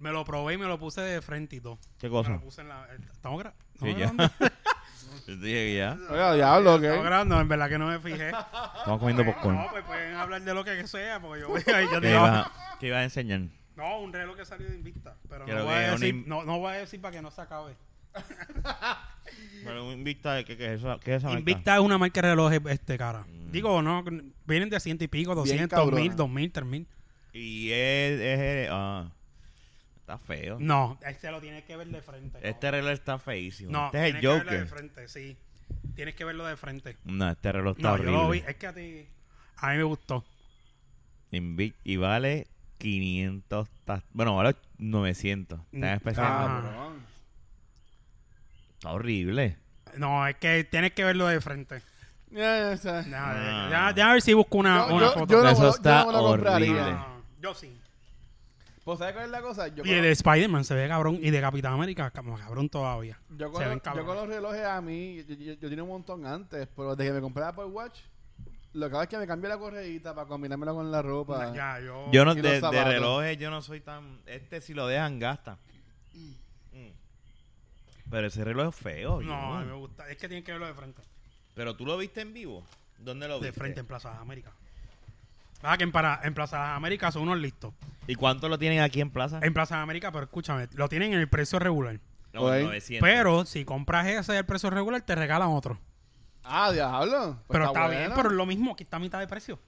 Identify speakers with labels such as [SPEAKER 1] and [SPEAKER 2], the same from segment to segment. [SPEAKER 1] Me lo probé y me lo puse de frente y todo.
[SPEAKER 2] ¿Qué
[SPEAKER 1] Me
[SPEAKER 2] cosa?
[SPEAKER 1] lo puse en la. eh, ¿Estamos gra- ¿no
[SPEAKER 2] Sí, ya.
[SPEAKER 1] grabando?
[SPEAKER 2] Yo dije que ya.
[SPEAKER 3] Oiga, diablo,
[SPEAKER 1] Estamos
[SPEAKER 3] ¿qué?
[SPEAKER 1] grabando, en verdad que no me fijé.
[SPEAKER 2] Estamos comiendo popcorn.
[SPEAKER 1] No, pues pueden hablar de lo que sea, porque yo voy a yo
[SPEAKER 2] ¿Qué
[SPEAKER 1] digo,
[SPEAKER 2] ibas a, qué ibas a enseñar?
[SPEAKER 1] No, un reloj que salió de Invicta. Pero
[SPEAKER 2] Creo
[SPEAKER 1] no voy, a
[SPEAKER 2] que es un
[SPEAKER 1] decir,
[SPEAKER 2] in-
[SPEAKER 1] no, no voy a decir para que no se acabe.
[SPEAKER 2] Pero un Invicta, ¿qué, qué es eso? ¿Qué es esa marca?
[SPEAKER 1] Invicta es una marca de relojes este, cara.
[SPEAKER 2] Mm.
[SPEAKER 1] Digo, no, vienen de ciento y pico,
[SPEAKER 3] Bien
[SPEAKER 1] 200,
[SPEAKER 3] cabrona.
[SPEAKER 1] mil, dos mil, tres mil.
[SPEAKER 2] Y es... es- ah, está feo.
[SPEAKER 1] No, este lo tienes que ver de frente.
[SPEAKER 2] Este reloj está feísimo.
[SPEAKER 1] no,
[SPEAKER 2] este es el
[SPEAKER 1] tienes que verlo de
[SPEAKER 2] Joker.
[SPEAKER 1] frente, sí. Tienes que verlo de frente.
[SPEAKER 2] No, este reloj está
[SPEAKER 1] No,
[SPEAKER 2] horrible.
[SPEAKER 1] yo lo vi. Es que a ti. A mí me gustó.
[SPEAKER 2] Invic- y vale 500 tas- bueno vale 900 está en
[SPEAKER 1] Mm.
[SPEAKER 2] especial
[SPEAKER 1] Ah.
[SPEAKER 3] Cabrón.
[SPEAKER 2] está horrible
[SPEAKER 1] No, es que tienes que verlo de frente.
[SPEAKER 3] Ya, ya, ya.
[SPEAKER 1] Ya,
[SPEAKER 2] Ah.
[SPEAKER 1] ya, ya a ver si busco una,
[SPEAKER 3] Yo-
[SPEAKER 1] una
[SPEAKER 3] yo-
[SPEAKER 1] foto.
[SPEAKER 3] yo no
[SPEAKER 2] eso
[SPEAKER 3] me lo-
[SPEAKER 2] está
[SPEAKER 3] yo no me lo compraría.
[SPEAKER 1] No,
[SPEAKER 2] horrible
[SPEAKER 1] no, no, yo sí.
[SPEAKER 3] Pues, ¿sabes cuál es la cosa? Yo
[SPEAKER 1] Y el
[SPEAKER 3] conozco-
[SPEAKER 1] de Spider-Man se ve cabrón. Y de Capitán América, como cabrón todavía.
[SPEAKER 3] Yo
[SPEAKER 1] se
[SPEAKER 3] con,
[SPEAKER 1] ven
[SPEAKER 3] los, yo con
[SPEAKER 1] cabrón.
[SPEAKER 3] los relojes a mí, yo, yo, yo tenía un montón antes, pero desde que me compré la Apple Watch, lo que hago es que me cambié la correíta para combinármela con la ropa.
[SPEAKER 1] Ya, yo.
[SPEAKER 2] yo no
[SPEAKER 3] Y los
[SPEAKER 2] de, de
[SPEAKER 3] zapatos.
[SPEAKER 2] relojes yo no soy tan este si lo dejan gasta Mm. pero ese reloj es feo yo.
[SPEAKER 1] No, a mí me gusta. Es que tienes que verlo de frente.
[SPEAKER 2] pero tú lo viste en vivo dónde lo viste
[SPEAKER 1] De frente en Plaza de las Américas. Ah, que en, para, en Plaza de las Américas son unos listos.
[SPEAKER 2] y cuánto lo tienen aquí en plaza
[SPEAKER 1] En Plaza de las Américas, pero escúchame, lo tienen en el precio regular.
[SPEAKER 2] No,
[SPEAKER 3] Ok.
[SPEAKER 1] pues,
[SPEAKER 2] 900
[SPEAKER 1] Pero si compras ese del precio regular, te regalan otro.
[SPEAKER 3] Ah, diablo. Pues
[SPEAKER 1] pero está, bien,
[SPEAKER 3] bueno.
[SPEAKER 1] pero es lo mismo que está a mitad de precio.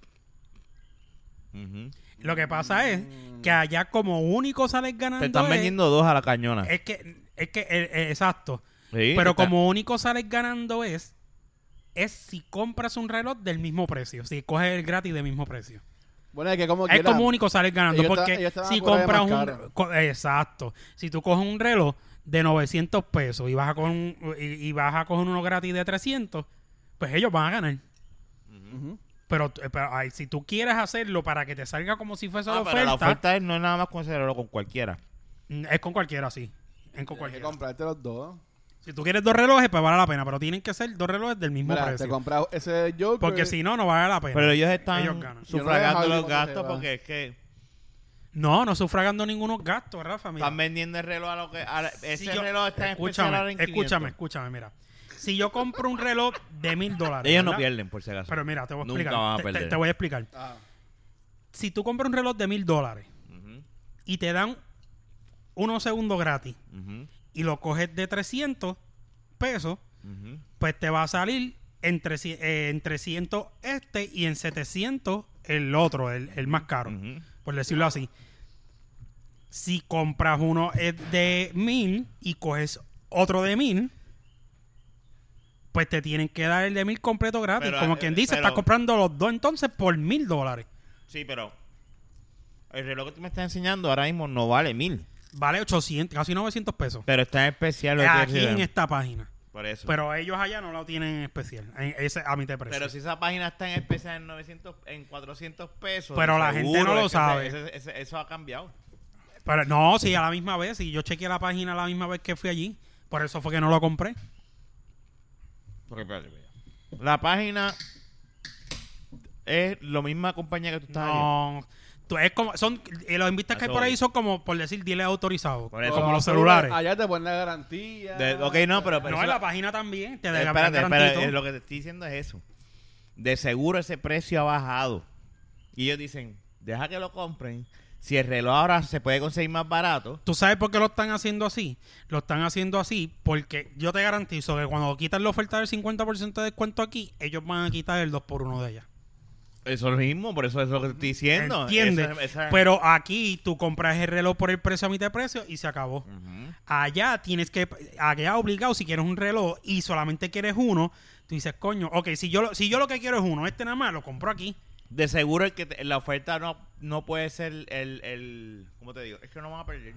[SPEAKER 2] Ujú.
[SPEAKER 1] Lo que pasa es
[SPEAKER 3] Mm.
[SPEAKER 1] que allá como único sales ganando.
[SPEAKER 2] te están
[SPEAKER 1] es-
[SPEAKER 2] vendiendo dos a la cañona
[SPEAKER 1] Es que, es que, eh, eh, exacto.
[SPEAKER 2] Sí,
[SPEAKER 1] Pero
[SPEAKER 2] está- Ah,
[SPEAKER 1] como único sales ganando es, es si compras un reloj del mismo precio, si coges el gratis del mismo precio.
[SPEAKER 3] Bueno, es que como
[SPEAKER 1] es
[SPEAKER 3] quiera,
[SPEAKER 1] como único sales ganando,
[SPEAKER 3] Ellos
[SPEAKER 1] porque
[SPEAKER 3] ta- ellos te van a
[SPEAKER 1] si
[SPEAKER 3] cobrar
[SPEAKER 1] compras
[SPEAKER 3] más
[SPEAKER 1] un...
[SPEAKER 3] caro.
[SPEAKER 1] co- exacto. Si tú coges un reloj de 900 pesos y vas a coger, un- y, y vas a coger uno gratis de 300, pues ellos van a ganar.
[SPEAKER 3] Ujú.
[SPEAKER 1] Pero, t- pero, ay, si tú quieres hacerlo para que te salga como si fuese
[SPEAKER 2] Ah,
[SPEAKER 1] la,
[SPEAKER 2] pero
[SPEAKER 1] oferta,
[SPEAKER 2] la oferta es- no es nada más con ese reloj con cualquiera
[SPEAKER 1] mm, es con cualquiera, sí. Es con
[SPEAKER 3] Tienes que
[SPEAKER 1] cualquiera.
[SPEAKER 3] comprarte los dos.
[SPEAKER 1] Si tú quieres dos relojes, pues vale la pena, pero tienen que ser dos relojes del mismo
[SPEAKER 3] Mira, te
[SPEAKER 1] precio.
[SPEAKER 3] compras ese Joker.
[SPEAKER 1] Porque si no, no vale la pena.
[SPEAKER 2] Pero ellos están
[SPEAKER 1] Ellos ganan.
[SPEAKER 2] sufragando
[SPEAKER 3] Yo no he dejado
[SPEAKER 2] los
[SPEAKER 3] de
[SPEAKER 2] gastos
[SPEAKER 3] conocer,
[SPEAKER 2] porque es que
[SPEAKER 1] No, no sufragando ningunos gastos, Rafa. Mira.
[SPEAKER 2] están vendiendo el reloj a lo que... a la- ese
[SPEAKER 1] Si yo-
[SPEAKER 2] reloj está en especial ahora
[SPEAKER 1] escúchame,
[SPEAKER 2] en 500.
[SPEAKER 1] escúchame, escúchame, mira. Si yo compro un reloj de mil dólares.
[SPEAKER 2] Ellos no
[SPEAKER 1] ¿verdad?
[SPEAKER 2] pierden, por si acaso.
[SPEAKER 1] Pero mira, te voy a
[SPEAKER 2] Nunca
[SPEAKER 1] explicar.
[SPEAKER 2] van a
[SPEAKER 1] Te- te,
[SPEAKER 2] perder.
[SPEAKER 1] te voy a explicar.
[SPEAKER 3] Ah,
[SPEAKER 1] Si tú compras un reloj de mil dólares
[SPEAKER 2] Ujú,
[SPEAKER 1] y te dan unos segundos gratis
[SPEAKER 2] ujú,
[SPEAKER 1] y lo coges de 300 pesos,
[SPEAKER 2] ujú.
[SPEAKER 1] pues te va a salir entre, ci- eh, en 300 este y en 700 el otro, el, el más caro,
[SPEAKER 2] Ujú.
[SPEAKER 1] por decirlo así. Si compras uno eh, de 1000 y coges otro de 1000, pues te tienen que dar el de 1000 completo gratis.
[SPEAKER 2] Pero,
[SPEAKER 1] Como
[SPEAKER 2] eh,
[SPEAKER 1] quien dice,
[SPEAKER 2] pero-
[SPEAKER 1] estás comprando los dos entonces por 1000 dólares.
[SPEAKER 2] Sí, pero el reloj que tú me estás enseñando ahora mismo no vale mil.
[SPEAKER 1] Vale 800, casi 900 pesos.
[SPEAKER 2] Pero está en especial. lo que
[SPEAKER 1] Aquí
[SPEAKER 2] reciben.
[SPEAKER 1] en esta página.
[SPEAKER 2] Por eso. Pero,
[SPEAKER 1] Pero ellos allá no lo tienen en especial. En ese, a mí te precio.
[SPEAKER 2] si esa página está en especial en 900, en 400 pesos.
[SPEAKER 1] Pero
[SPEAKER 2] de
[SPEAKER 1] la gente
[SPEAKER 2] seguro
[SPEAKER 1] no lo
[SPEAKER 2] es que
[SPEAKER 1] sabe.
[SPEAKER 2] ese- ese- ese- eso ha cambiado.
[SPEAKER 1] Pero no, sí, a la misma vez. Y yo chequeé la página la misma vez que fui allí. Por eso fue que no lo compré.
[SPEAKER 2] Porque, espérate, espérate. La página es la misma compañía que tú estás viendo.
[SPEAKER 1] No. Tú- es como, son, eh, los invistas que hay
[SPEAKER 2] Ah, Eso
[SPEAKER 1] por ahí
[SPEAKER 2] voy.
[SPEAKER 1] son como, por decir, dile autorizado.
[SPEAKER 2] Por eso.
[SPEAKER 1] Como
[SPEAKER 3] pero
[SPEAKER 1] los celulares.
[SPEAKER 3] Allá te ponen la garantía.
[SPEAKER 2] De- ok, no, pero... pero
[SPEAKER 1] no,
[SPEAKER 2] eso
[SPEAKER 1] en
[SPEAKER 2] la-
[SPEAKER 1] la página también. Te da
[SPEAKER 2] Espérate, espérate,
[SPEAKER 1] garantito.
[SPEAKER 2] lo que te estoy diciendo es eso. De seguro ese precio ha bajado. Y ellos dicen, deja que lo compren. Si el reloj ahora se puede conseguir más barato,
[SPEAKER 1] ¿Tú sabes por qué lo están haciendo así? Lo están haciendo así porque yo te garantizo que cuando quitan la oferta del 50% de descuento aquí, ellos van a quitar el 2x1 de ella.
[SPEAKER 2] eso es lo mismo, por eso es lo que te estoy diciendo.
[SPEAKER 1] ¿Entiendes?
[SPEAKER 2] Esa- esa-
[SPEAKER 1] Pero aquí tú compras el reloj por el precio a mitad de precio y se acabó.
[SPEAKER 2] Ujú.
[SPEAKER 1] Allá tienes que, allá obligado, si quieres un reloj y solamente quieres uno, tú dices, coño, ok, si yo, lo- si yo lo que quiero es uno, este nada más lo compro aquí.
[SPEAKER 2] De seguro el que te- la oferta no, no puede ser el, el... ¿Cómo te digo? Es que no van a perder.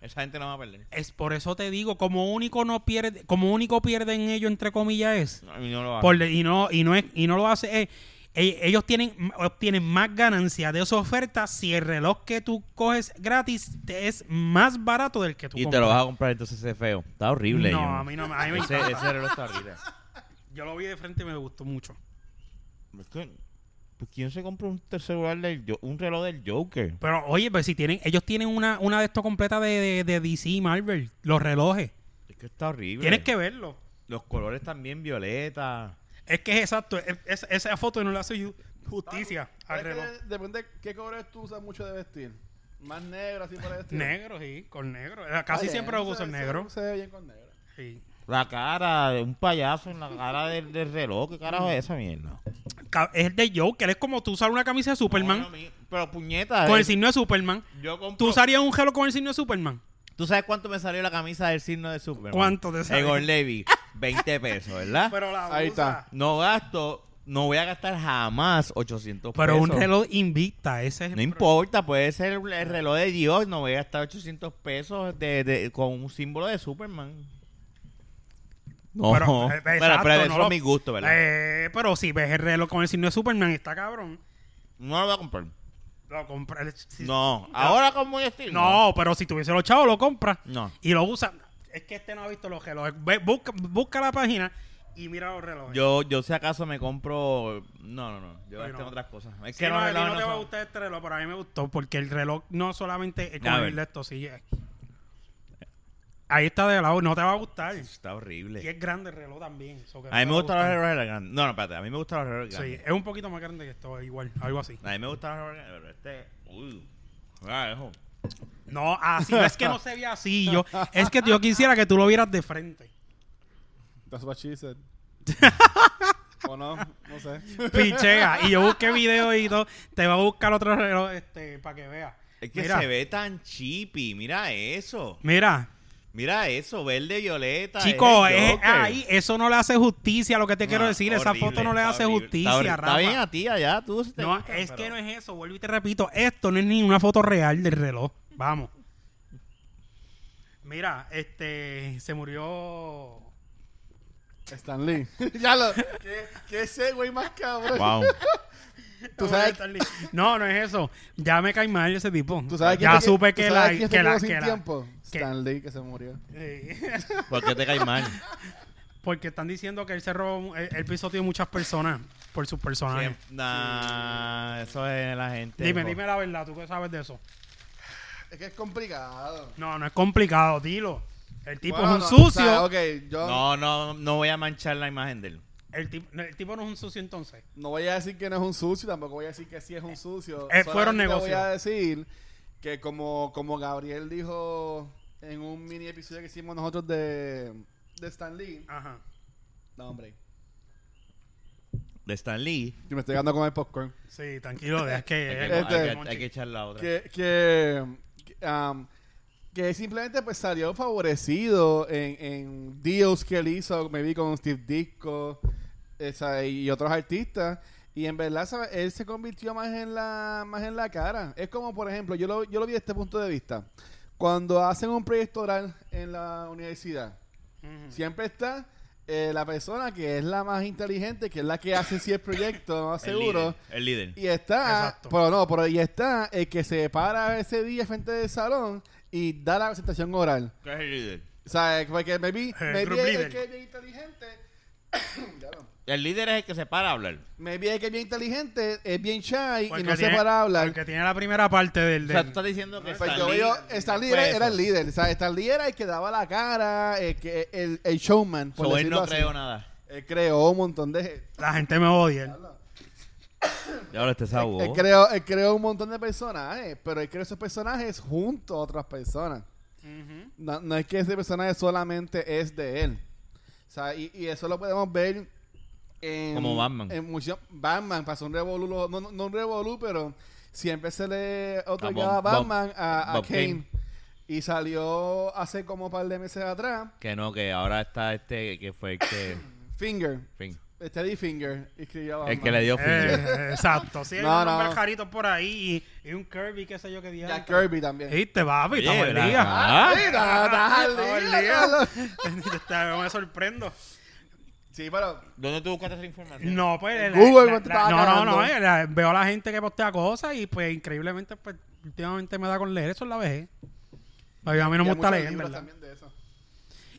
[SPEAKER 2] Esa gente no va a perder.
[SPEAKER 1] Es por eso te digo, como único no pierde, como único pierden ellos, entre comillas, es.
[SPEAKER 2] No, y no lo van a-
[SPEAKER 1] Por de- y no, y no es, y no lo hace, eh, e- ellos tienen, obtienen más ganancia de esa oferta si el reloj que tú coges gratis te es más barato del que tú
[SPEAKER 2] y te
[SPEAKER 1] compras.
[SPEAKER 2] lo vas a comprar entonces ese feo. Está horrible.
[SPEAKER 1] No,
[SPEAKER 2] yo.
[SPEAKER 1] a mí no me- a mí me
[SPEAKER 2] ese,
[SPEAKER 1] encanta.
[SPEAKER 2] ese reloj está horrible.
[SPEAKER 1] Yo lo vi de frente y me gustó mucho.
[SPEAKER 2] Es que, pues, ¿quién se compra un celular del Jo- un reloj del Joker?
[SPEAKER 1] Pero oye, pues si tienen, ellos tienen una, una de esto completa de, de, de DC y Marvel, los relojes.
[SPEAKER 2] Es que está horrible.
[SPEAKER 1] Tienes que verlo.
[SPEAKER 2] Los colores también violeta.
[SPEAKER 1] Es que es exacto, es- es- esa foto no le hace ju- justicia al
[SPEAKER 3] ¿Sabes
[SPEAKER 1] reloj.
[SPEAKER 3] qué? Depende de qué colores tú usas mucho de vestir. Más negro, así por el estilo.
[SPEAKER 1] Negro, sí, con negro. Eh, Casi
[SPEAKER 3] Oye,
[SPEAKER 1] siempre lo
[SPEAKER 3] se-
[SPEAKER 1] uso el
[SPEAKER 3] se-
[SPEAKER 1] negro.
[SPEAKER 3] Se ve bien con negro.
[SPEAKER 1] Sí.
[SPEAKER 2] La cara de un payaso en la cara del, del reloj. ¿Qué carajo es esa mierda?
[SPEAKER 1] Ca- Es el de Joker, es como tú usar una camisa de Superman
[SPEAKER 2] No, no, mi- pero puñeta.
[SPEAKER 1] con el
[SPEAKER 2] es-
[SPEAKER 1] signo de Superman.
[SPEAKER 2] yo compro-
[SPEAKER 1] ¿Tú usarías un reloj con el signo de Superman?
[SPEAKER 2] ¿Tú sabes cuánto me salió la camisa del signo de Superman?
[SPEAKER 1] ¿Cuánto te salió?
[SPEAKER 2] En Old Navy, 20 pesos, ¿verdad?
[SPEAKER 1] Pero la
[SPEAKER 3] Ahí
[SPEAKER 1] usa.
[SPEAKER 3] está.
[SPEAKER 2] No gasto, no voy a gastar jamás 800
[SPEAKER 1] Pero
[SPEAKER 2] pesos.
[SPEAKER 1] un reloj invicta, ese es el
[SPEAKER 2] No
[SPEAKER 1] pro-
[SPEAKER 2] importa, puede ser el el reloj de Dios, no voy a gastar 800 pesos de, de- con un símbolo de Superman. No,
[SPEAKER 1] Pero,
[SPEAKER 2] pero,
[SPEAKER 1] eh,
[SPEAKER 2] pero,
[SPEAKER 1] exacto,
[SPEAKER 2] eso
[SPEAKER 1] no
[SPEAKER 2] es
[SPEAKER 1] lo-
[SPEAKER 2] mi gusto, ¿verdad?
[SPEAKER 1] Eh, pero si ves el reloj con el signo de Superman, está cabrón.
[SPEAKER 2] no lo voy a comprar.
[SPEAKER 1] Lo compra. el- si-
[SPEAKER 2] No, ahora con muy estilo.
[SPEAKER 1] No, pero si tuviese los chavos, lo compra.
[SPEAKER 2] No.
[SPEAKER 1] Y lo usa. Es que este no ha visto los relojes. Ve- busca, busca la página y mira los relojes.
[SPEAKER 2] Yo, yo si acaso me compro. No, no, no. Yo
[SPEAKER 1] Ay,
[SPEAKER 2] gasto en
[SPEAKER 1] no.
[SPEAKER 2] otras cosas. Es
[SPEAKER 1] Sí,
[SPEAKER 2] que
[SPEAKER 1] no,
[SPEAKER 2] los
[SPEAKER 1] a ti no
[SPEAKER 2] relojes
[SPEAKER 1] te
[SPEAKER 2] no
[SPEAKER 1] va a
[SPEAKER 2] son-
[SPEAKER 1] gustar este reloj, pero a mí me gustó porque el reloj no solamente es con
[SPEAKER 2] A ver.
[SPEAKER 1] el de esto, sí. es- Ahí está de lado, no te va a gustar.
[SPEAKER 2] Está
[SPEAKER 1] Y
[SPEAKER 2] horrible.
[SPEAKER 1] es grande el reloj también. so que no
[SPEAKER 2] A mí
[SPEAKER 1] te
[SPEAKER 2] me
[SPEAKER 1] va
[SPEAKER 2] gustan los
[SPEAKER 1] gustar.
[SPEAKER 2] relojes grandes. No, no, espérate. A mí me gustan los relojes grandes.
[SPEAKER 1] Sí, es un poquito más grande que esto, igual, algo así.
[SPEAKER 2] A mí me gustan los relojes grandes. Pero este. Uy. Ah, hijo.
[SPEAKER 1] No, así, no es que no se vea así. Yo, es que yo quisiera que tú lo vieras de frente.
[SPEAKER 3] That's what she said. o no, no sé.
[SPEAKER 1] Pichea. Y yo busqué videos y todo. Te va a buscar otro reloj este, para que veas.
[SPEAKER 2] Es que
[SPEAKER 1] mira,
[SPEAKER 2] se ve tan chippy. Mira eso.
[SPEAKER 1] Mira,
[SPEAKER 2] Mira eso. Verde, violeta. eh.
[SPEAKER 1] chico,
[SPEAKER 2] el
[SPEAKER 1] es
[SPEAKER 2] Joker.
[SPEAKER 1] ahí. Eso no le hace justicia a lo que te
[SPEAKER 2] No,
[SPEAKER 1] quiero decir. Esa
[SPEAKER 2] Ah, horrible,
[SPEAKER 1] foto no le
[SPEAKER 2] está
[SPEAKER 1] hace
[SPEAKER 2] horrible,
[SPEAKER 1] justicia,
[SPEAKER 2] está horrible.
[SPEAKER 1] Rafa.
[SPEAKER 2] Está bien a ti allá. Tú sí te
[SPEAKER 1] No,
[SPEAKER 2] gusta,
[SPEAKER 1] es
[SPEAKER 2] pero-
[SPEAKER 1] que no es eso. Vuelvo y te repito. Esto no es ni una foto real del reloj. Vamos. Mira, este. Se murió.
[SPEAKER 3] Stan Lee. ya lo. ¿Qué, qué ese güey más cabrón?
[SPEAKER 2] Wow.
[SPEAKER 3] Tú sabes-
[SPEAKER 1] No, no es eso. Ya me cae mal ese tipo.
[SPEAKER 3] ¿Tú sabes quién
[SPEAKER 1] ya
[SPEAKER 3] se-
[SPEAKER 1] supe
[SPEAKER 3] tú
[SPEAKER 1] que
[SPEAKER 3] sabes
[SPEAKER 1] la.
[SPEAKER 3] quién se
[SPEAKER 1] que la-
[SPEAKER 3] quedó sin
[SPEAKER 1] que la-
[SPEAKER 3] tiempo?
[SPEAKER 1] que-
[SPEAKER 3] Stan Lee, que se murió.
[SPEAKER 1] Sí.
[SPEAKER 2] ¿Por qué te cae mal?
[SPEAKER 1] Porque están diciendo que él cerró, él, él pisoteó muchas personas por sus personajes.
[SPEAKER 2] Nah, eso es la gente.
[SPEAKER 1] Dime,
[SPEAKER 2] jo-
[SPEAKER 1] dime la verdad, tú qué sabes de eso.
[SPEAKER 3] Es que es complicado.
[SPEAKER 1] No, no es complicado, dilo. El tipo
[SPEAKER 3] Bueno,
[SPEAKER 1] es
[SPEAKER 3] no,
[SPEAKER 1] un sucio.
[SPEAKER 3] o sea, ok, yo no.
[SPEAKER 2] No, no, no voy a manchar la imagen de él.
[SPEAKER 1] el, tip- no, el tipo no es un sucio entonces.
[SPEAKER 3] voy a decir que no es un sucio, tampoco voy a decir que sí es un sucio.
[SPEAKER 1] Eh, fueron
[SPEAKER 3] Solamente
[SPEAKER 1] negocios.
[SPEAKER 3] voy a decir que como, como Gabriel dijo en un mini episodio que hicimos nosotros de, de Stan Lee.
[SPEAKER 1] Ajá.
[SPEAKER 3] No, hombre.
[SPEAKER 2] De Stan Lee.
[SPEAKER 3] Yo me estoy dando con el popcorn.
[SPEAKER 1] Sí, tranquilo, es que...
[SPEAKER 3] Este,
[SPEAKER 2] Hay que,
[SPEAKER 1] eh,
[SPEAKER 2] hay que-
[SPEAKER 1] Monchi.
[SPEAKER 2] hay que echar la otra.
[SPEAKER 3] que, que, que, um, que simplemente pues salió favorecido en, en deals que él hizo, me vi con Steve Disco esa- y otros artistas. Y en verdad, ¿sabes? él se convirtió más en la más en la cara. Es como, por ejemplo, yo lo, yo lo vi desde este punto de vista. Cuando hacen un proyecto oral en la universidad,
[SPEAKER 1] Ujú.
[SPEAKER 3] siempre está eh, la persona que es la más inteligente, que es la que hace si el proyecto, no más
[SPEAKER 2] El
[SPEAKER 3] seguro.
[SPEAKER 2] líder, El líder.
[SPEAKER 3] Y está,
[SPEAKER 1] Exacto.
[SPEAKER 3] pero no, pero y está el que se para ese día frente del salón y da la presentación oral.
[SPEAKER 2] ¿Qué es el líder?
[SPEAKER 3] O sea, eh, porque maybe,
[SPEAKER 1] group
[SPEAKER 3] maybe el,
[SPEAKER 1] leader.
[SPEAKER 3] que es bien inteligente, ya no.
[SPEAKER 2] El líder es el que se para a hablar.
[SPEAKER 3] maybe el que es bien inteligente es bien shy y
[SPEAKER 1] Porque
[SPEAKER 3] no se
[SPEAKER 1] tiene-
[SPEAKER 3] para hablar.
[SPEAKER 1] Porque tiene la primera parte del...
[SPEAKER 2] O sea,
[SPEAKER 1] del-
[SPEAKER 2] tú estás diciendo que
[SPEAKER 3] Pues
[SPEAKER 2] Stan
[SPEAKER 3] yo
[SPEAKER 2] Lee
[SPEAKER 3] veo, Stanley
[SPEAKER 2] fue
[SPEAKER 3] era,
[SPEAKER 2] eso.
[SPEAKER 3] era el líder, o sea, Stanley era el que daba la cara, el, que, el, el showman, por
[SPEAKER 2] So, él
[SPEAKER 3] decirlo
[SPEAKER 2] no
[SPEAKER 3] así.
[SPEAKER 2] creo nada.
[SPEAKER 3] Él creó un montón de...
[SPEAKER 1] la gente me odia.
[SPEAKER 2] Y ahora este
[SPEAKER 3] Él, él creó, él creó un montón de personajes, pero él creó esos personajes junto a otras personas.
[SPEAKER 1] Ujú.
[SPEAKER 3] No, no es que ese personaje solamente es de él. O sea, y, y eso lo podemos ver en...
[SPEAKER 2] Como Batman.
[SPEAKER 3] En mucho- Batman pasó un revolú, lo- no, no- no un revolú, pero siempre se le otorgaba
[SPEAKER 2] A
[SPEAKER 3] a
[SPEAKER 2] Bob-
[SPEAKER 3] Batman a, a
[SPEAKER 2] Bob
[SPEAKER 3] Kane.
[SPEAKER 2] Kane.
[SPEAKER 3] Y salió hace como un par de meses atrás,
[SPEAKER 2] Que no, que ahora está este que fue el que.
[SPEAKER 3] Finger,
[SPEAKER 2] fin.
[SPEAKER 3] Teddy Finger, escribió a Batman.
[SPEAKER 2] El que le dio fin.
[SPEAKER 1] Eh, exacto, sí, hay
[SPEAKER 3] No,
[SPEAKER 1] unos
[SPEAKER 3] no.
[SPEAKER 1] nombres caritos por ahí y, y un Kirby, qué sé yo, qué
[SPEAKER 3] Y
[SPEAKER 1] día.
[SPEAKER 3] a Kirby también.
[SPEAKER 1] Viste, papi,
[SPEAKER 2] Oye,
[SPEAKER 1] estamos al
[SPEAKER 2] ¿verdad?
[SPEAKER 1] día.
[SPEAKER 2] Ah.
[SPEAKER 3] Sí, ta- ta- al
[SPEAKER 1] Estamos al
[SPEAKER 3] día,
[SPEAKER 1] día.
[SPEAKER 3] ta-
[SPEAKER 1] Te- me sorprendo.
[SPEAKER 3] Sí, pero...
[SPEAKER 2] ¿Dónde tú buscaste esa información?
[SPEAKER 1] No, pues.
[SPEAKER 3] En
[SPEAKER 1] la-
[SPEAKER 3] Google,
[SPEAKER 1] la-
[SPEAKER 3] ¿cuánto
[SPEAKER 1] la-
[SPEAKER 3] estaba
[SPEAKER 1] no, no,
[SPEAKER 3] cagando?
[SPEAKER 1] no. eh, la- veo a la gente que postea cosas y, pues, increíblemente, pues, últimamente me da con leer. Eso es la vejez. A mí no
[SPEAKER 3] y
[SPEAKER 1] me
[SPEAKER 3] hay
[SPEAKER 1] gusta
[SPEAKER 3] muchos
[SPEAKER 1] leer, en
[SPEAKER 3] libros
[SPEAKER 1] ¿verdad?
[SPEAKER 3] también de eso.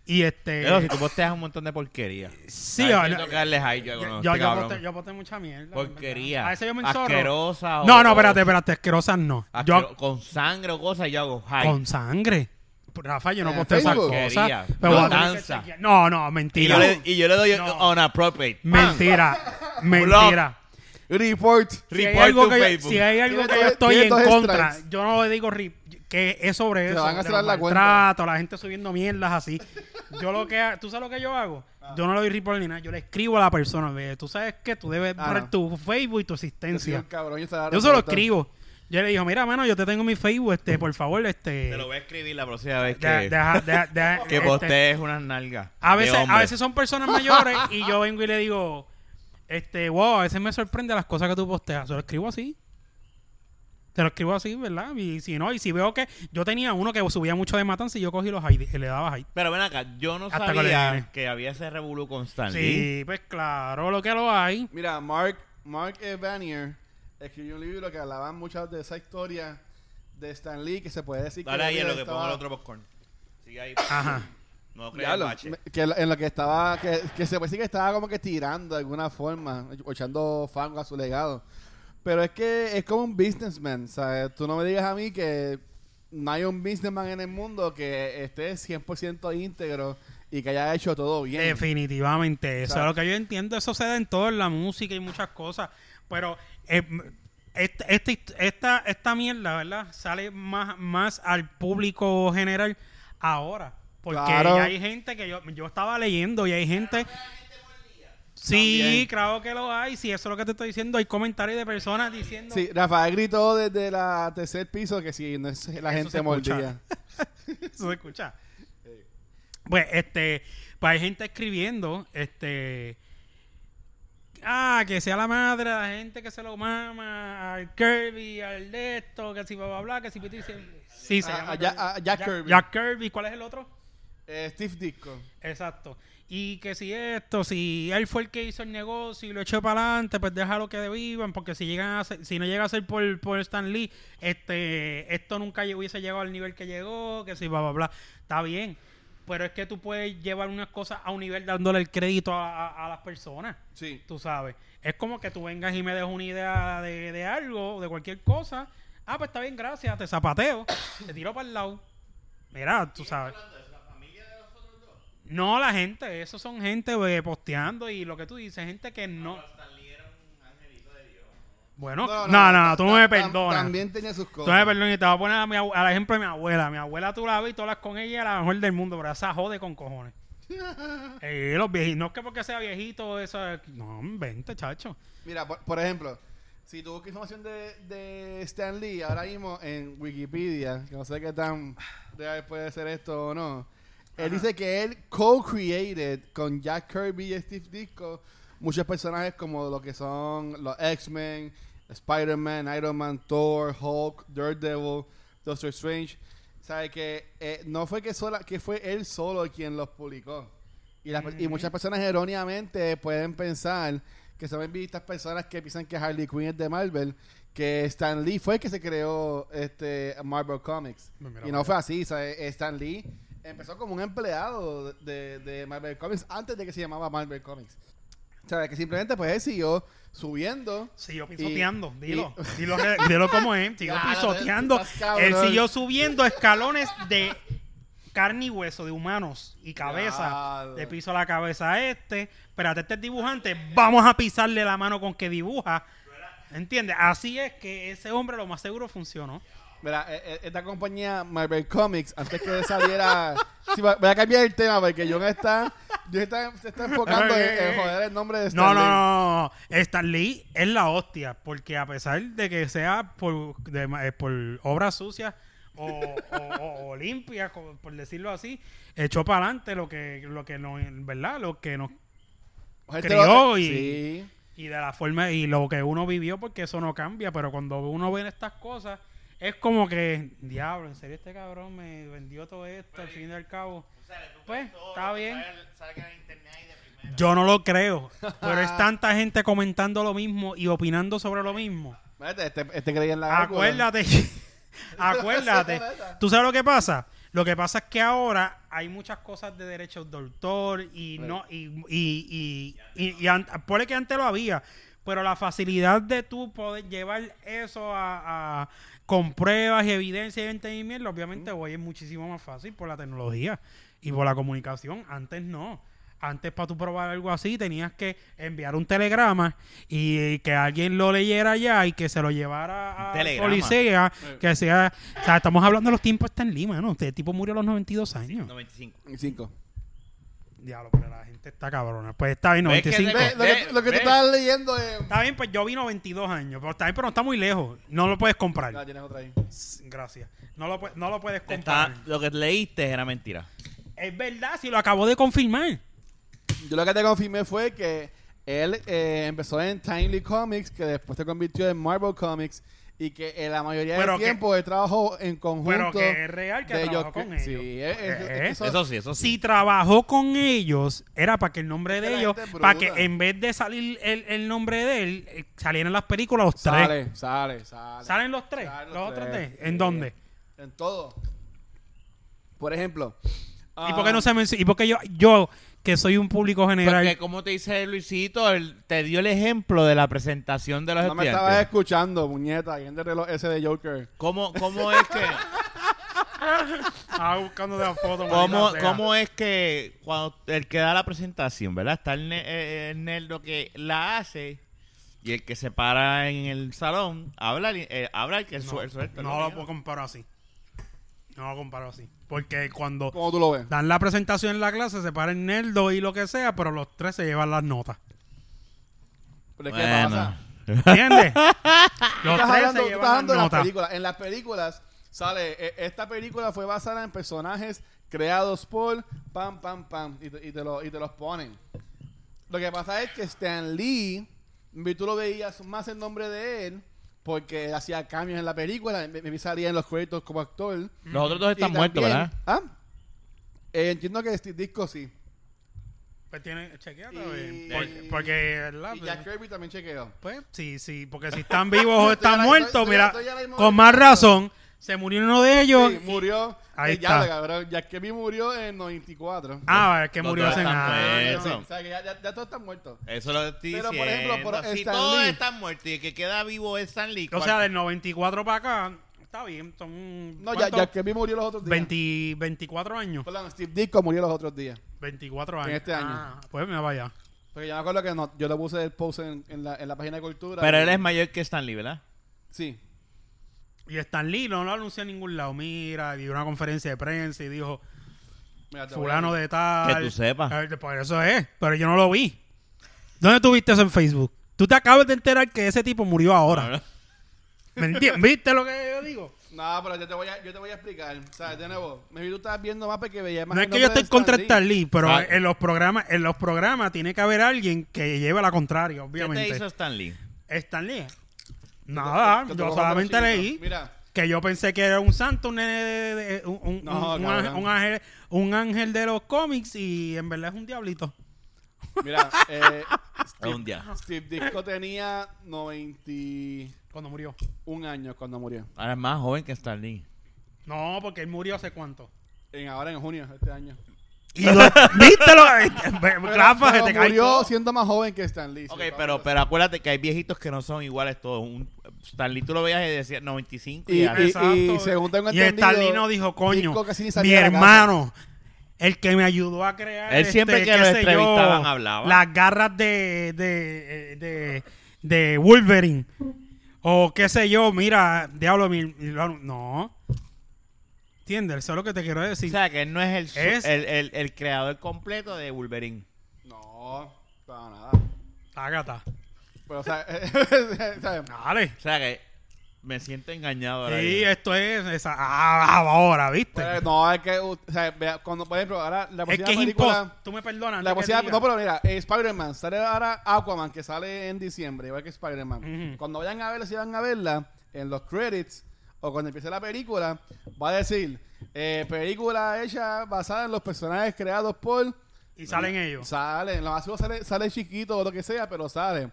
[SPEAKER 1] Y este.
[SPEAKER 2] Pero si tú posteas un montón de porquería.
[SPEAKER 1] Sí,
[SPEAKER 2] Ay,
[SPEAKER 1] o
[SPEAKER 2] siento
[SPEAKER 1] no-
[SPEAKER 2] que darle hype yo con
[SPEAKER 1] yo,
[SPEAKER 2] este
[SPEAKER 1] yo,
[SPEAKER 2] cabrón.
[SPEAKER 1] poste- yo poste mucha mierda.
[SPEAKER 2] porquería.
[SPEAKER 1] A veces yo me enzorro.
[SPEAKER 2] asquerosa. o-
[SPEAKER 1] No, no, espérate, espérate, asquerosas no.
[SPEAKER 2] asquero-
[SPEAKER 1] Yo
[SPEAKER 2] con sangre o cosas yo hago hype.
[SPEAKER 1] con sangre. Rafa, yo no
[SPEAKER 3] Eh,
[SPEAKER 1] posteo esas
[SPEAKER 3] Facebook.
[SPEAKER 1] cosas.
[SPEAKER 2] Porquería.
[SPEAKER 1] Pero
[SPEAKER 2] No
[SPEAKER 1] voy a tener que
[SPEAKER 2] danza.
[SPEAKER 1] chequear. No, no,
[SPEAKER 2] y,
[SPEAKER 1] mentira.
[SPEAKER 2] yo le, y yo le doy
[SPEAKER 1] No.
[SPEAKER 2] on appropriate.
[SPEAKER 1] Mentira. mentira.
[SPEAKER 3] Report.
[SPEAKER 1] Si hay,
[SPEAKER 2] Report
[SPEAKER 1] algo
[SPEAKER 2] to
[SPEAKER 1] que yo,
[SPEAKER 2] Facebook.
[SPEAKER 1] si hay algo
[SPEAKER 3] Tiene
[SPEAKER 1] que yo
[SPEAKER 3] dos-
[SPEAKER 1] estoy
[SPEAKER 3] tiene
[SPEAKER 1] en
[SPEAKER 3] dos
[SPEAKER 1] contra,
[SPEAKER 3] strikes.
[SPEAKER 1] yo no le digo rip, que es sobre
[SPEAKER 3] Te
[SPEAKER 1] eso.
[SPEAKER 3] van a
[SPEAKER 1] de
[SPEAKER 3] cerrar
[SPEAKER 1] los
[SPEAKER 3] la cuenta.
[SPEAKER 1] maltratos, la gente subiendo mierdas así. Yo lo que, ha- tú sabes lo que yo hago,
[SPEAKER 3] Ah.
[SPEAKER 1] yo no le doy report ni nada, yo le escribo a la persona, "Ve, tú sabes que tú debes
[SPEAKER 3] Ah,
[SPEAKER 1] dar
[SPEAKER 3] no.
[SPEAKER 1] tu Facebook y tu
[SPEAKER 3] Yo soy un
[SPEAKER 1] existencia.
[SPEAKER 3] cabrón, yo estaba
[SPEAKER 1] Yo se lo
[SPEAKER 3] reportando.
[SPEAKER 1] escribo. Yo le digo, mira, mano, yo te tengo mi Facebook, este, por favor, este,
[SPEAKER 2] Te lo voy a escribir la próxima vez que,
[SPEAKER 1] deja- deja- deja- deja-
[SPEAKER 2] que
[SPEAKER 1] este,
[SPEAKER 2] postees unas nalgas.
[SPEAKER 1] a
[SPEAKER 2] de
[SPEAKER 1] veces, a
[SPEAKER 2] hombre.
[SPEAKER 1] veces son personas mayores y yo vengo y le digo, este, wow, a veces me sorprende las cosas que tú posteas. Se lo escribo así. Te lo escribo así, ¿verdad? Y si no, y si veo que yo tenía uno que subía mucho de matanza y yo cogí los ID y le daba ahí.
[SPEAKER 2] Pero ven acá, yo no
[SPEAKER 1] Hasta que le
[SPEAKER 2] sabía
[SPEAKER 1] gané.
[SPEAKER 2] que había ese revolú con Stanley.
[SPEAKER 1] E. Sí, pues claro, lo que lo hay.
[SPEAKER 3] Mira, Mark, Mark E. Vanier escribió un libro que hablaba mucho de esa historia de Stan Lee que se puede decir
[SPEAKER 2] Dale
[SPEAKER 3] la
[SPEAKER 2] ahí en
[SPEAKER 3] vida
[SPEAKER 2] lo que
[SPEAKER 3] estaba-
[SPEAKER 2] pongo el otro popcorn. Ah. Sigue ahí.
[SPEAKER 1] Ajá.
[SPEAKER 2] No creas el
[SPEAKER 3] Diablo,
[SPEAKER 2] bache.
[SPEAKER 3] me- que lo- en lo que estaba que, que se puede decir que estaba como que tirando de alguna forma o echando fango a su legado pero es que es como un businessman ¿sabes? tú no me digas a mí que no hay un businessman en el mundo que esté 100% íntegro y que haya hecho todo bien
[SPEAKER 1] Definitivamente, eso
[SPEAKER 3] Exacto.
[SPEAKER 1] es lo que yo entiendo, eso se da en todo, en la música y muchas cosas, pero eh, esta, esta hist- esta, esta mierda, ¿verdad? Sale más, más al público general ahora, porque
[SPEAKER 3] Claro.
[SPEAKER 1] ya hay gente que yo, yo estaba leyendo y hay gente... Sí,
[SPEAKER 3] También.
[SPEAKER 1] claro que lo hay, si eso es lo que te estoy diciendo, hay comentarios de personas diciendo...
[SPEAKER 3] Sí, Rafael gritó desde la tercer piso que si no es la
[SPEAKER 1] Eso se
[SPEAKER 3] gente
[SPEAKER 1] escucha.
[SPEAKER 3] mordía.
[SPEAKER 1] Eso se escucha. Pues, este, pues hay gente escribiendo, este, ah, que sea la madre, la gente que se lo mama, al Kirby, al de esto, que si bla, bla, bla, que si Piti, sí, se
[SPEAKER 3] A-
[SPEAKER 1] llama
[SPEAKER 3] a Ja- a Jack Kirby.
[SPEAKER 1] Jack Kirby, ¿cuál es el otro?
[SPEAKER 3] Eh, Steve Disco.
[SPEAKER 1] Exacto. Y que si esto, si él fue el que hizo el negocio y lo echó para adelante, pues déjalo que vivan, porque si llegan a ser- si no llega a ser por, por Stan Lee, este, esto nunca lleg- hubiese llegado al nivel que llegó, que si bla bla bla. Está bien. Pero es que tú puedes llevar unas cosas a un nivel dándole el crédito a, a- a las personas.
[SPEAKER 3] Sí.
[SPEAKER 1] Tú sabes. Es como que tú vengas y me des una idea de, de algo, de cualquier cosa. Ah, pues está bien, gracias. Te zapateo. te tiro para el lado. Mira, tú sabes. No, la gente, esos son gente eh, posteando y lo que tú dices, gente que no. Bueno, no, no, tú no me
[SPEAKER 3] tam-
[SPEAKER 1] perdonas.
[SPEAKER 3] También tenía sus
[SPEAKER 1] tú no me
[SPEAKER 3] cosas.
[SPEAKER 1] perdonas y te voy a poner a mi, abu- al ejemplo de mi abuela. Mi abuela tú la ves y tú hablas con ella, la mejor del mundo, pero esa jode con cojones. Eh, los viejitos, no es que porque sea viejito, eso. es- No, vente, chacho.
[SPEAKER 3] Mira, por, por ejemplo, si tú buscas información de, de Stan Lee ahora mismo en Wikipedia, que no sé qué tan real puede ser esto o no, él dice que él co-created con Jack Kirby y Steve Disco muchos personajes como lo que son los X-Men, Spider-Man, Iron Man, Thor, Hulk, Daredevil, Doctor Strange. ¿Sabe que eh, no fue que sola, que fue él solo quien los publicó? Y, las per- y muchas personas erróneamente pueden pensar que son estas personas que piensan que Harley Quinn es de Marvel, que Stan Lee fue el que se creó este Marvel Comics.
[SPEAKER 1] Pues mira,
[SPEAKER 3] y no fue así, ¿sabes? Stan Lee empezó como un empleado de, de Marvel Comics antes de que se llamaba Marvel Comics. ¿Sabes? Que simplemente pues él siguió subiendo.
[SPEAKER 1] Sí, yo
[SPEAKER 3] Y-
[SPEAKER 1] pisoteando,
[SPEAKER 3] y-
[SPEAKER 1] dilo. Dilo, que- dilo como es, siguió
[SPEAKER 3] Ya,
[SPEAKER 1] pisoteando.
[SPEAKER 3] estás cabrón.
[SPEAKER 1] Él siguió subiendo escalones de carne y hueso, de humanos y cabeza.
[SPEAKER 3] Ya.
[SPEAKER 1] Le piso la cabeza a este. Espérate, este es dibujante. Vamos a pisarle la mano con que dibuja. ¿Entiendes? Así es que ese hombre lo más seguro funcionó.
[SPEAKER 3] Mira, e- e- esta compañía Marvel Comics, antes que saliera... sí, va- voy a cambiar el tema porque John está, John está, se está enfocando en, en joder el nombre de Stan
[SPEAKER 1] No, no,
[SPEAKER 3] Lee.
[SPEAKER 1] no, no. Stan Lee es la hostia, porque a pesar de que sea por, de ma- eh, por obras sucias o, o, o- o limpias, co- por decirlo así, echó para adelante lo que, lo que nos, ¿verdad? Lo que nos,
[SPEAKER 3] Gente
[SPEAKER 1] crió
[SPEAKER 3] lo-
[SPEAKER 1] y-
[SPEAKER 3] Sí.
[SPEAKER 1] y de la forma, y lo que uno vivió, porque eso no cambia, pero cuando uno ve estas cosas, es como que, diablo, en serio este cabrón me vendió todo esto, al fin y al cabo. Pues, está bien. Yo no lo creo, pero es tanta gente comentando lo mismo y opinando sobre lo mismo.
[SPEAKER 3] Ah, Espérate, Este, este creía en la Gácula.
[SPEAKER 1] Acuérdate, acuérdate. ¿Tú sabes lo que pasa? Lo que pasa es que ahora hay muchas cosas de derechos de autor y no y, y, y, y, y an- ponle que antes lo había, pero la facilidad de tú poder llevar eso a, a- con pruebas y evidencia y entendimiento, obviamente hoy es muchísimo más fácil por la tecnología y por la comunicación. Antes no. Antes para tú probar algo así tenías que enviar un telegrama y, eh, que alguien lo leyera allá y que se lo llevara a
[SPEAKER 2] Telegrama.
[SPEAKER 1] policía, que sea, o sea, estamos hablando de los tiempos está en Lima, ¿no? Este tipo murió a los 92 años.
[SPEAKER 2] 95.
[SPEAKER 3] Cinco.
[SPEAKER 1] Diablo, pero la gente está cabrona. Pues está bien,
[SPEAKER 2] Ves que
[SPEAKER 1] 95.
[SPEAKER 2] te-
[SPEAKER 3] Ve, lo que,
[SPEAKER 2] Ve,
[SPEAKER 3] lo que tú
[SPEAKER 2] ve.
[SPEAKER 3] estabas leyendo eh, es.
[SPEAKER 1] Está bien, pues yo vi 92 años, pero está bien, pero no está muy lejos. No lo puedes comprar.
[SPEAKER 3] Ah, tienes otra ahí.
[SPEAKER 1] Gracias. No lo, pue- no lo puedes
[SPEAKER 2] Te
[SPEAKER 1] comprar.
[SPEAKER 2] está- lo que leíste era mentira.
[SPEAKER 1] Es verdad, si lo acabo de confirmar.
[SPEAKER 3] Yo lo que te confirmé fue que él eh, empezó en Timely Comics, que después se convirtió en Marvel Comics, y que eh, la mayoría
[SPEAKER 1] Pero
[SPEAKER 3] del
[SPEAKER 1] que-
[SPEAKER 3] tiempo él trabajó en conjunto.
[SPEAKER 1] Pero que es real que
[SPEAKER 3] de
[SPEAKER 1] trabajó
[SPEAKER 3] ellos-
[SPEAKER 1] con ellos.
[SPEAKER 3] Sí, es- es- es
[SPEAKER 1] ¿Eh?
[SPEAKER 3] que eso-
[SPEAKER 2] Eso sí, eso sí.
[SPEAKER 1] Si trabajó con ellos, era para que el nombre
[SPEAKER 3] Es que
[SPEAKER 1] de
[SPEAKER 3] la
[SPEAKER 1] ellos,
[SPEAKER 3] gente es
[SPEAKER 1] para que
[SPEAKER 3] bruta.
[SPEAKER 1] en vez de salir el, el nombre de él, eh, salieran las películas los tres.
[SPEAKER 3] Sale, sale, sale.
[SPEAKER 1] ¿Salen los tres?
[SPEAKER 3] Salen
[SPEAKER 1] ¿Los otros
[SPEAKER 3] tres, Eh,
[SPEAKER 1] tres? ¿En
[SPEAKER 3] sí.
[SPEAKER 1] dónde?
[SPEAKER 3] En todo. Por ejemplo.
[SPEAKER 1] ¿Y por qué no
[SPEAKER 3] ah,
[SPEAKER 1] se menciona? ¿Y por qué yo, yo, que soy un público general,
[SPEAKER 2] Porque como te dice Luisito, él te dio el ejemplo de la presentación de los
[SPEAKER 3] No me
[SPEAKER 2] estudiantes.
[SPEAKER 3] estabas escuchando, muñeca. Y en el reloj ese de Joker.
[SPEAKER 2] ¿Cómo, cómo es que,
[SPEAKER 1] estaba buscando de la foto?
[SPEAKER 2] cómo,
[SPEAKER 1] maldita sea.
[SPEAKER 2] cómo es que cuando el que da la presentación, ¿verdad? Está el, ne- eh, el nerdo que la hace y el que se para en el salón, habla, el- eh, habla el que
[SPEAKER 1] No,
[SPEAKER 2] su- el suelto.
[SPEAKER 1] no lo puedo comparar así. No lo comparo así. Porque cuando
[SPEAKER 3] ¿Cómo tú lo ves?
[SPEAKER 1] dan la presentación en la clase, se para el nerdo y lo que sea, pero los tres se llevan las notas.
[SPEAKER 3] Pero es que
[SPEAKER 2] Bueno.
[SPEAKER 3] pasa.
[SPEAKER 1] ¿Entiendes?
[SPEAKER 3] Tú
[SPEAKER 1] los
[SPEAKER 3] estás
[SPEAKER 1] tres
[SPEAKER 3] hablando,
[SPEAKER 1] se
[SPEAKER 3] tú estás
[SPEAKER 1] llevan las
[SPEAKER 3] hablando de las
[SPEAKER 1] notas.
[SPEAKER 3] películas. En las películas sale, e- esta película fue basada en personajes creados por pam, pam, pam, y te, y te lo- y te los ponen. Lo que pasa es que Stan Lee, vi- tú lo veías más en nombre de él, porque hacía cambios en la película, me, me salía en los créditos como actor.
[SPEAKER 2] Los otros dos
[SPEAKER 3] Y
[SPEAKER 2] están
[SPEAKER 3] también-
[SPEAKER 2] muertos, ¿verdad?
[SPEAKER 3] ¿Ah? Eh, entiendo que este disco sí.
[SPEAKER 1] Pues tienen, chequeate,
[SPEAKER 3] Y-
[SPEAKER 1] porque, porque, ¿verdad?
[SPEAKER 3] Y Jack Kirby también chequeó.
[SPEAKER 1] Pues, sí, sí, porque si están vivos o
[SPEAKER 3] Estoy
[SPEAKER 1] están
[SPEAKER 3] ahora-
[SPEAKER 1] muertos,
[SPEAKER 3] estoy- estoy-
[SPEAKER 1] mira,
[SPEAKER 3] estoy ahora mismo
[SPEAKER 1] con más
[SPEAKER 3] viendo.
[SPEAKER 1] razón, se murió uno de ellos.
[SPEAKER 3] Sí, murió.
[SPEAKER 1] Ahí
[SPEAKER 3] eh, ya,
[SPEAKER 1] está.
[SPEAKER 3] cabrón, Jack Kirby murió en 94.
[SPEAKER 1] Ah, es que
[SPEAKER 2] Los
[SPEAKER 1] murió
[SPEAKER 2] dos
[SPEAKER 1] hace
[SPEAKER 2] están
[SPEAKER 1] nada.
[SPEAKER 2] muertos.
[SPEAKER 3] Sí,
[SPEAKER 2] Eso.
[SPEAKER 3] o sea, que ya, ya- ya todos están muertos.
[SPEAKER 2] Eso lo estoy
[SPEAKER 3] Pero, por
[SPEAKER 2] diciendo.
[SPEAKER 3] ejemplo, por
[SPEAKER 2] si
[SPEAKER 3] Stan
[SPEAKER 2] todos
[SPEAKER 3] Lee.
[SPEAKER 2] están muertos y el que queda vivo es Stan Lee.
[SPEAKER 1] O
[SPEAKER 2] ¿cuál-
[SPEAKER 1] sea, del 94 para acá, está bien, son.
[SPEAKER 3] No, ya,
[SPEAKER 1] ¿cuántos?
[SPEAKER 3] ya que vi murió los otros días.
[SPEAKER 1] 20 24 años.
[SPEAKER 3] Perdón, Steve Disco murió los otros días.
[SPEAKER 1] 24 años.
[SPEAKER 3] En este año.
[SPEAKER 1] Ah, pues me vaya.
[SPEAKER 3] Porque yo me acuerdo que no- yo le puse el post en, en la, en la página de cultura.
[SPEAKER 2] Pero
[SPEAKER 3] Y-
[SPEAKER 2] él es mayor que Stan Lee, ¿verdad?
[SPEAKER 3] Sí.
[SPEAKER 1] Y Stan Lee no lo anunció en ningún lado. Mira, dio una conferencia de prensa y dijo,
[SPEAKER 3] Mira, te voy a-
[SPEAKER 1] fulano de tal.
[SPEAKER 2] Que tú sepas.
[SPEAKER 1] A ver, Por eso es, pero yo no lo vi. ¿Dónde tú viste eso en Facebook? Tú te acabas de enterar que ese tipo murió ahora.
[SPEAKER 2] No, no.
[SPEAKER 1] ¿Me entiendes? ¿Viste lo que yo digo?
[SPEAKER 3] No, pero yo te voy a, yo te voy a explicar. O sea, de nuevo, me vi tú estabas viendo más porque veía más.
[SPEAKER 1] No
[SPEAKER 3] el
[SPEAKER 1] es que yo
[SPEAKER 3] nombre de
[SPEAKER 1] estoy contra
[SPEAKER 3] Stan
[SPEAKER 1] Stan
[SPEAKER 3] Lee.
[SPEAKER 1] Lee, pero
[SPEAKER 2] Exacto.
[SPEAKER 1] en los programas, en los programas tiene que haber alguien que lleve la contraria,
[SPEAKER 2] ¿Qué te hizo
[SPEAKER 1] obviamente.
[SPEAKER 2] Stan Lee?
[SPEAKER 1] Stan Lee.
[SPEAKER 3] Yo
[SPEAKER 1] Nada,
[SPEAKER 3] te- yo te
[SPEAKER 1] ah, yo
[SPEAKER 3] voy a contar
[SPEAKER 1] solamente
[SPEAKER 3] chiquito.
[SPEAKER 1] leí.
[SPEAKER 3] Mira,
[SPEAKER 1] que yo pensé que era un santo, un, nene de- de- de- un, un-
[SPEAKER 3] No,
[SPEAKER 1] un- un
[SPEAKER 3] cabrón.
[SPEAKER 1] ángel, un ángel- un ángel de los cómics y en verdad es un diablito.
[SPEAKER 3] mira, eh,
[SPEAKER 2] Un día.
[SPEAKER 3] Steve Disco tenía 91
[SPEAKER 1] Cuando murió.
[SPEAKER 3] años cuando murió.
[SPEAKER 2] Ahora es más joven que Stan Lee.
[SPEAKER 1] No, porque él murió hace cuánto.
[SPEAKER 3] En, ahora en junio de este año.
[SPEAKER 1] Y lo, vístelo. eh, eh, Rafa, se
[SPEAKER 3] Pero
[SPEAKER 1] te cae
[SPEAKER 3] murió
[SPEAKER 1] todo.
[SPEAKER 3] siendo más joven que Stan Lee.
[SPEAKER 2] Ok,
[SPEAKER 3] sí,
[SPEAKER 2] pero,
[SPEAKER 3] vamos a-
[SPEAKER 2] pero acuérdate que hay viejitos que no son iguales todos. Un, Stan Lee tú lo veías y decías 95 y,
[SPEAKER 3] Y,
[SPEAKER 2] ahora-
[SPEAKER 3] y-
[SPEAKER 1] Exacto.
[SPEAKER 3] y según tengo
[SPEAKER 1] Y
[SPEAKER 3] entendido,
[SPEAKER 1] Stan Lee no dijo, coño,
[SPEAKER 3] Disco casi ni
[SPEAKER 1] mi
[SPEAKER 3] salía de la casa.
[SPEAKER 1] hermano, el que me ayudó a crear. este,
[SPEAKER 2] Él siempre que
[SPEAKER 1] qué
[SPEAKER 2] lo
[SPEAKER 1] sé yo,
[SPEAKER 2] entrevistaban, hablaba.
[SPEAKER 1] Las garras de, de, eh, de, de Wolverine. O qué sé yo, mira, diablo, mi, mi- no. ¿Entiendes? Eso es lo que te quiero
[SPEAKER 2] O
[SPEAKER 1] decir.
[SPEAKER 2] sea, que él no es, el, su-
[SPEAKER 1] Es-
[SPEAKER 2] El, el- el creador completo de Wolverine.
[SPEAKER 3] No, para nada.
[SPEAKER 1] Ágata.
[SPEAKER 3] Pero, o sea, ¿sabes?
[SPEAKER 1] Dale.
[SPEAKER 2] O sea, que me siento engañado ahora.
[SPEAKER 1] Sí,
[SPEAKER 2] mismo.
[SPEAKER 1] esto es esa, ah, ahora, ¿viste?
[SPEAKER 3] Pero no, es que, o sea, vea, cuando, por ejemplo, ahora la
[SPEAKER 1] es
[SPEAKER 3] próxima
[SPEAKER 1] que es imposible.
[SPEAKER 3] película...
[SPEAKER 1] Tú me
[SPEAKER 2] Ah,
[SPEAKER 1] perdonas.
[SPEAKER 3] La
[SPEAKER 1] antes que
[SPEAKER 3] próxima,
[SPEAKER 1] diga.
[SPEAKER 3] no, pero mira, eh, Spider-Man, sale ahora Aquaman, que sale en diciembre, igual que Spider-Man.
[SPEAKER 1] Ujú.
[SPEAKER 3] Cuando vayan a verla, si van a verla, en los credits, o cuando empiece la película, va a decir, eh, película hecha basada en los personajes creados por...
[SPEAKER 1] Y salen ellos.
[SPEAKER 3] Salen, los basura sale, sale chiquito o lo que sea, pero sale.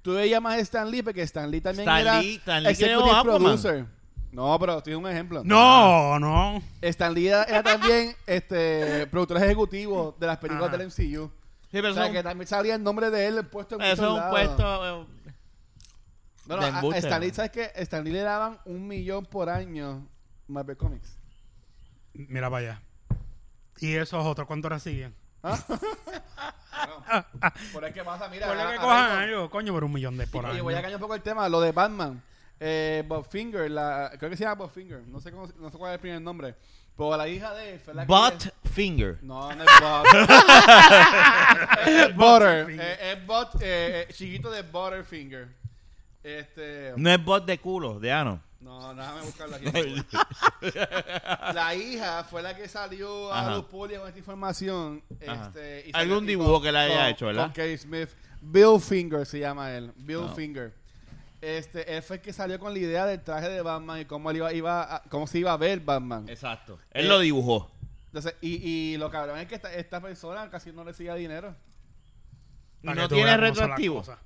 [SPEAKER 3] Tú veías más a Stan Lee porque Stan Lee también
[SPEAKER 2] Stan
[SPEAKER 3] era
[SPEAKER 2] Lee- Stan Lee creó
[SPEAKER 3] executive
[SPEAKER 2] Aquaman.
[SPEAKER 3] producer. No, pero estoy un ejemplo.
[SPEAKER 1] No, no.
[SPEAKER 3] Stan Lee era, era también este, productor ejecutivo de las películas
[SPEAKER 1] Ajá.
[SPEAKER 3] del MCU.
[SPEAKER 2] Sí, pero
[SPEAKER 3] o sea,
[SPEAKER 2] eso,
[SPEAKER 3] que también salía el nombre de él puesto en
[SPEAKER 2] eso
[SPEAKER 3] muchos
[SPEAKER 2] es un
[SPEAKER 3] lados.
[SPEAKER 2] puesto. eh,
[SPEAKER 3] No, no,
[SPEAKER 2] de
[SPEAKER 3] a- a
[SPEAKER 2] embuste,
[SPEAKER 3] Stan Lee,
[SPEAKER 2] ¿no?
[SPEAKER 3] ¿sabes qué? Stan Lee le daban un millón por año Marvel Comics.
[SPEAKER 1] Mira para allá. Y esos otros, ¿cuánto recibían?
[SPEAKER 3] Por ahí que pasa, mira.
[SPEAKER 1] Ponle
[SPEAKER 3] a-
[SPEAKER 1] que
[SPEAKER 3] a-
[SPEAKER 1] cojan
[SPEAKER 3] a-
[SPEAKER 1] algo, coño, por un millón de por
[SPEAKER 3] Oye,
[SPEAKER 1] año.
[SPEAKER 3] voy a cambiar un poco el tema, lo de Batman. Eh, Bob Finger, la, creo que se llama Bob Finger, no sé, cómo, no sé cuál es el primer nombre. Pero la hija de él
[SPEAKER 2] eh,
[SPEAKER 3] fue la que-
[SPEAKER 2] Finger.
[SPEAKER 3] No, no es Bob. es Butter.
[SPEAKER 1] Butterfinger.
[SPEAKER 3] eh, es Bot, eh, eh, chiquito de Butterfinger. Este.
[SPEAKER 2] No es bot de culo, de ano.
[SPEAKER 3] No, déjame buscarlo aquí. la hija fue la que salió a
[SPEAKER 2] Ajá.
[SPEAKER 3] los públicos con esta información.
[SPEAKER 2] Ajá.
[SPEAKER 3] Este, y
[SPEAKER 2] Algún
[SPEAKER 3] salió aquí
[SPEAKER 2] dibujo que le haya hecho, ¿verdad?
[SPEAKER 3] Con Kevin Smith. Bill Finger se llama él. Bill
[SPEAKER 2] No.
[SPEAKER 3] Finger. Este, él fue el que salió con la idea del traje de Batman y cómo, él iba, iba a- cómo se iba a ver Batman.
[SPEAKER 2] Exacto. Él
[SPEAKER 3] Eh,
[SPEAKER 2] lo dibujó.
[SPEAKER 3] Entonces, y, y lo cabrón es que esta, esta persona casi no recibía dinero.
[SPEAKER 1] Para que
[SPEAKER 2] No
[SPEAKER 1] tú
[SPEAKER 2] tiene
[SPEAKER 1] veas cómo son las
[SPEAKER 2] retroactivo.
[SPEAKER 1] cosas.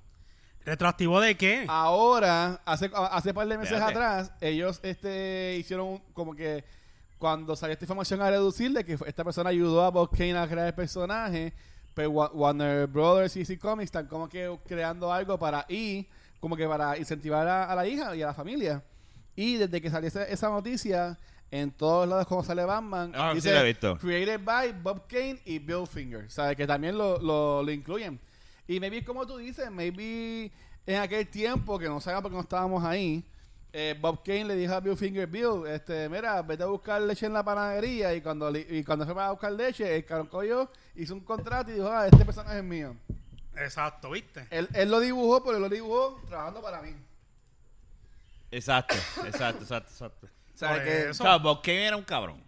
[SPEAKER 1] ¿Retroactivo de qué?
[SPEAKER 3] Ah. Ahora, hace, hace par de meses
[SPEAKER 2] Espérate.
[SPEAKER 3] atrás, ellos este, hicieron un- como que cuando salió esta información a reducirle que fue- esta persona ayudó a Bob Kane a crear el personaje, pero Wa- Warner Brothers y DC Comics están como que creando algo para y como que para incentivar a, a la hija y a la familia. Y desde que salió esa, esa noticia, en todos lados como sale Batman,
[SPEAKER 2] Ah, sí la he visto.
[SPEAKER 3] Created by Bob Kane y Bill Finger. O sea, que también lo, lo, lo incluyen. Y maybe, como tú dices, maybe en aquel tiempo, que no sabía porque no estábamos ahí, eh, Bob Kane le dijo a Bill Finger, Bill, este, mira, vete a buscar leche en la panadería. Y cuando, li- y cuando fue para buscar leche, el cabrón cogió, hizo un contrato y dijo, ah, este personaje es mío.
[SPEAKER 1] Exacto, ¿viste?
[SPEAKER 3] Él, él lo dibujó, pero él lo dibujó trabajando para mí.
[SPEAKER 2] Exacto, exacto, exacto, exacto.
[SPEAKER 3] O sea,
[SPEAKER 1] Por
[SPEAKER 3] que
[SPEAKER 2] O
[SPEAKER 1] eso.
[SPEAKER 2] sea, Bob Kane era un cabrón.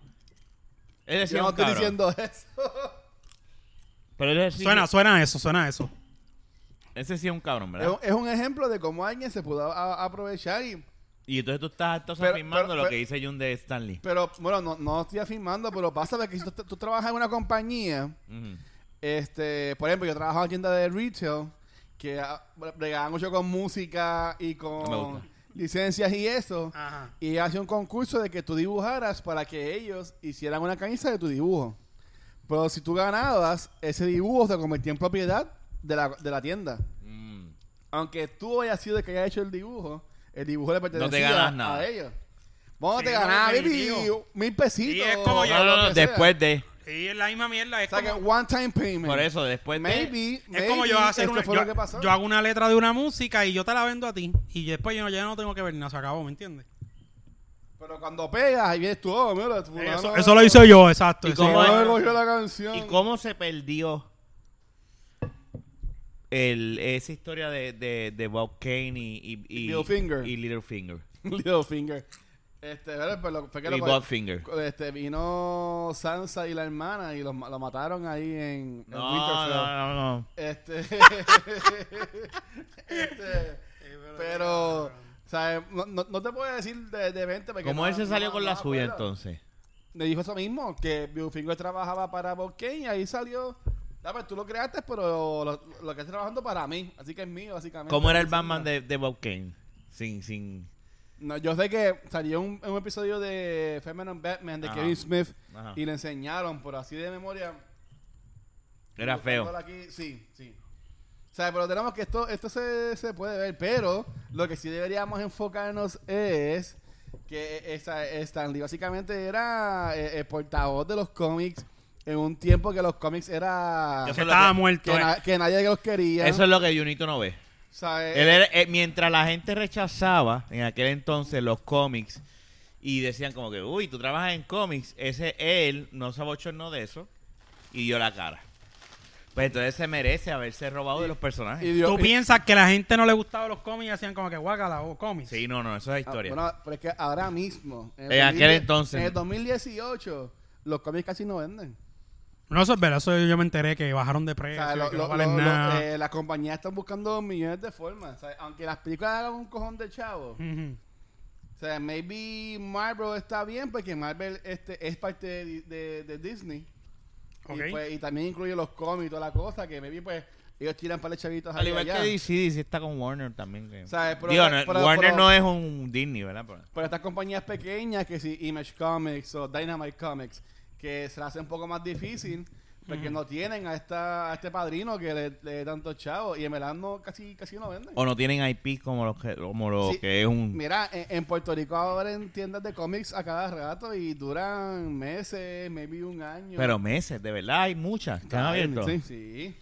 [SPEAKER 2] Él decía
[SPEAKER 3] yo no
[SPEAKER 2] un
[SPEAKER 3] estoy
[SPEAKER 2] cabrón.
[SPEAKER 3] diciendo eso.
[SPEAKER 2] Pero él decía-
[SPEAKER 1] Suena, suena eso, suena eso.
[SPEAKER 2] Ese sí es un cabrón,
[SPEAKER 3] es,
[SPEAKER 2] ¿verdad?
[SPEAKER 3] un- es un ejemplo de cómo alguien se pudo a- aprovechar y
[SPEAKER 2] Y entonces tú estás entonces
[SPEAKER 3] Pero-
[SPEAKER 2] afirmando
[SPEAKER 3] pero-
[SPEAKER 2] lo
[SPEAKER 3] pero-
[SPEAKER 2] que dice Jun de Stanley.
[SPEAKER 3] Pero, bueno, no, no estoy afirmando, pero pasa de que si tú, tú trabajas en una compañía,
[SPEAKER 2] Ujú.
[SPEAKER 3] este, por ejemplo, yo trabajo en una tienda de retail, que ah, bregaban mucho con música y con
[SPEAKER 2] No me gusta.
[SPEAKER 3] licencias y eso,
[SPEAKER 1] Ajá.
[SPEAKER 3] y hacía un concurso de que tú dibujaras para que ellos hicieran una camisa de tu dibujo. Pero si tú ganabas, ese dibujo se convertía en propiedad de la, de la tienda.
[SPEAKER 2] Mm.
[SPEAKER 3] Aunque tú hayas sido el que haya hecho el dibujo, el dibujo le pertenecía
[SPEAKER 2] ganas nada.
[SPEAKER 3] a ellos. Vos no
[SPEAKER 1] Sí,
[SPEAKER 3] te
[SPEAKER 1] no,
[SPEAKER 3] ganabas, baby,
[SPEAKER 1] definitivo.
[SPEAKER 3] mil pesitos.
[SPEAKER 1] Y es como yo-
[SPEAKER 2] No, no,
[SPEAKER 3] lo
[SPEAKER 2] no,
[SPEAKER 3] que sea.
[SPEAKER 2] después de.
[SPEAKER 1] Y es la misma mierda. Es,
[SPEAKER 3] O sea, que
[SPEAKER 1] como,
[SPEAKER 3] one time payment.
[SPEAKER 2] Por eso, después de.
[SPEAKER 3] Maybe,
[SPEAKER 1] es como yo hacer una.
[SPEAKER 3] fue
[SPEAKER 1] Yo,
[SPEAKER 3] lo que pasó.
[SPEAKER 1] yo hago una letra de una música y yo te la vendo a ti. Y después yo no, ya no tengo que ver nada. Se acabó, ¿me entiendes?
[SPEAKER 3] Pero cuando pegas, ahí vienes tú, oh, mira, tú,
[SPEAKER 1] Eso, eso lo hice yo, exacto.
[SPEAKER 2] ¿Y
[SPEAKER 1] eso.
[SPEAKER 2] cómo es?
[SPEAKER 3] cogió la canción.
[SPEAKER 2] ¿Y cómo se perdió el, esa historia de, de, de Bob Kane y, y, y-
[SPEAKER 3] Littlefinger.
[SPEAKER 2] Y Littlefinger.
[SPEAKER 3] Little Finger. Este, pero, pero lo- fue que
[SPEAKER 2] Y
[SPEAKER 3] lo-
[SPEAKER 2] Bobfinger.
[SPEAKER 3] este, vino Sansa y la hermana y los ma- lo mataron ahí en, en
[SPEAKER 2] No, no,
[SPEAKER 3] Winterfell.
[SPEAKER 2] no, no.
[SPEAKER 3] Este, este, pero, ¿sabes? No, no, no te puedo decir de, de 20 porque
[SPEAKER 2] ¿Cómo
[SPEAKER 3] no-
[SPEAKER 2] él se
[SPEAKER 3] no-
[SPEAKER 2] salió
[SPEAKER 3] no
[SPEAKER 2] con
[SPEAKER 3] me
[SPEAKER 2] la
[SPEAKER 3] acuerdo.
[SPEAKER 2] suya entonces?
[SPEAKER 3] Le dijo eso mismo, que Biofinger trabajaba para Bob Kane y ahí salió. Ah, pues tú lo creaste, pero lo, lo que estás trabajando para mí, así que es mío, básicamente.
[SPEAKER 2] ¿Cómo era el Batman de, de Bob Kane? Sin, sin.
[SPEAKER 3] No, yo sé que salió un, un episodio de Feminine Batman de
[SPEAKER 2] Ajá.
[SPEAKER 3] Kevin Smith
[SPEAKER 2] Ajá.
[SPEAKER 3] y le enseñaron, por así de memoria.
[SPEAKER 2] Era
[SPEAKER 3] Buscándola
[SPEAKER 2] feo.
[SPEAKER 3] aquí, Sí, sí. O sea, pero tenemos que esto, esto se, se puede ver, pero lo que sí deberíamos enfocarnos es que esa, Stan Lee básicamente era eh, el portavoz de los cómics en un tiempo que los cómics era
[SPEAKER 1] Que
[SPEAKER 2] Eso es lo
[SPEAKER 1] estaba
[SPEAKER 2] que-
[SPEAKER 1] muerto.
[SPEAKER 3] que,
[SPEAKER 1] eh.
[SPEAKER 3] na- que nadie los quería.
[SPEAKER 2] Eso es lo que Junito no ve.
[SPEAKER 3] O sea, eh,
[SPEAKER 2] Él era- eh, mientras la gente rechazaba en aquel entonces los cómics y decían como que, uy, tú trabajas en cómics, ese él no se abochornó de eso y dio la cara. Pues entonces se merece haberse robado de los
[SPEAKER 3] y
[SPEAKER 2] personajes.
[SPEAKER 3] dio-
[SPEAKER 1] Tú
[SPEAKER 3] y-
[SPEAKER 1] piensas que la gente no le gustaba los cómics y hacían como que guácala o cómics.
[SPEAKER 2] Sí, no, no, eso es
[SPEAKER 3] ah,
[SPEAKER 2] historia.
[SPEAKER 3] bueno, pero es que ahora mismo. el
[SPEAKER 2] En aquel
[SPEAKER 3] 2010
[SPEAKER 2] entonces.
[SPEAKER 3] En el 2018, los cómics casi no venden.
[SPEAKER 1] No, eso es verdad. Eso yo me enteré que bajaron de
[SPEAKER 3] O
[SPEAKER 1] precio.
[SPEAKER 3] sea, lo-
[SPEAKER 1] que
[SPEAKER 3] lo-
[SPEAKER 1] no valen
[SPEAKER 3] lo- lo-
[SPEAKER 1] nada.
[SPEAKER 3] eh, las compañías están buscando millones de formas. O sea, aunque las películas hagan un cojón de chavo.
[SPEAKER 1] Ujú.
[SPEAKER 3] O sea, maybe Marvel está bien porque Marvel este, es parte de, de- de Disney.
[SPEAKER 1] Ok.
[SPEAKER 3] Y, pues, y también incluye los cómics y toda la cosa que maybe pues Ellos tiran para los chavitos
[SPEAKER 2] Al
[SPEAKER 3] ahí
[SPEAKER 2] igual que
[SPEAKER 3] allá.
[SPEAKER 2] DC, DC está con Warner también. que-
[SPEAKER 3] ¿Sabes? Pero-
[SPEAKER 2] Digo, no-
[SPEAKER 3] pero-
[SPEAKER 2] Warner
[SPEAKER 3] pero-
[SPEAKER 2] no es un Disney, ¿verdad? Pero-
[SPEAKER 3] Pero estas compañías pequeñas, que si Image Comics o Dynamite Comics, que se las hace un poco más difícil, porque no tienen a, esta, a este padrino que le, le dé tantos chavos, y en verdad no, casi, casi no
[SPEAKER 1] Oh.
[SPEAKER 3] venden.
[SPEAKER 2] o no tienen IP como lo que, como lo
[SPEAKER 3] Sí,
[SPEAKER 2] que es un...
[SPEAKER 3] Mira, en, en Puerto Rico abren tiendas de cómics a cada rato y duran meses, maybe un año.
[SPEAKER 2] Pero meses, de verdad, hay muchas que han abierto.
[SPEAKER 3] Sí, sí.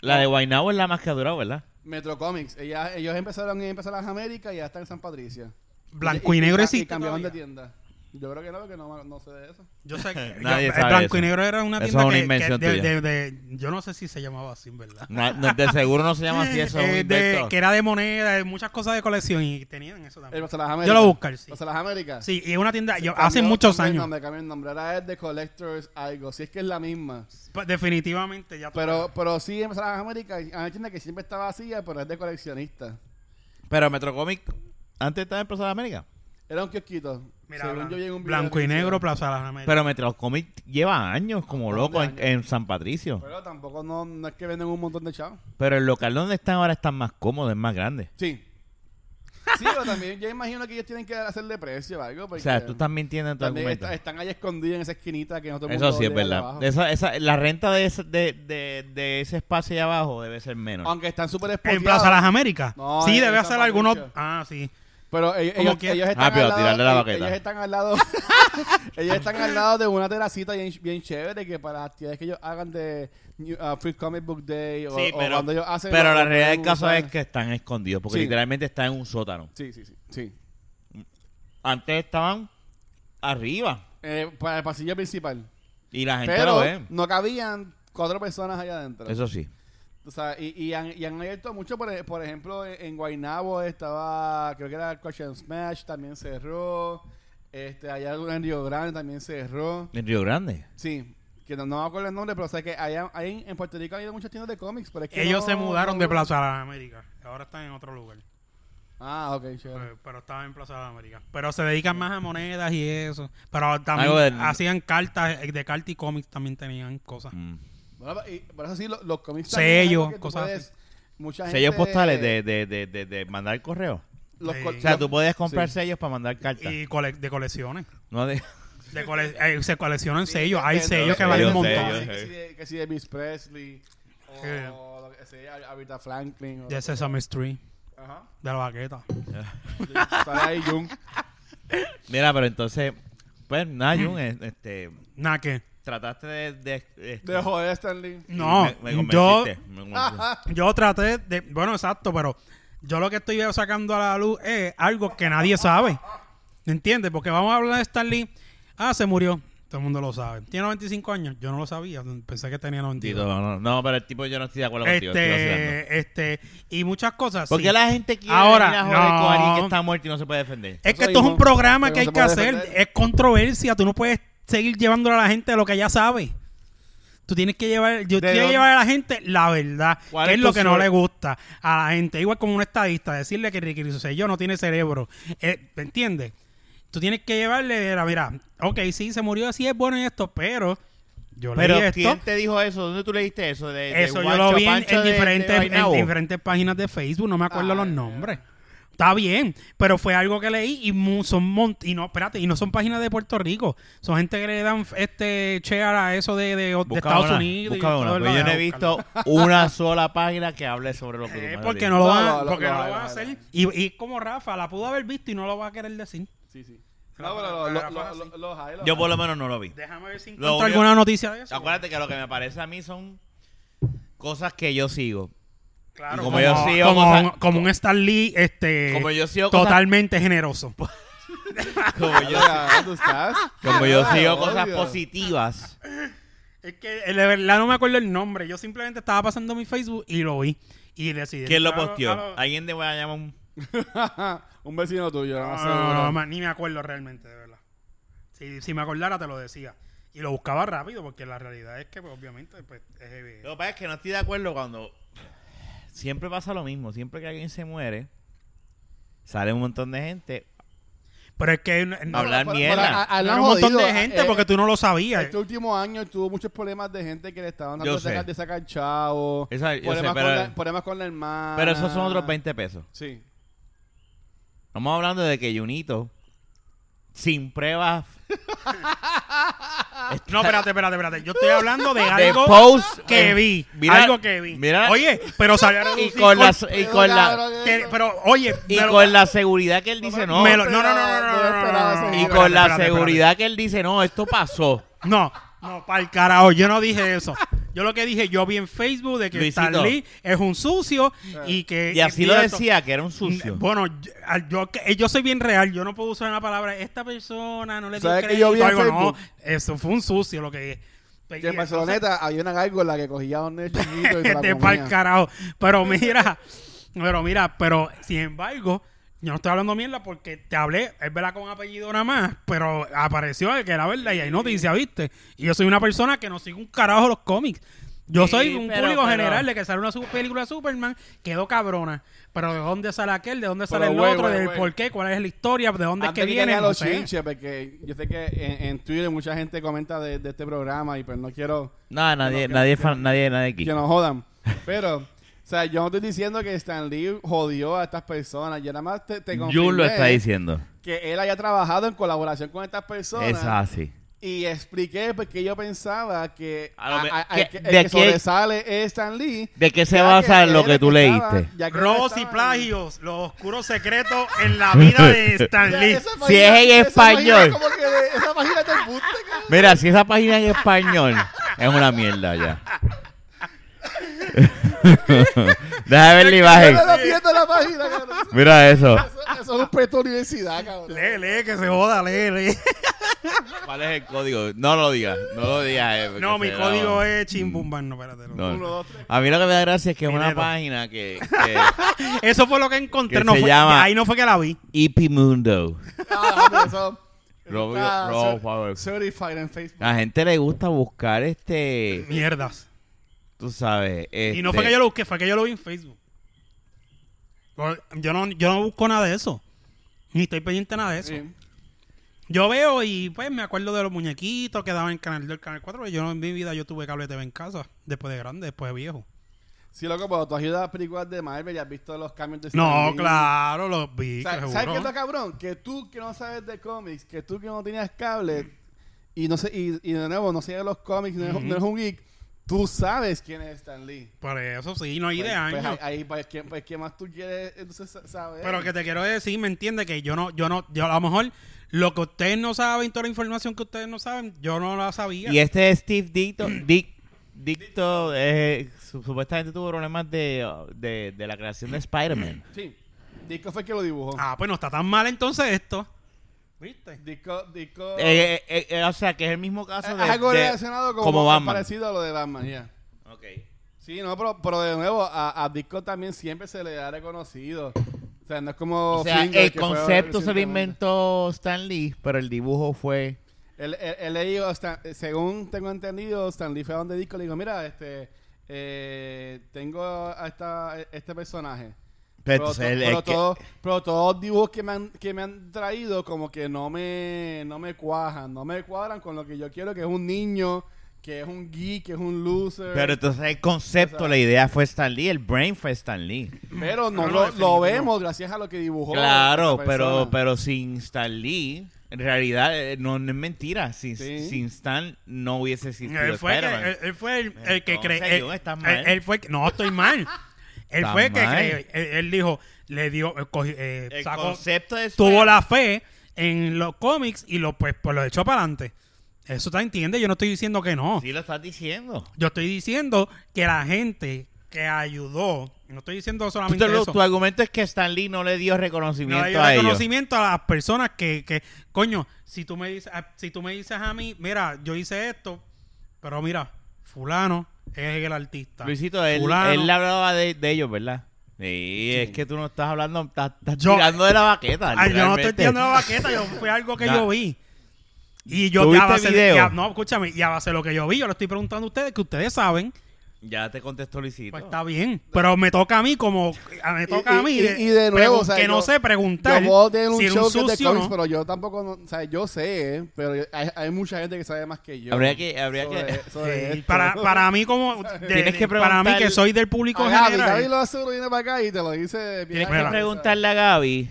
[SPEAKER 2] La de Guaynabo es la más que ha durado, ¿verdad?
[SPEAKER 3] Metro Comics. Ella- ellos empezaron en empezar las Américas y ya están en San Patricio.
[SPEAKER 1] Blanco y negro
[SPEAKER 3] ca-
[SPEAKER 1] existe
[SPEAKER 3] cambiaron de
[SPEAKER 1] todavía.
[SPEAKER 3] tienda. Yo creo que no, porque no, no sé de eso.
[SPEAKER 1] Yo sé que
[SPEAKER 2] Nadie
[SPEAKER 1] yo-
[SPEAKER 2] sabe
[SPEAKER 1] Blanco
[SPEAKER 2] eso.
[SPEAKER 1] y Negro era una
[SPEAKER 2] Eso es
[SPEAKER 1] tienda
[SPEAKER 2] una
[SPEAKER 1] que- que
[SPEAKER 2] invención
[SPEAKER 1] de-
[SPEAKER 2] tuya.
[SPEAKER 1] de- de- yo no sé si se llamaba así, en verdad.
[SPEAKER 2] Na- no, de seguro no se llama así eso. es un
[SPEAKER 1] Eh, de-
[SPEAKER 2] invento.
[SPEAKER 1] que era de moneda, de muchas cosas de colección y tenían eso
[SPEAKER 3] El
[SPEAKER 1] también.
[SPEAKER 3] Plaza Las Américas.
[SPEAKER 1] Ah. Yo lo voy a buscar, sí.
[SPEAKER 3] Plaza Las Américas.
[SPEAKER 1] Sí, y es una tienda, yo,
[SPEAKER 3] Cambió-
[SPEAKER 1] hace muchos
[SPEAKER 3] cambió el
[SPEAKER 1] años.
[SPEAKER 3] Nombre, cambió el nombre. Ahora es de Collectors algo. Si es que es la misma.
[SPEAKER 1] Pues, definitivamente ya.
[SPEAKER 3] Pero, pero sí, en las Américas hay una tienda que siempre está vacía, pero es de coleccionista.
[SPEAKER 2] Pero Metrocomic, antes estaba en Plaza de América.
[SPEAKER 3] Era un kiosquito.
[SPEAKER 1] Mira,
[SPEAKER 3] Según
[SPEAKER 1] blan-
[SPEAKER 3] yo vi en un video
[SPEAKER 1] blanco
[SPEAKER 3] que
[SPEAKER 1] y negro,
[SPEAKER 3] hicieron.
[SPEAKER 1] Plaza de las Américas.
[SPEAKER 2] Pero Metrocomic lleva años como
[SPEAKER 3] Montón
[SPEAKER 2] loco
[SPEAKER 3] de
[SPEAKER 2] en,
[SPEAKER 3] años.
[SPEAKER 2] en San Patricio.
[SPEAKER 3] Pero tampoco no, no es que venden un montón de chavos.
[SPEAKER 2] Pero el local donde están ahora están más cómodo, es más grande.
[SPEAKER 3] Sí. Sí, pero también yo imagino que ellos tienen que hacerle precio o algo.
[SPEAKER 2] O
[SPEAKER 3] Porque
[SPEAKER 2] sea, tú también tienes tu
[SPEAKER 3] Pues también
[SPEAKER 2] argumento.
[SPEAKER 3] está- están ahí escondidos en esa esquinita que no todo el
[SPEAKER 2] Eso
[SPEAKER 3] mundo
[SPEAKER 2] sí es
[SPEAKER 3] llega
[SPEAKER 2] verdad.
[SPEAKER 3] abajo.
[SPEAKER 2] Esa, esa, la renta de ese, de, de, de ese espacio ahí abajo debe ser menos.
[SPEAKER 3] Aunque están súper
[SPEAKER 1] en Plaza de
[SPEAKER 3] espoteados.
[SPEAKER 1] las Américas.
[SPEAKER 3] No,
[SPEAKER 1] sí,
[SPEAKER 3] en-
[SPEAKER 1] debe
[SPEAKER 3] en
[SPEAKER 1] hacer
[SPEAKER 3] San
[SPEAKER 1] algunos.
[SPEAKER 3] Patricio.
[SPEAKER 1] Ah, sí.
[SPEAKER 3] Pero ellos,
[SPEAKER 1] Como
[SPEAKER 3] ellos-
[SPEAKER 1] que-
[SPEAKER 3] ellos están
[SPEAKER 2] Rápido,
[SPEAKER 3] al lado,
[SPEAKER 2] Ah, tirarle la
[SPEAKER 3] ellos-
[SPEAKER 2] baqueta.
[SPEAKER 3] ellos están al lado, ellos están al lado de una terracita bien, bien chévere que para las actividades que ellos hagan de New- uh, Free Comic Book Day o,
[SPEAKER 2] Sí,
[SPEAKER 3] o
[SPEAKER 2] pero-
[SPEAKER 3] cuando ellos hacen...
[SPEAKER 2] Pero
[SPEAKER 3] lo-
[SPEAKER 2] la
[SPEAKER 3] lo
[SPEAKER 2] realidad del
[SPEAKER 3] pueden
[SPEAKER 2] caso
[SPEAKER 3] usar.
[SPEAKER 2] es que están escondidos, porque
[SPEAKER 3] Sí.
[SPEAKER 2] literalmente están en un sótano.
[SPEAKER 3] Sí, sí, sí. sí.
[SPEAKER 2] Antes estaban arriba
[SPEAKER 3] Eh, para el pasillo principal.
[SPEAKER 2] y la gente lo
[SPEAKER 3] Pero
[SPEAKER 2] ve.
[SPEAKER 3] no cabían cuatro personas allá adentro.
[SPEAKER 2] Eso sí.
[SPEAKER 3] O sea, y, y han, y han abierto mucho, por, e- por ejemplo, en, en Guaynabo estaba, creo que era Crush and Smash, también cerró. Este, allá en Río Grande también cerró.
[SPEAKER 2] En Río Grande.
[SPEAKER 3] Sí, que no, no me acuerdo el nombre, pero o sea que allá, ahí en Puerto Rico ha habido muchas tiendas de cómics, pero es que
[SPEAKER 1] Ellos
[SPEAKER 3] no-
[SPEAKER 1] se mudaron
[SPEAKER 3] no-
[SPEAKER 1] de Plaza de las Américas. Ahora están en otro lugar.
[SPEAKER 3] Ah, ok, chévere.
[SPEAKER 1] Pero, pero estaban en Plaza de las Américas. Pero se dedican más a monedas y eso. Pero también
[SPEAKER 2] Algo del-
[SPEAKER 1] hacían cartas eh, de cartas y cómics. También tenían cosas.
[SPEAKER 2] Mm.
[SPEAKER 3] Bueno, y por eso sí, lo- los cómics
[SPEAKER 1] Sellos,
[SPEAKER 3] también es algo que tú
[SPEAKER 1] cosas
[SPEAKER 3] puedes-
[SPEAKER 1] así.
[SPEAKER 3] Mucha gente-
[SPEAKER 2] Sellos postales de, de, de, de, de mandar correo.
[SPEAKER 3] los
[SPEAKER 1] Sí.
[SPEAKER 3] co-
[SPEAKER 2] O sea, tú
[SPEAKER 3] los-
[SPEAKER 2] podías comprar
[SPEAKER 3] Sí.
[SPEAKER 2] sellos para mandar cartas.
[SPEAKER 1] Y cole- de colecciones.
[SPEAKER 2] No de-
[SPEAKER 1] De cole- eh, se coleccionan
[SPEAKER 3] sí,
[SPEAKER 1] sellos. Hay
[SPEAKER 3] de-
[SPEAKER 1] sellos que
[SPEAKER 3] de-
[SPEAKER 1] valen un
[SPEAKER 2] sellos,
[SPEAKER 1] montón.
[SPEAKER 2] sellos.
[SPEAKER 3] Que si de- Que si de Miss Presley, o,
[SPEAKER 1] Eh.
[SPEAKER 3] o lo que sea, Aretha Franklin. o-
[SPEAKER 1] De Sesame Street.
[SPEAKER 3] Ajá.
[SPEAKER 1] De la baqueta.
[SPEAKER 3] Sí, Sale ahí Jung.
[SPEAKER 2] Mira, pero entonces, pues nada, Jun, es- este,
[SPEAKER 1] Nada que.
[SPEAKER 2] trataste de... de, este,
[SPEAKER 3] De Joder Stanley.
[SPEAKER 2] y
[SPEAKER 1] No,
[SPEAKER 2] me, me
[SPEAKER 1] yo,
[SPEAKER 2] convenciste, me convenciste.
[SPEAKER 1] yo traté de. Bueno, exacto, pero yo lo que estoy sacando a la luz es algo que nadie sabe. ¿Entiendes? Porque vamos a hablar de Stanley. Ah, se murió. Todo el mundo lo sabe. Tiene 95 años. Yo no lo sabía. Pensé que tenía
[SPEAKER 2] Tito,
[SPEAKER 1] 92.
[SPEAKER 2] no, no, pero el tipo yo no estoy de acuerdo contigo. estoy vacilando.
[SPEAKER 1] Este, este, y muchas cosas.
[SPEAKER 2] ¿Por
[SPEAKER 1] sí.
[SPEAKER 2] qué la gente quiere
[SPEAKER 1] Ahora,
[SPEAKER 2] venir a joder con alguien que
[SPEAKER 1] no.
[SPEAKER 2] está muerto y no se puede defender?
[SPEAKER 1] Es que
[SPEAKER 3] Eso
[SPEAKER 1] esto es
[SPEAKER 3] mismo,
[SPEAKER 1] un programa que
[SPEAKER 3] que no
[SPEAKER 1] hay
[SPEAKER 3] se
[SPEAKER 1] que
[SPEAKER 3] puede
[SPEAKER 1] hacer.
[SPEAKER 3] defender.
[SPEAKER 1] Es controversia. Tú no puedes seguir llevándole a la gente lo que ya sabe. Tú tienes que llevar, yo
[SPEAKER 2] ¿De
[SPEAKER 1] quiero
[SPEAKER 2] dónde?
[SPEAKER 1] llevar a la gente la verdad,
[SPEAKER 2] ¿Cuál
[SPEAKER 1] que
[SPEAKER 2] es
[SPEAKER 1] es
[SPEAKER 2] tu
[SPEAKER 1] lo que no
[SPEAKER 2] suerte?
[SPEAKER 1] le gusta a la gente. Igual como un estadista, decirle que Ricky Rosselló no tiene cerebro. Eh, ¿Me entiendes? Tú tienes que llevarle, mira, mira, ok, sí, se murió, así es bueno y esto, pero yo le
[SPEAKER 2] Pero
[SPEAKER 1] leí esto.
[SPEAKER 2] ¿quién te dijo eso? ¿Dónde tú leíste eso? De, de
[SPEAKER 1] Eso yo
[SPEAKER 2] Guancho
[SPEAKER 1] lo vi en,
[SPEAKER 2] Pancho
[SPEAKER 1] en
[SPEAKER 2] de- de
[SPEAKER 1] diferentes, en
[SPEAKER 2] Guaynabo?
[SPEAKER 1] diferentes páginas de Facebook, no me acuerdo
[SPEAKER 3] Ah,
[SPEAKER 1] los
[SPEAKER 3] ya.
[SPEAKER 1] nombres. Está bien, pero fue algo que leí y mu- son mont- y no, espérate, y no son páginas de Puerto Rico, son gente que le dan este share a eso de, de- de
[SPEAKER 2] Busca
[SPEAKER 1] Estados
[SPEAKER 2] una,
[SPEAKER 1] Unidos. y
[SPEAKER 2] busca
[SPEAKER 1] todo
[SPEAKER 2] una,
[SPEAKER 1] el
[SPEAKER 2] porque yo no he
[SPEAKER 1] lado.
[SPEAKER 2] visto una sola página que hable sobre lo que tú
[SPEAKER 1] Eh,
[SPEAKER 2] me
[SPEAKER 1] porque
[SPEAKER 2] dices.
[SPEAKER 1] no lo
[SPEAKER 3] No,
[SPEAKER 1] van,
[SPEAKER 3] lo- lo-
[SPEAKER 1] porque
[SPEAKER 3] lo
[SPEAKER 1] no
[SPEAKER 3] hay,
[SPEAKER 1] lo van
[SPEAKER 3] lo
[SPEAKER 1] a
[SPEAKER 3] hay, lo
[SPEAKER 1] hacer.
[SPEAKER 3] hay.
[SPEAKER 1] Y, y como Rafa la pudo haber visto y no lo va a querer decir.
[SPEAKER 3] Sí, sí.
[SPEAKER 1] Pero
[SPEAKER 3] No, pero
[SPEAKER 1] para-
[SPEAKER 3] lo-
[SPEAKER 1] para
[SPEAKER 3] lo- lo-
[SPEAKER 1] cosas
[SPEAKER 3] lo- los hay, los
[SPEAKER 2] Yo
[SPEAKER 3] hay.
[SPEAKER 2] por lo menos no lo vi.
[SPEAKER 1] Déjame ver si
[SPEAKER 2] Lo
[SPEAKER 1] encuentro
[SPEAKER 2] único-
[SPEAKER 1] alguna noticia de eso.
[SPEAKER 2] Acuérdate que lo que me parece a mí son cosas que yo sigo.
[SPEAKER 1] Claro,
[SPEAKER 2] como
[SPEAKER 1] como,
[SPEAKER 2] yo sigo
[SPEAKER 1] como
[SPEAKER 2] cosas-
[SPEAKER 1] un- como un Stan Lee este,
[SPEAKER 2] Como yo sigo cosas-
[SPEAKER 1] totalmente generoso.
[SPEAKER 2] Como yo,
[SPEAKER 3] Ya, Ah, ¿Tú estás?
[SPEAKER 2] como yo
[SPEAKER 3] Ah,
[SPEAKER 2] sigo
[SPEAKER 3] odio.
[SPEAKER 2] cosas positivas.
[SPEAKER 1] Es que eh, de verdad no me acuerdo el nombre. Yo simplemente estaba pasando mi Facebook y lo vi. Y decidí.
[SPEAKER 2] ¿Quién lo
[SPEAKER 1] entrar a- a
[SPEAKER 2] posteó?
[SPEAKER 1] lo-
[SPEAKER 2] ¿Alguien de Guayamón?
[SPEAKER 3] Un vecino tuyo, Ah, no,
[SPEAKER 1] No,
[SPEAKER 3] más
[SPEAKER 1] no, no,
[SPEAKER 3] seguro.
[SPEAKER 1] ma- ni me acuerdo realmente, de verdad. Si, si me acordara, te lo decía. Y lo buscaba rápido porque la realidad es que, pues, obviamente, pues, es heavy.
[SPEAKER 2] Lo que pasa es que no estoy de acuerdo cuando siempre pasa lo mismo. Siempre que alguien se muere, sale un montón de gente.
[SPEAKER 1] Pero es que no, no,
[SPEAKER 2] Hablar
[SPEAKER 3] para-
[SPEAKER 2] mierda.
[SPEAKER 3] para- a- a-
[SPEAKER 1] era
[SPEAKER 3] la
[SPEAKER 1] un montón
[SPEAKER 3] jodido,
[SPEAKER 1] de gente
[SPEAKER 3] eh,
[SPEAKER 1] porque tú no lo sabías.
[SPEAKER 3] Este último año tuvo muchos problemas de gente que le estaban dando
[SPEAKER 2] Yo
[SPEAKER 3] de sacar,
[SPEAKER 2] sé.
[SPEAKER 3] de sacar chavo.
[SPEAKER 2] Esa- yo sé,
[SPEAKER 3] problemas,
[SPEAKER 2] pero-
[SPEAKER 3] con la, problemas con la hermana.
[SPEAKER 2] Pero esos son otros 20 pesos.
[SPEAKER 3] Sí.
[SPEAKER 2] Estamos hablando de que Junito, sin pruebas
[SPEAKER 1] No, espérate, espérate, espérate. Yo estoy hablando de
[SPEAKER 2] de
[SPEAKER 1] algo
[SPEAKER 2] post
[SPEAKER 1] que
[SPEAKER 2] eh,
[SPEAKER 1] vi.
[SPEAKER 2] mira-
[SPEAKER 1] algo que vi.
[SPEAKER 2] mira-
[SPEAKER 1] Oye, pero salió a
[SPEAKER 2] y
[SPEAKER 1] relucir
[SPEAKER 2] con la y
[SPEAKER 3] Pero,
[SPEAKER 2] con la
[SPEAKER 3] cabrón, eh,
[SPEAKER 1] que-
[SPEAKER 3] eso-
[SPEAKER 1] pero, oye,
[SPEAKER 2] y
[SPEAKER 1] pero-
[SPEAKER 2] con la seguridad que él dice no
[SPEAKER 1] me lo- no, no, no, no, no,
[SPEAKER 3] No
[SPEAKER 1] no,
[SPEAKER 3] esperaba
[SPEAKER 1] no, no, no,
[SPEAKER 3] ese
[SPEAKER 2] y
[SPEAKER 3] giro.
[SPEAKER 1] espérate,
[SPEAKER 2] con la
[SPEAKER 1] espérate,
[SPEAKER 2] seguridad que él dice no esto pasó.
[SPEAKER 1] No, no, para el carajo, yo no dije eso. Yo lo que dije, yo vi en Facebook de que
[SPEAKER 2] Luisito.
[SPEAKER 1] Stan Lee es un sucio y que...
[SPEAKER 2] Y así lo
[SPEAKER 1] digo esto.
[SPEAKER 2] decía que era un sucio.
[SPEAKER 1] Bueno, yo, al- yo, que- eh, yo soy bien real, yo no puedo usar una palabra, esta persona no le dio
[SPEAKER 3] ¿Sabes que
[SPEAKER 1] crédito,
[SPEAKER 3] yo vi en
[SPEAKER 1] algo, no,
[SPEAKER 3] Facebook?
[SPEAKER 1] eso fue un sucio lo que... Y
[SPEAKER 3] Que en
[SPEAKER 1] entonces-
[SPEAKER 3] Barceloneta había una gárgola que cogía a un niño chiquito y se la
[SPEAKER 2] Este
[SPEAKER 1] de pa'l
[SPEAKER 3] comía.
[SPEAKER 1] carajo. Pero mira, pero mira, pero sin embargo, yo no estoy hablando mierda porque te hablé, es verdad con apellido nada más, pero apareció el que era verdad y hay noticias, ¿viste? Y yo soy una persona que no sigue un carajo los cómics. Yo
[SPEAKER 2] Sí,
[SPEAKER 1] soy un
[SPEAKER 2] pero-
[SPEAKER 1] público
[SPEAKER 2] pero-
[SPEAKER 1] general de que sale una su- película de Superman, quedó cabrona. Pero ¿de dónde sale aquel? ¿De dónde sale
[SPEAKER 3] Pero,
[SPEAKER 1] el
[SPEAKER 3] güey,
[SPEAKER 1] otro?
[SPEAKER 3] güey,
[SPEAKER 1] ¿Del
[SPEAKER 3] güey.
[SPEAKER 1] por qué? ¿Cuál es la historia? ¿De dónde
[SPEAKER 3] Antes
[SPEAKER 1] es que
[SPEAKER 3] que tenga
[SPEAKER 1] viene? No
[SPEAKER 3] los
[SPEAKER 1] sé.
[SPEAKER 3] chinches, porque yo sé que en, en Twitter mucha gente comenta de, de este programa y pues no quiero
[SPEAKER 2] No, nadie,
[SPEAKER 3] que-
[SPEAKER 2] nadie,
[SPEAKER 3] que-
[SPEAKER 2] fan- nadie, nadie aquí.
[SPEAKER 3] que nos jodan. Pero, o sea, yo no estoy diciendo que Stan Lee jodió a estas personas. Yo nada más te, te confirmé
[SPEAKER 2] Jun lo está diciendo.
[SPEAKER 3] que él haya trabajado en colaboración con estas personas.
[SPEAKER 2] Es así.
[SPEAKER 3] Y expliqué porque yo pensaba que,
[SPEAKER 2] A lo me-
[SPEAKER 3] a- a-
[SPEAKER 2] que-
[SPEAKER 3] el que- el
[SPEAKER 2] de
[SPEAKER 3] que
[SPEAKER 2] quién-
[SPEAKER 3] sobresale es Stan Lee.
[SPEAKER 2] ¿De qué se
[SPEAKER 3] ya
[SPEAKER 2] basa en lo
[SPEAKER 3] él
[SPEAKER 2] que tú
[SPEAKER 3] estaba-
[SPEAKER 2] leíste?
[SPEAKER 3] ya que él
[SPEAKER 1] Robos y
[SPEAKER 3] estaba-
[SPEAKER 1] plagios, los oscuros secretos en la vida de Stan
[SPEAKER 3] Ya,
[SPEAKER 1] Lee.
[SPEAKER 3] esa
[SPEAKER 2] Si es en
[SPEAKER 3] esa página
[SPEAKER 2] español.
[SPEAKER 3] como que de- Esa página te embuste, cabrón.
[SPEAKER 2] Mira, si esa página en español es una mierda ya. Deja ver la
[SPEAKER 3] No,
[SPEAKER 2] imagen.
[SPEAKER 3] no, no, viendo la página, cabrón.
[SPEAKER 2] Mira eso.
[SPEAKER 3] Eso, eso es un preto universidad, cabrón.
[SPEAKER 1] Lee, lee, que se joda, lee, lee.
[SPEAKER 2] ¿Cuál es el código? No lo digas. No lo digas. eh, porque
[SPEAKER 1] No, mi
[SPEAKER 2] se- mm,
[SPEAKER 1] código es chimbumban, no, espérate. no.
[SPEAKER 2] No,
[SPEAKER 3] Uno,
[SPEAKER 2] no.
[SPEAKER 3] dos, tres.
[SPEAKER 2] A mí lo que me da gracia es que es una
[SPEAKER 1] Dinero.
[SPEAKER 2] página que, que
[SPEAKER 1] Eso fue lo que encontré,
[SPEAKER 2] Que
[SPEAKER 1] no
[SPEAKER 2] se
[SPEAKER 1] fue,
[SPEAKER 2] llama-
[SPEAKER 1] ahí no fue que la vi.
[SPEAKER 2] Ipimundo.
[SPEAKER 3] Ah, no, eso- eso
[SPEAKER 2] Robo-
[SPEAKER 3] está
[SPEAKER 2] robo,
[SPEAKER 3] cer-
[SPEAKER 2] favor.
[SPEAKER 3] Certified en Facebook.
[SPEAKER 2] A la gente le gusta buscar este,
[SPEAKER 1] Mierdas.
[SPEAKER 2] tú sabes.
[SPEAKER 1] Y no fue
[SPEAKER 2] este-
[SPEAKER 1] que yo lo busqué, fue que yo lo vi en Facebook. Por- Yo no, yo no busco nada de eso. Ni estoy pendiente de nada de eso.
[SPEAKER 3] Sí.
[SPEAKER 1] Yo veo y pues me acuerdo de los muñequitos que daban en Canal 2, el Canal 4. pero Yo no- en mi vida yo tuve cable TV en casa. Después de grande, después de viejo.
[SPEAKER 3] Sí, loco, pero tú has ido a las películas de Marvel y has visto los cambios de Stan
[SPEAKER 1] No,
[SPEAKER 3] Lee.
[SPEAKER 1] claro, los
[SPEAKER 3] O
[SPEAKER 1] vi.
[SPEAKER 3] sea,
[SPEAKER 1] seguro.
[SPEAKER 3] ¿Sabes qué es lo cabrón? Que tú que no sabes de cómics, que tú que no tenías cable y no sé y, y de nuevo no sigues los cómics, no eres, no eres un geek, tú sabes quién es Stan Lee.
[SPEAKER 1] Por eso sí, no hay de
[SPEAKER 3] Pues-
[SPEAKER 1] años.
[SPEAKER 3] pues, ahí, ahí, pues, ¿qué, pues, ¿qué más tú quieres entonces sa- saber?
[SPEAKER 1] Pero que te quiero decir, me entiende que yo no, yo no, yo a lo mejor lo que ustedes no saben, toda la información que ustedes no saben, yo no la sabía.
[SPEAKER 2] Y este Steve Dicto, Dic- Dicto eh, su- supuestamente tuvo problemas de, de, de la creación de Spider-Man.
[SPEAKER 3] Sí. Disco fue el que lo dibujó.
[SPEAKER 1] Ah, pues no está tan mal entonces esto. ¿Viste?
[SPEAKER 3] Disco, disco...
[SPEAKER 2] Eh, eh, eh, o sea, que es el mismo
[SPEAKER 3] es
[SPEAKER 2] caso de,
[SPEAKER 3] Eh, algo
[SPEAKER 2] de-
[SPEAKER 3] relacionado como,
[SPEAKER 2] como Batman.
[SPEAKER 3] parecido a lo de Batman, ya.
[SPEAKER 2] Ok.
[SPEAKER 3] Sí, no, pero, pero de nuevo, a, a Disco también siempre se le ha reconocido. O sea, no es como...
[SPEAKER 2] O sea,
[SPEAKER 3] Finger,
[SPEAKER 2] el
[SPEAKER 3] que fue
[SPEAKER 2] concepto se lo
[SPEAKER 3] recientemente.
[SPEAKER 2] inventó Stan Lee, pero el dibujo fue...
[SPEAKER 3] Él, él, él le dijo, Stan- según tengo entendido, Stan Lee fue a donde Disco y le dijo, mira, este, eh, tengo a esta, este personaje. Pero,
[SPEAKER 2] Pero,
[SPEAKER 3] to-
[SPEAKER 2] el-
[SPEAKER 3] pero
[SPEAKER 2] el que-
[SPEAKER 3] todo- pero todos los dibujos que me, han, que me han traído como que no me, no me cuajan, no me cuadran con lo que yo quiero, que es un niño, que es un geek, que es un loser.
[SPEAKER 2] pero entonces el concepto,
[SPEAKER 3] O sea-
[SPEAKER 2] la idea fue Stan Lee, el brain fue Stan Lee.
[SPEAKER 3] Pero no,
[SPEAKER 1] No, no,
[SPEAKER 3] lo,
[SPEAKER 1] definitivo.
[SPEAKER 3] lo vemos gracias a lo que dibujó.
[SPEAKER 2] Claro,
[SPEAKER 3] esa
[SPEAKER 2] pero,
[SPEAKER 3] persona.
[SPEAKER 2] pero sin Stan Lee, en realidad eh, no, no es mentira. Sin,
[SPEAKER 3] Sí.
[SPEAKER 2] sin Stan no hubiese existido
[SPEAKER 1] Él fue, que- eh,
[SPEAKER 2] Spider-Man.
[SPEAKER 1] él, él fue el, el que
[SPEAKER 2] Entonces,
[SPEAKER 1] cree.
[SPEAKER 2] yo,
[SPEAKER 1] él-
[SPEAKER 2] estás
[SPEAKER 1] él-
[SPEAKER 2] mal.
[SPEAKER 1] él fue que- no, estoy mal. Él
[SPEAKER 2] Estás
[SPEAKER 1] fue el que
[SPEAKER 2] mal.
[SPEAKER 1] creyó. Él, él dijo, le dio, eh, cogi- eh,
[SPEAKER 2] El
[SPEAKER 1] sacó-
[SPEAKER 2] concepto de
[SPEAKER 1] tuvo
[SPEAKER 2] Spider-Man-
[SPEAKER 1] la fe en los cómics y lo pues, pues lo echó para adelante. Eso te entiende, yo no estoy diciendo que no.
[SPEAKER 2] Sí lo estás diciendo.
[SPEAKER 1] Yo estoy diciendo que la gente que ayudó, no estoy diciendo
[SPEAKER 2] Tú
[SPEAKER 1] solamente
[SPEAKER 2] te lo-
[SPEAKER 1] eso,
[SPEAKER 2] tu argumento es que Stan Lee no le dio
[SPEAKER 1] no
[SPEAKER 2] reconocimiento
[SPEAKER 1] le dio
[SPEAKER 2] a
[SPEAKER 1] reconocimiento a las personas que, que, coño, si tú me dices, ah, si tú me dices a mí, mira, yo hice esto, pero mira, fulano es el artista.
[SPEAKER 2] ellos. Luisito, él,
[SPEAKER 1] Fulano.
[SPEAKER 2] él le hablaba de, de ellos, ¿verdad? Sí, es que tú no estás hablando, estás, estás
[SPEAKER 1] Yo-
[SPEAKER 2] tirando de la baqueta.
[SPEAKER 1] Ay, yo no
[SPEAKER 2] literalmente.
[SPEAKER 1] estoy tirando la baqueta, yo fue algo que
[SPEAKER 2] Nah.
[SPEAKER 1] yo vi. Y yo
[SPEAKER 2] ¿Tú
[SPEAKER 1] ya
[SPEAKER 2] viste
[SPEAKER 1] base-
[SPEAKER 2] video?
[SPEAKER 1] ya- no, escúchame, y a base de lo que yo vi, yo le estoy preguntando a ustedes que ustedes saben.
[SPEAKER 2] Ya te contestó Luisito.
[SPEAKER 1] Pues está bien, pero me toca a mí como a- me toca a mí
[SPEAKER 3] y- y de nuevo,
[SPEAKER 1] pregun-
[SPEAKER 3] o sea,
[SPEAKER 1] que no
[SPEAKER 3] yo-
[SPEAKER 1] sé preguntar
[SPEAKER 3] yo puedo tener un
[SPEAKER 1] si era
[SPEAKER 3] show
[SPEAKER 1] un
[SPEAKER 3] que es de
[SPEAKER 1] sucio o
[SPEAKER 3] cómics,
[SPEAKER 1] no.
[SPEAKER 3] pero yo tampoco, no- o sea, yo sé, ¿eh? pero hay, hay mucha gente que sabe más que yo.
[SPEAKER 2] Habría que- habría
[SPEAKER 3] sobre-
[SPEAKER 2] que-
[SPEAKER 3] sobre
[SPEAKER 1] Sí,
[SPEAKER 3] esto.
[SPEAKER 1] para, para mí como de-
[SPEAKER 2] Tienes que
[SPEAKER 1] para mí que
[SPEAKER 2] preguntar-
[SPEAKER 1] soy del público
[SPEAKER 3] A Gaby,
[SPEAKER 1] general.
[SPEAKER 3] Gaby lo hace, uno viene para acá y te lo dice. bien
[SPEAKER 2] Tienes
[SPEAKER 1] Mira.
[SPEAKER 2] que
[SPEAKER 3] acá.
[SPEAKER 2] preguntarle a Gaby.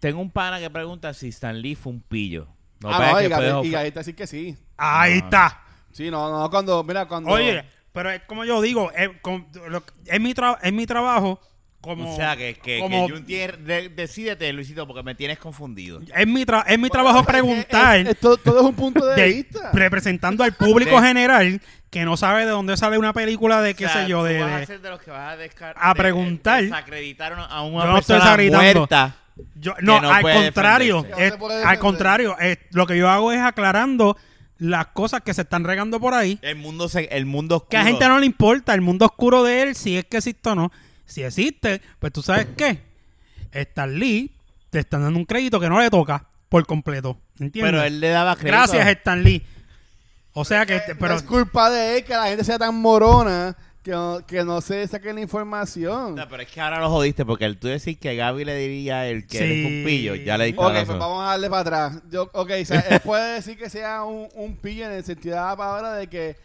[SPEAKER 2] Tengo un pana que pregunta si Stan Lee fue un pillo. No,
[SPEAKER 3] ah,
[SPEAKER 2] para
[SPEAKER 3] no,
[SPEAKER 2] que
[SPEAKER 3] y
[SPEAKER 2] puedes
[SPEAKER 3] Gaby, y
[SPEAKER 2] ofender.
[SPEAKER 3] Gaby te dice que sí.
[SPEAKER 1] Ahí está.
[SPEAKER 3] Sí, no, no, cuando, mira, cuando...
[SPEAKER 1] Oye, pero es como yo digo, es, con- lo- es mi tra- es mi trabajo como
[SPEAKER 2] o sea, que, que,
[SPEAKER 1] como-
[SPEAKER 2] que Jun tiene- de- decídete, Luisito, porque me tienes confundido.
[SPEAKER 1] es mi tra- es mi trabajo preguntar
[SPEAKER 3] Eh, eh, todo, todo es un punto de,
[SPEAKER 1] de-
[SPEAKER 3] vista.
[SPEAKER 1] representando al público
[SPEAKER 2] De-
[SPEAKER 1] general que no sabe de dónde sale una película de qué
[SPEAKER 2] O sea,
[SPEAKER 1] sé yo
[SPEAKER 2] tú
[SPEAKER 1] de,
[SPEAKER 2] vas a
[SPEAKER 1] de-
[SPEAKER 2] ser de los que vas a descar-
[SPEAKER 1] a
[SPEAKER 2] de- de-
[SPEAKER 1] preguntar.
[SPEAKER 2] desacreditar a una
[SPEAKER 1] Yo no estoy
[SPEAKER 2] persona
[SPEAKER 1] desacreditando.
[SPEAKER 2] muerta.
[SPEAKER 1] yo- no,
[SPEAKER 2] no
[SPEAKER 1] al
[SPEAKER 2] puede
[SPEAKER 1] contrario
[SPEAKER 2] defenderse.
[SPEAKER 3] Que no
[SPEAKER 1] es-
[SPEAKER 3] se puede
[SPEAKER 1] al
[SPEAKER 3] defender.
[SPEAKER 1] contrario es- lo que yo hago es aclarando las cosas que se están regando por ahí
[SPEAKER 2] El mundo se, el mundo oscuro.
[SPEAKER 1] que a la gente no le importa el mundo oscuro de él, si es que existe o no. Si existe, pues tú sabes qué. Stan Lee te están dando un crédito que no le toca por completo. ¿Entiendes?
[SPEAKER 2] Pero él le daba crédito.
[SPEAKER 1] Gracias, Stan Lee. O sea que,
[SPEAKER 3] Eh,
[SPEAKER 1] Este, pero
[SPEAKER 3] Es culpa de él que la gente sea tan morona que no, que no se saquen la información.
[SPEAKER 2] No, pero es que ahora lo jodiste porque el tú decís que Gaby le diría el que eres
[SPEAKER 1] Sí.
[SPEAKER 2] un pillo, ya le diste la
[SPEAKER 3] Ok,
[SPEAKER 2] razón.
[SPEAKER 3] pues vamos a darle para atrás. Yo, ok, o sea, él puede decir que sea un, un pillo en el sentido de la palabra de que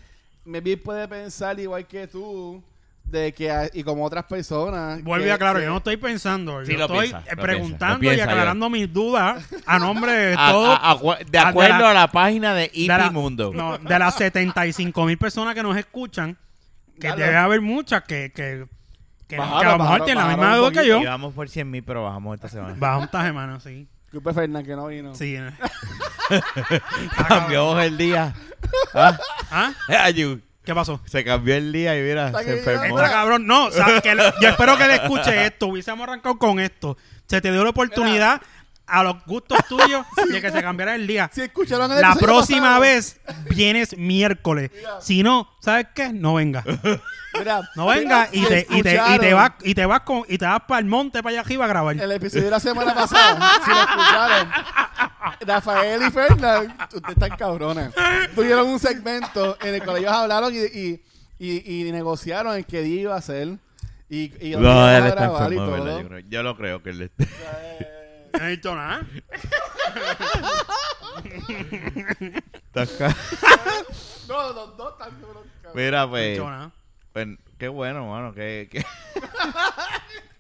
[SPEAKER 3] maybe puede pensar igual que tú, de que hay- y como otras personas.
[SPEAKER 1] vuelve
[SPEAKER 3] que-
[SPEAKER 1] a claro,
[SPEAKER 3] que-
[SPEAKER 1] yo no estoy pensando.
[SPEAKER 2] Sí,
[SPEAKER 1] yo
[SPEAKER 2] lo
[SPEAKER 1] estoy
[SPEAKER 2] piensa,
[SPEAKER 1] eh,
[SPEAKER 2] lo
[SPEAKER 1] preguntando
[SPEAKER 2] piensa, lo
[SPEAKER 1] y
[SPEAKER 2] piensa,
[SPEAKER 1] aclarando mis dudas a nombre de
[SPEAKER 2] A-
[SPEAKER 1] todo.
[SPEAKER 2] a- acu- de
[SPEAKER 1] a- de
[SPEAKER 2] acuerdo
[SPEAKER 1] la-
[SPEAKER 2] a la página de
[SPEAKER 1] de la-
[SPEAKER 2] IP Mundo.
[SPEAKER 1] no, de las 75 mil personas que nos escuchan, que
[SPEAKER 3] Dale.
[SPEAKER 1] debe haber muchas que, que, que- que
[SPEAKER 3] Bajaron,
[SPEAKER 1] a lo mejor
[SPEAKER 3] bajaron,
[SPEAKER 1] tienen la misma
[SPEAKER 3] bajaron un
[SPEAKER 1] duda que yo.
[SPEAKER 2] Y vamos por 100 mil, pero bajamos esta semana.
[SPEAKER 1] Baja un taje, mano, sí.
[SPEAKER 3] Disculpe, Fernan, que no vino.
[SPEAKER 1] Sí. eh.
[SPEAKER 2] Cambió el día. Ah,
[SPEAKER 1] ¿Ah?
[SPEAKER 2] ayú,
[SPEAKER 1] ¿Qué pasó?
[SPEAKER 2] Se cambió el día y mira,
[SPEAKER 3] Está
[SPEAKER 2] se
[SPEAKER 3] que-
[SPEAKER 2] enfermó.
[SPEAKER 1] Está cabrón, no, o sea, que le- yo espero que le escuche esto, hubiésemos arrancado con esto. Se te dio la oportunidad a los gustos tuyos de que se cambiara el día.
[SPEAKER 3] Si escucharon el
[SPEAKER 1] La
[SPEAKER 3] episodio
[SPEAKER 1] próxima
[SPEAKER 3] pasado-
[SPEAKER 1] vez vienes miércoles. Si no, ¿sabes qué? No venga.
[SPEAKER 3] Mira,
[SPEAKER 1] No venga y
[SPEAKER 3] si
[SPEAKER 1] te, y te, y te
[SPEAKER 3] escucharon
[SPEAKER 1] vas y te vas con y te vas para el monte para allá arriba a grabar.
[SPEAKER 3] El episodio de la semana pasada, si lo escucharon, Rafael y Fernan, ustedes están cabrones. Tuvieron un segmento en el cual ellos hablaron y, y, y, y negociaron el que día iba a ser. Y, y dónde
[SPEAKER 2] No,
[SPEAKER 3] iban a
[SPEAKER 2] él está
[SPEAKER 3] grabar y
[SPEAKER 2] enfermo,
[SPEAKER 3] todo. Eh,
[SPEAKER 2] ¿verdad? Yo, creo- yo lo creo que él
[SPEAKER 1] No he dicho nada.
[SPEAKER 2] está acá.
[SPEAKER 3] No, los dos están cabrones. cabrón.
[SPEAKER 2] Mira,
[SPEAKER 1] No he
[SPEAKER 2] pues,
[SPEAKER 1] dicho nada.
[SPEAKER 2] pues, qué bueno, mano. Que, que-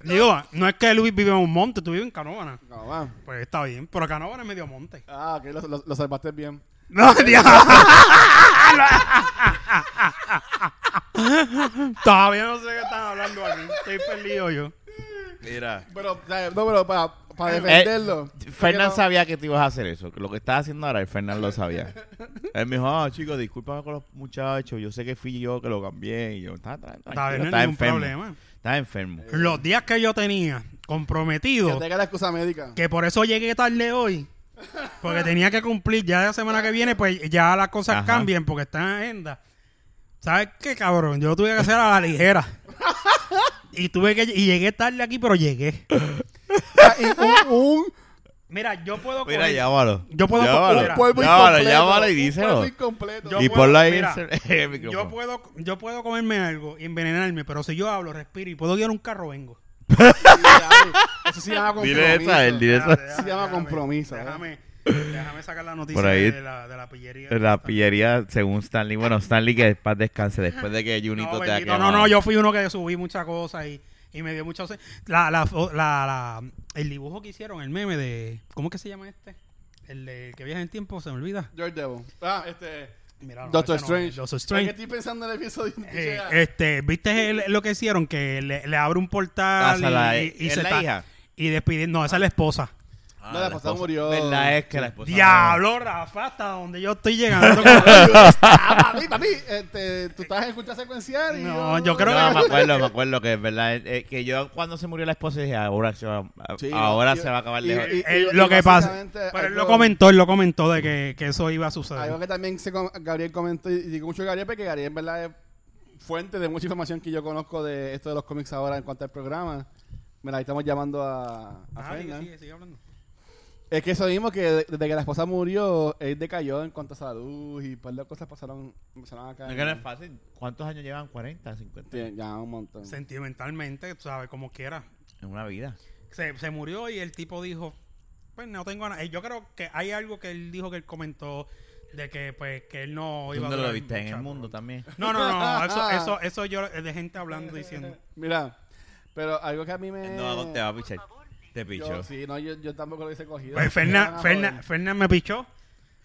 [SPEAKER 1] Digo, no es que Luis vive en un monte, tú vives en Canóvana.
[SPEAKER 3] No, va.
[SPEAKER 1] Pues está bien, pero Canóvana es medio monte.
[SPEAKER 3] Ah, ok, lo, lo- lo salvaste bien.
[SPEAKER 1] No, Dios. Todavía no sé qué están hablando aquí. Estoy perdido yo.
[SPEAKER 2] Mira.
[SPEAKER 3] Pero, o sea, no, pero para, para defenderlo.
[SPEAKER 2] Eh, Fernan
[SPEAKER 3] Porque no-
[SPEAKER 2] sabía que tú ibas a hacer eso. Que lo que estás haciendo ahora, el Fernan lo sabía. Él me dijo, ah, chicos, discúlpame con los muchachos. Yo sé que fui yo que lo cambié. Y yo, está, está,
[SPEAKER 1] Está bien, no hay
[SPEAKER 2] está
[SPEAKER 1] ningún
[SPEAKER 2] enfermo.
[SPEAKER 1] problema.
[SPEAKER 2] Está enfermo.
[SPEAKER 1] Los días que yo tenía
[SPEAKER 3] Que
[SPEAKER 1] comprometido,
[SPEAKER 3] tenga la excusa médica.
[SPEAKER 1] que por eso llegué tarde hoy, porque tenía que cumplir ya la semana que viene, pues ya las cosas
[SPEAKER 2] Ajá.
[SPEAKER 1] cambien porque están en agenda. ¿Sabes qué, cabrón? Yo lo tuve que hacer a la ligera. Y tuve que y llegué tarde aquí, pero llegué.
[SPEAKER 3] Ah, y un, un,
[SPEAKER 1] Mira, yo puedo
[SPEAKER 2] Mira,
[SPEAKER 1] coger-
[SPEAKER 2] llámalo.
[SPEAKER 1] Yo puedo-
[SPEAKER 2] Llámalo,
[SPEAKER 1] Mira,
[SPEAKER 3] polvo
[SPEAKER 2] llámalo,
[SPEAKER 3] incompleto,
[SPEAKER 2] llámalo y
[SPEAKER 3] Un
[SPEAKER 2] díselo.
[SPEAKER 3] polvo incompleto.
[SPEAKER 1] Yo
[SPEAKER 2] y
[SPEAKER 1] puedo-
[SPEAKER 2] ponlo ahí
[SPEAKER 1] mira,
[SPEAKER 2] en el- en el
[SPEAKER 1] Yo
[SPEAKER 2] micrófono.
[SPEAKER 1] puedo, yo puedo comerme algo y envenenarme, pero si yo hablo, respiro y puedo guiar un carro, vengo.
[SPEAKER 3] Eso sí llama
[SPEAKER 2] Dile
[SPEAKER 3] compromiso.
[SPEAKER 2] eso a él, dile eso.
[SPEAKER 1] Déjame,
[SPEAKER 3] Se llama compromiso, ¿eh?
[SPEAKER 1] Déjame, déjame sacar la noticia
[SPEAKER 2] Por ahí-
[SPEAKER 1] de, la, de la pillería.
[SPEAKER 2] La pillería, según Stanley. Bueno, Stanley que paz descanse después de que Junito
[SPEAKER 1] no,
[SPEAKER 2] te ha
[SPEAKER 1] bendito,
[SPEAKER 2] quemado.
[SPEAKER 1] no, no, yo fui uno que subí muchas cosas y, y me dio muchas... La, la, fo- la, la- el dibujo que hicieron, el meme de... ¿Cómo que se llama este? El de el que viaja en tiempo, se me olvida.
[SPEAKER 3] George Devil. Ah, este.
[SPEAKER 1] Mira, no,
[SPEAKER 3] Doctor
[SPEAKER 1] ese no es,
[SPEAKER 3] Strange.
[SPEAKER 1] Doctor
[SPEAKER 3] Es que
[SPEAKER 1] Strange.
[SPEAKER 3] estoy pensando en el episodio. que
[SPEAKER 1] Eh,
[SPEAKER 3] llega.
[SPEAKER 1] este, ¿viste el- lo que hicieron? Que le, le abre un portal
[SPEAKER 2] Pasa la-
[SPEAKER 1] y, y- y
[SPEAKER 2] ¿es
[SPEAKER 1] se
[SPEAKER 2] la
[SPEAKER 1] ta-
[SPEAKER 2] hija?
[SPEAKER 1] y despide. No, esa es la esposa.
[SPEAKER 2] Ah,
[SPEAKER 3] No, la esposa murió.
[SPEAKER 2] Verdad es que la esposa
[SPEAKER 1] Diablo, Rafa, hasta donde yo estoy llegando.
[SPEAKER 3] Ah, papi, papi, este, tú estás en cultura secuencial y.
[SPEAKER 1] No, yo creo-
[SPEAKER 2] No, me acuerdo, me acuerdo que es verdad. eh, que yo cuando se murió la esposa dije, ahora se va,
[SPEAKER 3] Sí,
[SPEAKER 2] ahora
[SPEAKER 3] y-
[SPEAKER 2] se va a acabar
[SPEAKER 3] y-
[SPEAKER 2] lejos.
[SPEAKER 3] y-
[SPEAKER 1] Él- lo que pasa.
[SPEAKER 3] básicamente,
[SPEAKER 1] Pero él
[SPEAKER 3] algo-
[SPEAKER 1] lo comentó, él lo comentó de que, que eso iba a
[SPEAKER 3] Algo
[SPEAKER 1] suceder.
[SPEAKER 3] que también se com- Gabriel comentó, y digo mucho Gabriel, porque Gabriel en verdad es fuente de mucha información que yo conozco de esto de los cómics ahora en cuanto al programa. Mira, ahí estamos llamando a, a
[SPEAKER 1] Ah, sigue,
[SPEAKER 3] Fernan.
[SPEAKER 1] sigue, sigue hablando.
[SPEAKER 3] Es que eso mismo que de- desde que la esposa murió, él decayó en cuanto a salud y un par de cosas pasaron, empezaron a
[SPEAKER 2] No
[SPEAKER 3] caer.
[SPEAKER 2] es que no es fácil. ¿Cuántos años llevan? ¿40, 50?
[SPEAKER 3] Sí, ya un montón.
[SPEAKER 1] Sentimentalmente, tú sabes, como quiera.
[SPEAKER 2] En una vida.
[SPEAKER 1] Se, se murió y el tipo dijo, pues no tengo nada. Eh, Yo creo que hay algo que él dijo que él comentó de que pues que él no
[SPEAKER 2] ¿Tú
[SPEAKER 1] iba a
[SPEAKER 2] no lo
[SPEAKER 1] durar
[SPEAKER 2] viste en el
[SPEAKER 1] mucho.
[SPEAKER 2] mundo también?
[SPEAKER 1] No, no, no, eso, eso, eso yo eh, de gente hablando diciendo.
[SPEAKER 3] Mira, pero algo que a mí me.
[SPEAKER 2] No, te va a pichar. Te pichó.
[SPEAKER 3] yo, sí, no, yo, yo tampoco lo hice cogido.
[SPEAKER 1] Pues
[SPEAKER 3] Me van
[SPEAKER 1] Fernan,
[SPEAKER 3] a
[SPEAKER 1] Fernan,
[SPEAKER 3] joder.
[SPEAKER 1] Fernan me pichó.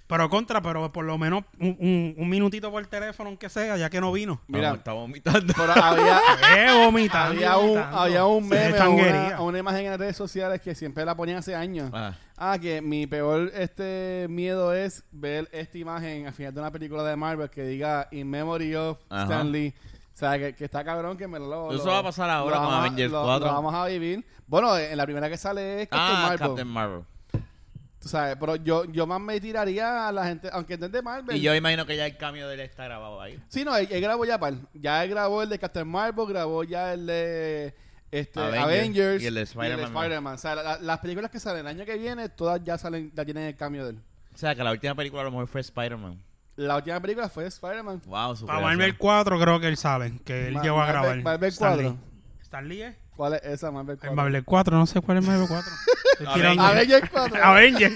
[SPEAKER 1] Pero contra, pero por lo menos un, un- un minutito por teléfono, aunque sea, ya que no vino.
[SPEAKER 3] Mira.
[SPEAKER 2] Vamos, está vomitando.
[SPEAKER 3] Pero había,
[SPEAKER 1] ¡Eh, vomitando!
[SPEAKER 3] había, un,
[SPEAKER 1] vomitando.
[SPEAKER 3] había un
[SPEAKER 1] Qué
[SPEAKER 3] meme, o
[SPEAKER 1] changuería.
[SPEAKER 3] una, o una imagen en las redes sociales que siempre la ponían hace años.
[SPEAKER 2] Ah,
[SPEAKER 3] Ah, que mi peor este miedo es ver esta imagen al final de una película de Marvel que diga In Memory of
[SPEAKER 2] Ajá.
[SPEAKER 3] Stan Lee. O sea, que, que está cabrón que me lo... lo-
[SPEAKER 2] Eso va a pasar ahora
[SPEAKER 3] lo
[SPEAKER 2] con
[SPEAKER 3] vamos a-
[SPEAKER 2] Avengers
[SPEAKER 3] lo-
[SPEAKER 2] 4.
[SPEAKER 3] Lo vamos a vivir. Bueno, eh, en la primera que sale es Captain
[SPEAKER 2] Ah,
[SPEAKER 3] Marvel.
[SPEAKER 2] Captain Marvel.
[SPEAKER 3] Tú sabes, pero yo, yo más me tiraría a la gente, aunque no es de Marvel.
[SPEAKER 2] Y yo imagino que ya el cambio de él está grabado ahí.
[SPEAKER 3] Sí, no, él, él grabó ya par. Ya él grabó el de Captain Marvel, grabó ya el de este,
[SPEAKER 2] Avengers.
[SPEAKER 3] Avengers,
[SPEAKER 2] Y el de Spider-Man.
[SPEAKER 3] Spider-Man. o sea, la- la- las películas que salen el año que viene, todas ya salen, ya tienen el cambio de él.
[SPEAKER 2] O sea, que la última película a lo mejor fue Spider-man.
[SPEAKER 3] La última película fue Spider-Man.
[SPEAKER 2] Wow,
[SPEAKER 1] Para
[SPEAKER 2] superación.
[SPEAKER 1] Marvel 4 creo que él sabe, que él
[SPEAKER 3] Ma-
[SPEAKER 1] llegó a
[SPEAKER 3] Marvel-
[SPEAKER 1] grabar.
[SPEAKER 3] Marvel
[SPEAKER 1] Stan Lee.
[SPEAKER 3] 4.
[SPEAKER 1] ¿Stan Lee es?
[SPEAKER 3] ¿Cuál es esa Marvel
[SPEAKER 1] El
[SPEAKER 3] 4?
[SPEAKER 1] Marvel 4, no sé cuál es Marvel 4. Estoy tirando.
[SPEAKER 3] Avengers 4.
[SPEAKER 1] Avenger.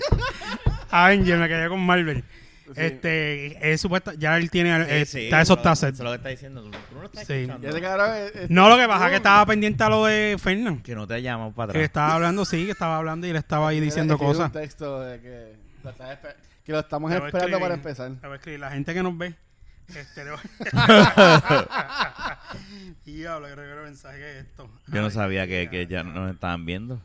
[SPEAKER 1] Avenger, me quedé con Marvel.
[SPEAKER 3] Sí.
[SPEAKER 1] Este, es supuesto, ya él tiene, eh,
[SPEAKER 2] Sí, sí,
[SPEAKER 1] está esos
[SPEAKER 2] bro,
[SPEAKER 1] tassets.
[SPEAKER 2] Eso es lo que está diciendo. Tú tú no lo estás
[SPEAKER 1] Sí.
[SPEAKER 2] escuchando.
[SPEAKER 3] Ya se quedaron, eh, eh,
[SPEAKER 1] No, lo que pasa es que estaba pendiente a lo de Fernan.
[SPEAKER 2] Que no te llamamos para
[SPEAKER 1] Que
[SPEAKER 2] atrás.
[SPEAKER 1] estaba hablando, sí, que estaba hablando y le estaba ahí
[SPEAKER 3] tiene-
[SPEAKER 1] diciendo
[SPEAKER 3] escribí
[SPEAKER 1] cosas.
[SPEAKER 3] Un texto de que, lo está espe- que lo estamos
[SPEAKER 1] Te voy a
[SPEAKER 3] esperando
[SPEAKER 1] escribir,
[SPEAKER 3] para empezar.
[SPEAKER 1] te voy a escribir, la gente que nos ve. Este, le voy- Diablo, creo que era el mensaje que es esto.
[SPEAKER 2] Yo no
[SPEAKER 1] Ay,
[SPEAKER 2] sabía que,
[SPEAKER 1] ya,
[SPEAKER 2] que ya nos estaban viendo.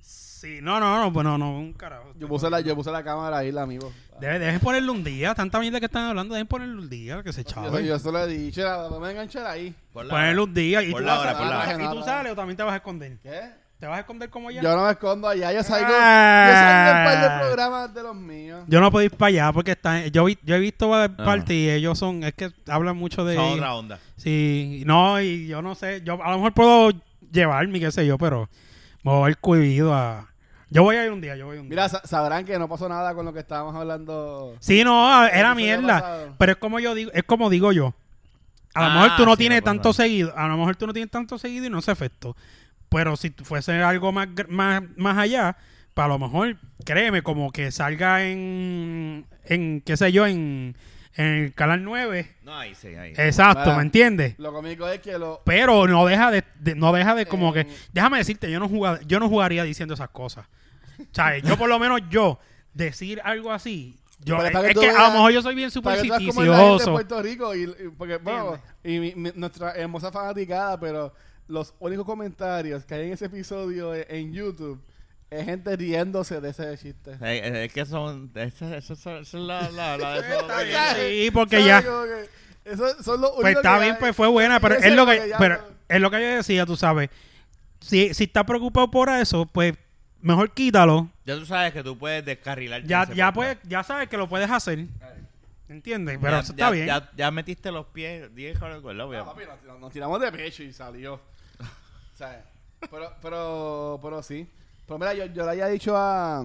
[SPEAKER 1] Sí, no, no, no, pues no, no, un carajo.
[SPEAKER 3] Yo puse, la, yo puse la cámara ahí, la amigo.
[SPEAKER 1] Debe, dejen ponerle un día, tanta mierda que están hablando, dejen ponerle un día, que se
[SPEAKER 3] Yo,
[SPEAKER 1] chave.
[SPEAKER 3] yo solo le dije, "Chela, vamos a enganchar ahí.
[SPEAKER 1] Ponerle un día y
[SPEAKER 2] Por
[SPEAKER 1] tú,
[SPEAKER 2] la
[SPEAKER 1] vas a-
[SPEAKER 2] hora, por la
[SPEAKER 1] y
[SPEAKER 3] hora.
[SPEAKER 1] tú sales o también te vas a esconder.
[SPEAKER 3] ¿Qué?
[SPEAKER 1] ¿Te vas a esconder como ella?
[SPEAKER 3] Yo no me escondo allá, yo salgo,
[SPEAKER 1] Ah.
[SPEAKER 3] yo salgo en un par de programas de los míos.
[SPEAKER 1] Yo no puedo ir para allá porque están, yo, vi- yo he visto parte y ellos son, es que hablan mucho de...
[SPEAKER 2] Esa otra onda.
[SPEAKER 1] Sí, no, y yo no sé, yo a lo mejor puedo llevarme, qué sé yo, pero me voy a ir cohibido a... Yo voy a ir un día, yo voy a ir un día.
[SPEAKER 3] Mira, sa- sabrán que no pasó nada con lo que estábamos hablando.
[SPEAKER 1] Sí, no, a- era
[SPEAKER 3] Eso ya ha
[SPEAKER 1] mierda,
[SPEAKER 3] pasado.
[SPEAKER 1] pero es como yo digo, es como digo yo. A lo
[SPEAKER 2] Ah,
[SPEAKER 1] mejor tú no
[SPEAKER 2] sí,
[SPEAKER 1] tienes
[SPEAKER 2] no pasa
[SPEAKER 1] tanto
[SPEAKER 2] nada.
[SPEAKER 1] seguido, a lo mejor tú no tienes tanto seguido y no se afectó. Pero si tú fuese algo más, gr- más, más allá, para lo mejor, créeme, como que salga en, en qué sé yo, en, en el canal 9.
[SPEAKER 2] No, ahí sí, ahí.
[SPEAKER 1] Exacto,
[SPEAKER 3] Eh, Para-
[SPEAKER 1] ¿me entiendes?
[SPEAKER 3] Lo cómico es que lo.
[SPEAKER 1] Pero no deja de, de- no deja de como
[SPEAKER 3] Eh.
[SPEAKER 1] que déjame decirte, yo no jugaba, yo no jugaría diciendo esas cosas. O sea, yo por lo menos yo decir algo así, yo
[SPEAKER 3] Pero
[SPEAKER 1] es,
[SPEAKER 3] para que
[SPEAKER 1] es
[SPEAKER 3] tú
[SPEAKER 1] que a
[SPEAKER 3] veas-
[SPEAKER 1] lo mejor yo soy bien
[SPEAKER 3] para que tú veas cómo es la gente de
[SPEAKER 1] supersticioso.
[SPEAKER 3] Puerto Rico y, y- porque, bueno, y mi- mi- nuestra hermosa fanaticada, pero los únicos comentarios que hay en ese episodio e- en YouTube es gente riéndose de ese chiste.
[SPEAKER 2] Eh, eh, Es que son. Esa esa- esa- esa es la, la, la de esos-
[SPEAKER 3] Está bien.
[SPEAKER 1] Sí, porque
[SPEAKER 3] ¿Sabes?
[SPEAKER 1] ya
[SPEAKER 3] Como que esos son los
[SPEAKER 1] pues
[SPEAKER 3] únicos
[SPEAKER 1] está
[SPEAKER 3] que
[SPEAKER 1] bien,
[SPEAKER 3] hay.
[SPEAKER 1] pues fue buena, pero
[SPEAKER 3] Ese
[SPEAKER 1] es lo
[SPEAKER 3] como
[SPEAKER 1] que
[SPEAKER 3] ya
[SPEAKER 1] pero
[SPEAKER 3] no-
[SPEAKER 1] es lo que yo decía, tú sabes. Si si está preocupado por eso, pues mejor quítalo.
[SPEAKER 2] Ya tú sabes que tú puedes descarrilar.
[SPEAKER 1] Ya ya puedes, ya sabes que lo puedes hacer. ¿Entiendes? Pero eso está bien. Ah,
[SPEAKER 2] Ya, ya metiste los pies. Dije con el cuerpo, ya.
[SPEAKER 3] No, papi, nos, nos- nos tiramos de pecho y salió. ¿Sabes? Pero, pero, pero sí. Pero mira, yo, yo le había dicho a.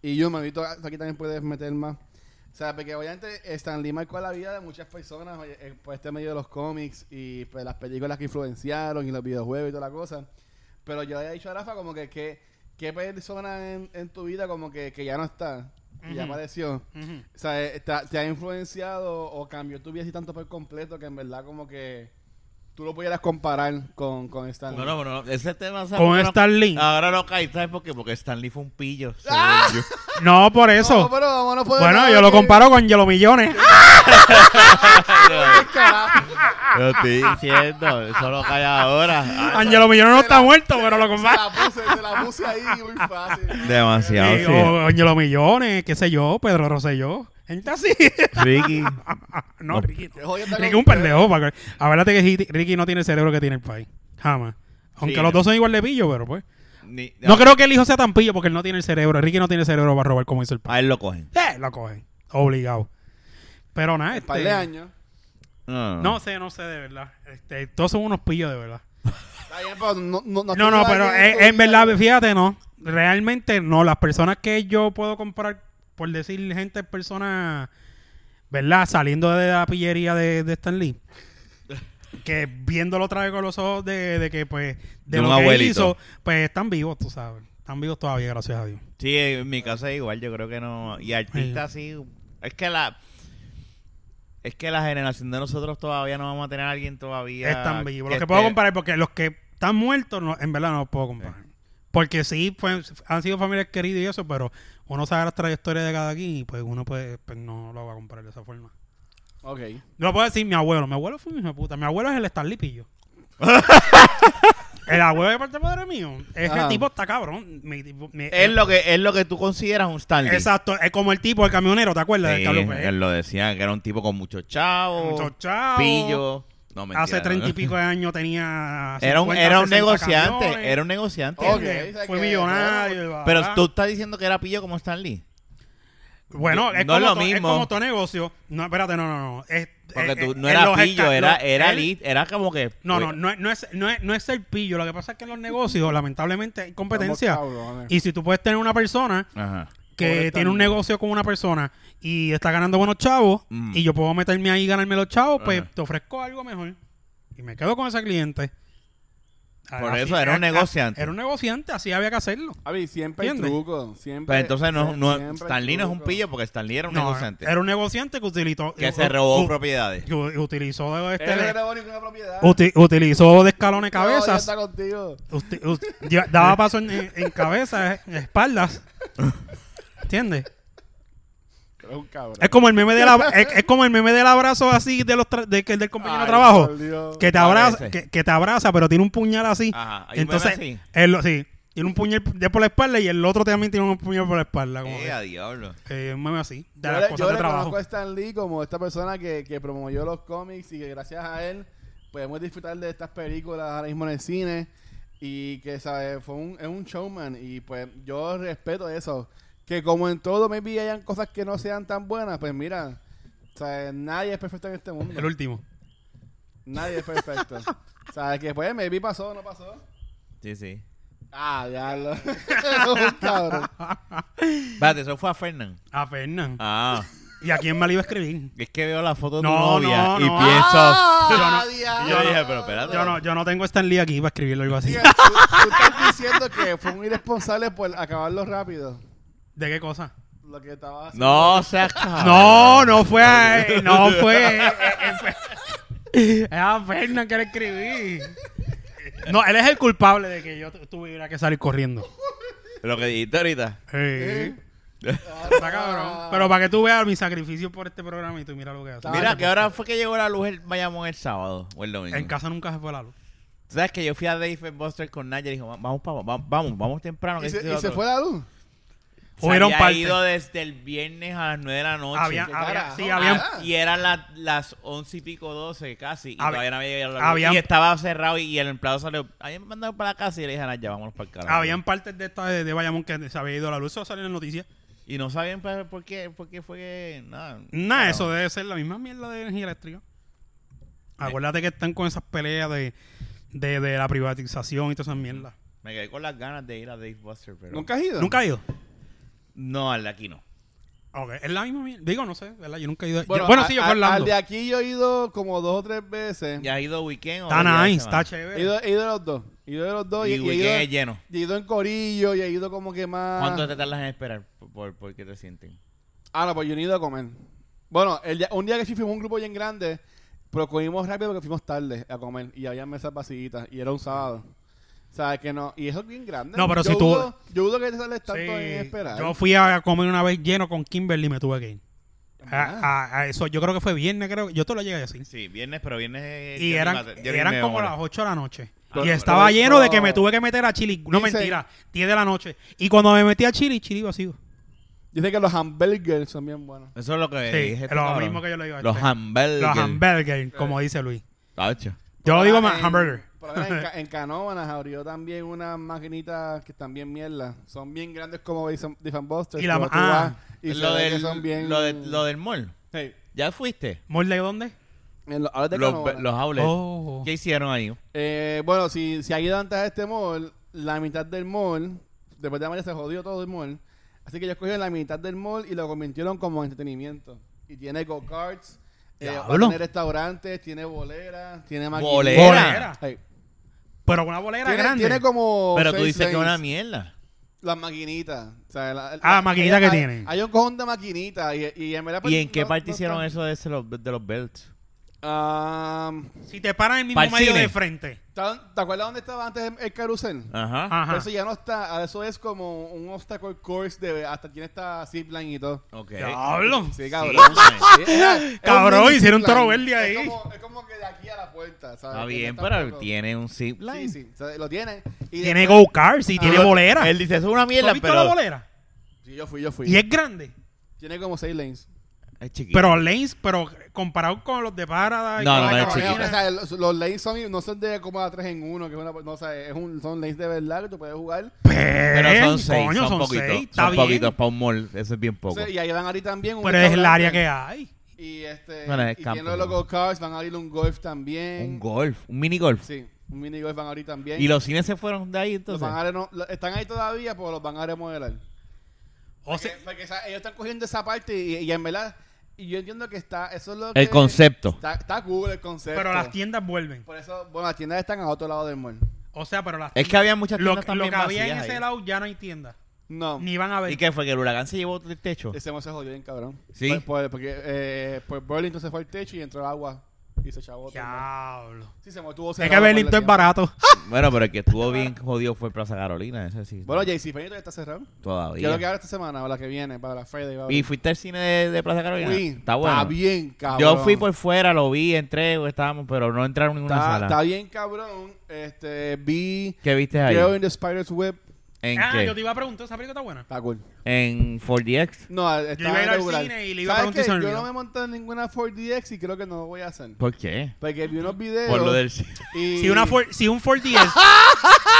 [SPEAKER 3] Y yo, me tú aquí también puedes meter más. O sea, porque obviamente Stan Lee marcó la vida de muchas personas oye, eh, por este medio de los cómics y pues, las películas que influenciaron y los videojuegos y toda la cosa. Pero yo le había dicho a Rafa como que, que qué persona en, en tu vida como que, que ya no está, que ya
[SPEAKER 1] Ujú.
[SPEAKER 3] apareció.
[SPEAKER 1] Ujú.
[SPEAKER 3] O sea, eh, te, ha- te ha influenciado o cambió tu vida así tanto por completo que en verdad como que tú lo pudieras comparar con, con Stanley.
[SPEAKER 2] No, no, no, no, ese tema ¿sabes?
[SPEAKER 1] Con
[SPEAKER 2] Ahora-
[SPEAKER 1] Starlink.
[SPEAKER 2] Ahora no caí, ¿sabes por qué? Porque Stanley fue un pillo. según yo.
[SPEAKER 1] No, por
[SPEAKER 3] No,
[SPEAKER 1] eso.
[SPEAKER 3] pero vámonos por el
[SPEAKER 1] Bueno,
[SPEAKER 3] lado
[SPEAKER 1] yo lo
[SPEAKER 3] que-
[SPEAKER 1] comparo con Yellow Millones.
[SPEAKER 3] Carajo,
[SPEAKER 2] Lo estoy diciendo, eso no cae ahora. Ah,
[SPEAKER 1] Angelo Millón no está muerto, pero lo
[SPEAKER 3] se
[SPEAKER 1] compara.
[SPEAKER 3] la puse, se la puse ahí muy fácil.
[SPEAKER 2] Demasiado,
[SPEAKER 1] Eh, o Angelo Millones, qué sé yo, Pedro Rosselló. Gente así.
[SPEAKER 2] Ricky.
[SPEAKER 1] no, Ricky.
[SPEAKER 3] Qué jodido está
[SPEAKER 1] Ricky es
[SPEAKER 3] con
[SPEAKER 1] un pendejo. pa' que- Acuérdate que Hiti- Ricky no tiene el cerebro que tiene el país. Jamás. Aunque
[SPEAKER 2] Sí,
[SPEAKER 1] los
[SPEAKER 2] no.
[SPEAKER 1] dos son igual de pillo, pero pues.
[SPEAKER 2] Ni-
[SPEAKER 1] No creo que el hijo sea tan pillo porque él no tiene el cerebro. Ricky no tiene cerebro para robar como hizo el país.
[SPEAKER 2] A él lo cogen.
[SPEAKER 1] Eh, lo cogen. Obligado. Pero nada,
[SPEAKER 3] Un
[SPEAKER 1] este,
[SPEAKER 3] par de años.
[SPEAKER 2] No,
[SPEAKER 1] No sé, no sé de verdad. Este, todos son unos pillos de verdad.
[SPEAKER 3] Está bien, pero no, no,
[SPEAKER 1] No, no,
[SPEAKER 3] estoy
[SPEAKER 1] pero
[SPEAKER 3] aquí en
[SPEAKER 1] en,
[SPEAKER 3] tu
[SPEAKER 1] en
[SPEAKER 3] vida.
[SPEAKER 1] verdad, fíjate, no. realmente no, las personas que yo puedo comprar, por decir gente, personas, ¿verdad? Saliendo de la pillería de, de Stan Lee. Que viéndolo otra vez con los ojos de, de que, pues, de,
[SPEAKER 2] De
[SPEAKER 1] lo
[SPEAKER 2] un
[SPEAKER 1] que él
[SPEAKER 2] abuelito.
[SPEAKER 1] hizo, pues están vivos, tú sabes. Están vivos todavía, gracias a Dios.
[SPEAKER 2] Sí, en mi casa es igual, yo creo que no. Y artistas sí. Es que la. Es que la generación de nosotros todavía no vamos a tener a alguien todavía.
[SPEAKER 1] están vivos. Los
[SPEAKER 2] que
[SPEAKER 1] que puedo
[SPEAKER 2] esté-
[SPEAKER 1] comparar, porque los que están muertos, no- en verdad no los puedo comparar. Porque sí, pues, han sido familias queridas y eso, pero uno sabe las trayectorias de cada quien y pues uno pues, pues, no lo va a comparar de esa forma.
[SPEAKER 3] Ok.
[SPEAKER 1] Yo puedo decir mi abuelo. Mi abuelo fue un hijo de puta. Mi abuelo es el Stanley Pillo. el abuelo de parte de padre mío. Ese
[SPEAKER 3] Ajá.
[SPEAKER 1] tipo está cabrón. Mi tipo- mi-
[SPEAKER 2] Es lo que, es lo que tú consideras un Stanley.
[SPEAKER 1] Exacto. Es como el tipo, el pues, camionero, ¿te acuerdas? del
[SPEAKER 2] Sí,
[SPEAKER 1] Carlos Pérez?
[SPEAKER 2] él lo decían que era un tipo con mucho chavo.
[SPEAKER 1] Mucho chavo.
[SPEAKER 2] Pillo. No, mentira,
[SPEAKER 1] Hace
[SPEAKER 2] no.
[SPEAKER 1] treinta y pico de años tenía.
[SPEAKER 2] Era un,
[SPEAKER 1] 50,
[SPEAKER 2] era un
[SPEAKER 1] 60
[SPEAKER 2] negociante.
[SPEAKER 1] camiones.
[SPEAKER 2] Era un negociante.
[SPEAKER 3] Ok,
[SPEAKER 1] ¿Entiendes?
[SPEAKER 3] o sea
[SPEAKER 1] Fue
[SPEAKER 3] que-
[SPEAKER 1] millonario. bla,
[SPEAKER 2] Pero
[SPEAKER 1] bla.
[SPEAKER 2] tú estás diciendo que era pillo como Stanley.
[SPEAKER 1] Bueno, es,
[SPEAKER 2] no
[SPEAKER 1] como
[SPEAKER 2] es lo
[SPEAKER 1] to-
[SPEAKER 2] mismo.
[SPEAKER 1] como tu negocio. No, espérate, no, no, no. Es-
[SPEAKER 2] Porque
[SPEAKER 1] es-
[SPEAKER 2] tú
[SPEAKER 1] es-
[SPEAKER 2] no
[SPEAKER 1] Eh, en
[SPEAKER 2] era
[SPEAKER 1] los
[SPEAKER 2] pillo,
[SPEAKER 1] esca-
[SPEAKER 2] era,
[SPEAKER 1] los-
[SPEAKER 2] era
[SPEAKER 1] él-
[SPEAKER 2] elite, era como que.
[SPEAKER 1] No, no, no, es- no es, no, es, no es ser pillo. Lo que pasa es que en los negocios, lamentablemente, hay competencia.
[SPEAKER 3] Estamos cabrones.
[SPEAKER 1] Y si tú puedes tener una persona
[SPEAKER 2] Ajá.
[SPEAKER 1] que
[SPEAKER 3] Pobre
[SPEAKER 1] tiene un
[SPEAKER 3] Stanley.
[SPEAKER 1] negocio con una persona y está ganando buenos chavos
[SPEAKER 2] Mm.
[SPEAKER 1] y yo puedo meterme ahí y ganarme los chavos, pues
[SPEAKER 2] Ajá.
[SPEAKER 1] te ofrezco algo mejor y me quedo con ese cliente.
[SPEAKER 2] Por eso era un negociante.
[SPEAKER 1] Era un negociante, así había que hacerlo.
[SPEAKER 3] Javi, siempre hay
[SPEAKER 1] ¿Entiendes? Pues
[SPEAKER 3] truco. Siempre,
[SPEAKER 2] Pero Pues entonces no, no-
[SPEAKER 3] siempre hay
[SPEAKER 2] Stanley no es un
[SPEAKER 3] truco.
[SPEAKER 2] pillo porque Stanley era un
[SPEAKER 1] No,
[SPEAKER 2] negociante.
[SPEAKER 1] era un negociante que utilizó
[SPEAKER 2] que
[SPEAKER 1] u-
[SPEAKER 2] se robó
[SPEAKER 1] u-
[SPEAKER 2] propiedades.
[SPEAKER 1] u- utilizó este
[SPEAKER 3] Él no era bonito una propiedad.
[SPEAKER 1] uti- utilizó de escalones
[SPEAKER 3] No, ya
[SPEAKER 1] cabezas
[SPEAKER 3] está contigo.
[SPEAKER 1] Usted- usted- ya- daba paso en, en- en cabeza, eh, en espaldas. ¿Entiendes?
[SPEAKER 3] Era un cabrón.
[SPEAKER 1] Es como el meme del abra- es, es como el meme del abrazo así de los tra- de que el del compañero de
[SPEAKER 3] Ay,
[SPEAKER 1] trabajo
[SPEAKER 3] por Dios.
[SPEAKER 1] que te
[SPEAKER 2] ¿Cuál es
[SPEAKER 1] abraza
[SPEAKER 2] ese?
[SPEAKER 1] que, que te abraza pero tiene un puñal así.
[SPEAKER 2] Ajá, hay un meme
[SPEAKER 1] Entonces
[SPEAKER 2] así.
[SPEAKER 1] él lo- sí, tiene un puñal de por la espalda y el otro también tiene un puñal por la espalda como
[SPEAKER 2] Eh,
[SPEAKER 1] que,
[SPEAKER 2] a diablo.
[SPEAKER 1] eh, un meme así de
[SPEAKER 3] Yo
[SPEAKER 1] las
[SPEAKER 3] le-
[SPEAKER 1] cosas
[SPEAKER 3] yo
[SPEAKER 1] de
[SPEAKER 3] le
[SPEAKER 1] trabajo.
[SPEAKER 3] conozco a Stan Lee como esta persona que, que promovió los cómics y que gracias a él podemos disfrutar de estas películas ahora mismo en el cine y que sabe fue un, es un showman y pues yo respeto eso que como en todo maybe hayan cosas que no sean tan buenas pues mira sabe, nadie es perfecto en este mundo
[SPEAKER 1] El último.
[SPEAKER 3] nadie es perfecto o sea que pues maybe pasó o no pasó
[SPEAKER 2] Sí, sí.
[SPEAKER 3] ah ya lo un cabrón
[SPEAKER 2] Espérate, eso fue a Fernán.
[SPEAKER 1] A Fernan.
[SPEAKER 2] Ah,
[SPEAKER 1] ¿Y a quién me lo iba a escribir?
[SPEAKER 2] es que veo la foto de tu
[SPEAKER 1] No,
[SPEAKER 2] novia
[SPEAKER 1] no,
[SPEAKER 2] y
[SPEAKER 1] no.
[SPEAKER 2] pienso.
[SPEAKER 3] Ah,
[SPEAKER 2] Y
[SPEAKER 3] diablo.
[SPEAKER 2] yo dije, pero espérate.
[SPEAKER 1] Yo no, yo no tengo Stan Lee aquí para escribirlo algo así.
[SPEAKER 3] Tú, tú estás diciendo que fue un irresponsable por acabarlo rápido.
[SPEAKER 1] ¿De qué cosa?
[SPEAKER 3] Lo que estaba haciendo.
[SPEAKER 2] No, seas cabrón.
[SPEAKER 1] No, no fue a él, no fue. eh, eh, fue- Es a Fernan que le escribí. No, él es el culpable de que yo tu- tuviera que salir corriendo.
[SPEAKER 2] Lo que dijiste ahorita.
[SPEAKER 1] Sí. Está
[SPEAKER 2] Ah.
[SPEAKER 1] cabrón. Pero para que tú veas mi sacrificio por este programa y tú mira lo que haces.
[SPEAKER 2] Mira, que ahora fue que llegó la luz el Bayamón el sábado o el domingo.
[SPEAKER 1] En casa nunca se fue la luz.
[SPEAKER 2] Tú ¿Sabes que yo fui a Dave and Buster's con Naya y dijo, vamos, pa- va- vamos, vamos temprano. que
[SPEAKER 3] ¿Y, se,
[SPEAKER 2] va
[SPEAKER 3] y se
[SPEAKER 2] todo".
[SPEAKER 3] fue la luz?
[SPEAKER 2] Se
[SPEAKER 1] Hubieron
[SPEAKER 2] había
[SPEAKER 1] partes.
[SPEAKER 2] ido desde el viernes a las 9 de la noche.
[SPEAKER 1] Había-
[SPEAKER 3] ¿Qué
[SPEAKER 1] había-
[SPEAKER 3] carajo?
[SPEAKER 1] sí, habían-
[SPEAKER 3] Ah,
[SPEAKER 2] Y eran la- las once y pico, doce casi. Y
[SPEAKER 1] Había-
[SPEAKER 2] todavía no había llegado la luz.
[SPEAKER 1] habían-
[SPEAKER 2] Y estaba cerrado y, el empleado salió. Ahí me mandaron para la casa y le dije, "Ana, ya vámonos para el carajo.
[SPEAKER 1] Habían partes de esta de, de Bayamón que se había ido la luz. Eso salió en las noticias.
[SPEAKER 2] Y no sabían pa- por qué, por qué fue que. Nada,
[SPEAKER 1] Nah,
[SPEAKER 2] Pero-
[SPEAKER 1] eso debe ser la misma mierda de energía eléctrica.
[SPEAKER 3] Eh.
[SPEAKER 1] Acuérdate que están con esas peleas de, de, de la privatización y todas esas mierdas.
[SPEAKER 2] Me quedé con las ganas de ir a Dave Buster, pero.
[SPEAKER 3] ¿Nunca has ido?
[SPEAKER 1] ¿Nunca ha ido?
[SPEAKER 2] No, al de aquí no.
[SPEAKER 1] Ok, es la misma mierda. Digo, no sé, ¿verdad? Yo nunca he ido. Yo- Bueno,
[SPEAKER 3] Bueno, a-
[SPEAKER 1] sí, yo
[SPEAKER 3] a-
[SPEAKER 1] fui a Orlando.
[SPEAKER 3] Al de aquí yo he ido como dos o tres veces.
[SPEAKER 2] ¿Ya has ido weekend o.?
[SPEAKER 1] Está
[SPEAKER 2] día de
[SPEAKER 1] nice, está
[SPEAKER 2] semana?
[SPEAKER 3] He,
[SPEAKER 1] chévere.
[SPEAKER 3] ido, he ido de los dos. He ido de los dos.
[SPEAKER 2] Y,
[SPEAKER 3] Y, y he,
[SPEAKER 2] weekend
[SPEAKER 3] ido,
[SPEAKER 2] es lleno.
[SPEAKER 3] y he ido en corillo y he ido como que más...
[SPEAKER 2] ¿Cuánto te tardas en esperar? ¿Por, por, por qué te sienten?
[SPEAKER 3] Ah, no, pues yo no he ido a comer. Bueno, el día- un día que sí fuimos un grupo bien grande, pero comimos rápido porque fuimos tarde a comer y había mesas vacías y era un sábado. O sea, que no. Y eso es bien grande.
[SPEAKER 1] No, pero
[SPEAKER 3] Yo
[SPEAKER 1] si tú-
[SPEAKER 3] dudo- Yo dudo que te sales tanto
[SPEAKER 1] Sí,
[SPEAKER 3] en esperar.
[SPEAKER 1] Yo fui a comer una vez lleno con Kimberly y me tuve que ir. A,
[SPEAKER 3] Ah.
[SPEAKER 1] a- a eso, yo creo que fue viernes, creo. Yo te lo llegué a decir.
[SPEAKER 2] Sí, viernes, pero viernes. eh,
[SPEAKER 1] Y
[SPEAKER 2] yo
[SPEAKER 1] eran,
[SPEAKER 2] ni me- yo ni
[SPEAKER 1] eran
[SPEAKER 2] me
[SPEAKER 1] como
[SPEAKER 2] hora.
[SPEAKER 1] las 8 de la noche.
[SPEAKER 3] Pero-
[SPEAKER 1] y estaba
[SPEAKER 3] pero
[SPEAKER 1] lleno de que
[SPEAKER 3] eso-
[SPEAKER 1] me tuve que meter a Chili. No,
[SPEAKER 3] Dice-
[SPEAKER 1] mentira. 10 de la noche. Y cuando me metí a Chili, Chili vacío.
[SPEAKER 3] Dice que los hamburgers son bien buenos.
[SPEAKER 2] Eso es lo que
[SPEAKER 1] Sí,
[SPEAKER 2] dije.
[SPEAKER 1] lo mismo que yo le digo a
[SPEAKER 2] Los
[SPEAKER 1] este.
[SPEAKER 2] hamburgers.
[SPEAKER 1] Los
[SPEAKER 2] Eh.
[SPEAKER 1] hamburgers, como dice Luis.
[SPEAKER 2] Tacho.
[SPEAKER 1] Yo
[SPEAKER 3] Por
[SPEAKER 1] digo
[SPEAKER 3] acá
[SPEAKER 1] ma-
[SPEAKER 3] en-
[SPEAKER 1] hamburger.
[SPEAKER 3] por acá en, Ca- en Canóvanas abrió también unas maquinitas que están bien mierda. Son bien grandes como dicen Diffan Busters.
[SPEAKER 1] Y la ma-
[SPEAKER 3] pero tú
[SPEAKER 1] ah.
[SPEAKER 3] vas y se
[SPEAKER 2] lo,
[SPEAKER 3] ve que
[SPEAKER 2] del,
[SPEAKER 3] son bien...
[SPEAKER 2] lo, de- lo del mall.
[SPEAKER 3] Sí.
[SPEAKER 2] ¿Ya fuiste?
[SPEAKER 1] ¿Morde dónde?
[SPEAKER 3] En los outlets de
[SPEAKER 2] Los,
[SPEAKER 3] Canóvanas.
[SPEAKER 2] los outlets.
[SPEAKER 1] Oh.
[SPEAKER 2] ¿Qué hicieron ahí?
[SPEAKER 3] Eh, bueno, si, si ha ido antes a este mall, la mitad del mall, después de María se jodió todo el mall. Así que ellos cogieron la mitad del mall y lo convirtieron como entretenimiento. Y tiene go-karts, eh, va a
[SPEAKER 1] Diablo.
[SPEAKER 3] tener restaurantes, tiene boleras, tiene maquinaria.
[SPEAKER 2] Bolera.
[SPEAKER 1] Bolera.
[SPEAKER 3] Ay.
[SPEAKER 1] Pero una bolera
[SPEAKER 3] Tiene,
[SPEAKER 1] grande.
[SPEAKER 3] tiene como.
[SPEAKER 2] Pero tú
[SPEAKER 3] Oh, seis
[SPEAKER 2] dices que es
[SPEAKER 3] lanes.
[SPEAKER 2] una mierda.
[SPEAKER 3] Las maquinitas. O sea, la-
[SPEAKER 1] Ah, maquinita
[SPEAKER 3] hay-
[SPEAKER 1] que
[SPEAKER 3] hay-
[SPEAKER 1] tienen.
[SPEAKER 3] Hay un cojón de maquinitas. Y, y en verdad, pues,
[SPEAKER 2] ¿Y en qué
[SPEAKER 3] no-
[SPEAKER 2] parte
[SPEAKER 3] no
[SPEAKER 2] hicieron
[SPEAKER 3] está-
[SPEAKER 2] eso de, ese- los- de los belts?
[SPEAKER 3] Am,
[SPEAKER 1] Si te paran en el
[SPEAKER 2] Pa'l
[SPEAKER 1] mismo medio
[SPEAKER 2] cine.
[SPEAKER 1] de frente.
[SPEAKER 3] ¿ta- Ah, ¿Te acuerdas dónde estaba antes el- el carrusel?
[SPEAKER 2] Ajá.
[SPEAKER 1] Ajá.
[SPEAKER 3] Pero eso ya no está. Ahora Eso es como un obstacle course de hasta quién está zipline y todo.
[SPEAKER 2] Ok.
[SPEAKER 1] Diablo.
[SPEAKER 3] Sí,
[SPEAKER 2] Sí,
[SPEAKER 3] cabrón.
[SPEAKER 2] hombre.
[SPEAKER 3] Sí, era- era un
[SPEAKER 1] Cabrón,
[SPEAKER 3] mini
[SPEAKER 1] hicieron
[SPEAKER 3] zipline.
[SPEAKER 1] toro verde ahí.
[SPEAKER 3] Es como, es como que de aquí a la puerta, ¿sabes?
[SPEAKER 2] Está
[SPEAKER 3] Que
[SPEAKER 2] bien,
[SPEAKER 3] no
[SPEAKER 2] pero
[SPEAKER 3] tampoco-
[SPEAKER 2] tiene un zip line.
[SPEAKER 3] Sí, sí, o sea, lo tiene. Y
[SPEAKER 1] Tiene
[SPEAKER 3] después-
[SPEAKER 1] go-karts y
[SPEAKER 3] Ah,
[SPEAKER 1] tiene
[SPEAKER 3] lo-
[SPEAKER 1] bolera.
[SPEAKER 2] Él dice, eso es una
[SPEAKER 1] ¿Tú has
[SPEAKER 2] mierda,
[SPEAKER 1] visto la
[SPEAKER 2] pero
[SPEAKER 1] bolera?
[SPEAKER 3] Sí, yo fui, yo fui.
[SPEAKER 1] Y es grande.
[SPEAKER 3] Tiene como seis lanes.
[SPEAKER 2] es chiquito.
[SPEAKER 1] Pero lanes, pero comparado con los de Paradise.
[SPEAKER 2] No,
[SPEAKER 1] con
[SPEAKER 2] Ah, no,
[SPEAKER 1] la
[SPEAKER 2] no, es
[SPEAKER 1] Carolina,
[SPEAKER 2] chiquito.
[SPEAKER 3] o sea, los, los lanes son, no son de como a tres en uno, que es una, no, o sea, es un, son lanes de verdad que tú puedes jugar.
[SPEAKER 1] Pero,
[SPEAKER 2] Pero son seis,
[SPEAKER 1] coño,
[SPEAKER 2] son,
[SPEAKER 1] son,
[SPEAKER 2] poquitos.
[SPEAKER 1] seis. Está
[SPEAKER 2] son
[SPEAKER 1] bien.
[SPEAKER 2] poquitos para un mall, eso es bien
[SPEAKER 3] O
[SPEAKER 2] poco.
[SPEAKER 3] sea, y ahí van a abrir también un
[SPEAKER 1] Pero es el área
[SPEAKER 3] restaurante.
[SPEAKER 1] que hay.
[SPEAKER 3] Y este.
[SPEAKER 2] Bueno, es
[SPEAKER 3] y
[SPEAKER 2] campo,
[SPEAKER 3] tiene los
[SPEAKER 2] ¿no?
[SPEAKER 3] go-karts, van a abrir un golf también.
[SPEAKER 2] un golf, un mini golf.
[SPEAKER 3] Sí, un mini golf van a abrir también.
[SPEAKER 2] Y los cines se fueron de ahí
[SPEAKER 3] Los
[SPEAKER 2] entonces.
[SPEAKER 3] van a reno- lo- están ahí todavía, pero los van a remodelar.
[SPEAKER 1] O
[SPEAKER 3] Porque-
[SPEAKER 1] sea,
[SPEAKER 3] porque, o sea, ellos están cogiendo esa parte y, y en verdad, y yo entiendo que está, eso es lo que...
[SPEAKER 2] El concepto.
[SPEAKER 3] Está, está cool el concepto.
[SPEAKER 1] pero las tiendas vuelven.
[SPEAKER 3] Por eso, bueno, las tiendas están a otro lado del mall.
[SPEAKER 1] O sea, pero las
[SPEAKER 2] Es que había muchas
[SPEAKER 1] lo,
[SPEAKER 2] tiendas
[SPEAKER 1] lo
[SPEAKER 2] también
[SPEAKER 1] que había en
[SPEAKER 2] vacías
[SPEAKER 1] ese
[SPEAKER 2] ahí.
[SPEAKER 1] lado pues. ya no hay tienda.
[SPEAKER 3] No,
[SPEAKER 1] Ni van a ver.
[SPEAKER 2] ¿Y qué fue? ¿Que el huracán se llevó el techo?
[SPEAKER 3] ese mall se jodió bien, cabrón.
[SPEAKER 2] Sí.
[SPEAKER 3] Por- por- porque eh, por Burlington se fue al techo y entró agua y se echó otro. mall.
[SPEAKER 1] Diablo.
[SPEAKER 3] Sí, se mol- tuvo
[SPEAKER 1] Es
[SPEAKER 3] cerrado
[SPEAKER 1] que
[SPEAKER 3] por
[SPEAKER 1] Berlín
[SPEAKER 3] la
[SPEAKER 1] es
[SPEAKER 3] tiempo.
[SPEAKER 1] barato.
[SPEAKER 2] Bueno, pero el que estuvo bien jodido fue Plaza Carolina, ese sí.
[SPEAKER 3] Bueno, JC Peña todavía está cerrado. Quiero que
[SPEAKER 2] todavía.
[SPEAKER 3] abra esta semana o la que viene, para la Friday.
[SPEAKER 2] ¿Y
[SPEAKER 3] va a abrir.
[SPEAKER 2] fuiste al cine de, de Plaza Carolina?
[SPEAKER 3] Uy,
[SPEAKER 2] está bueno.
[SPEAKER 3] bien, cabrón.
[SPEAKER 2] Yo fui por fuera, lo vi, entré, estábamos, pero no entraron en ninguna
[SPEAKER 3] Está,
[SPEAKER 2] sala.
[SPEAKER 3] está bien, cabrón. Este, vi
[SPEAKER 2] ¿Qué viste ahí?
[SPEAKER 3] Girl in the Spider's Web.
[SPEAKER 2] ¿En
[SPEAKER 1] Ah,
[SPEAKER 2] qué?
[SPEAKER 1] yo te iba a preguntar, ¿esa película está buena?
[SPEAKER 3] Está cool.
[SPEAKER 2] ¿En 4DX?
[SPEAKER 3] No,
[SPEAKER 1] Yo iba a ir
[SPEAKER 3] está
[SPEAKER 1] al
[SPEAKER 3] regular.
[SPEAKER 1] cine y le iba a
[SPEAKER 3] ¿Sabes
[SPEAKER 1] preguntar y
[SPEAKER 3] qué?
[SPEAKER 1] se me
[SPEAKER 3] Yo
[SPEAKER 1] olvidó.
[SPEAKER 3] no me he montado en ninguna 4DX y creo que no lo voy a hacer.
[SPEAKER 2] ¿Por qué?
[SPEAKER 3] Porque vi unos videos.
[SPEAKER 2] Por lo del cine.
[SPEAKER 3] y-
[SPEAKER 1] Si, una Ford- si un Ford 10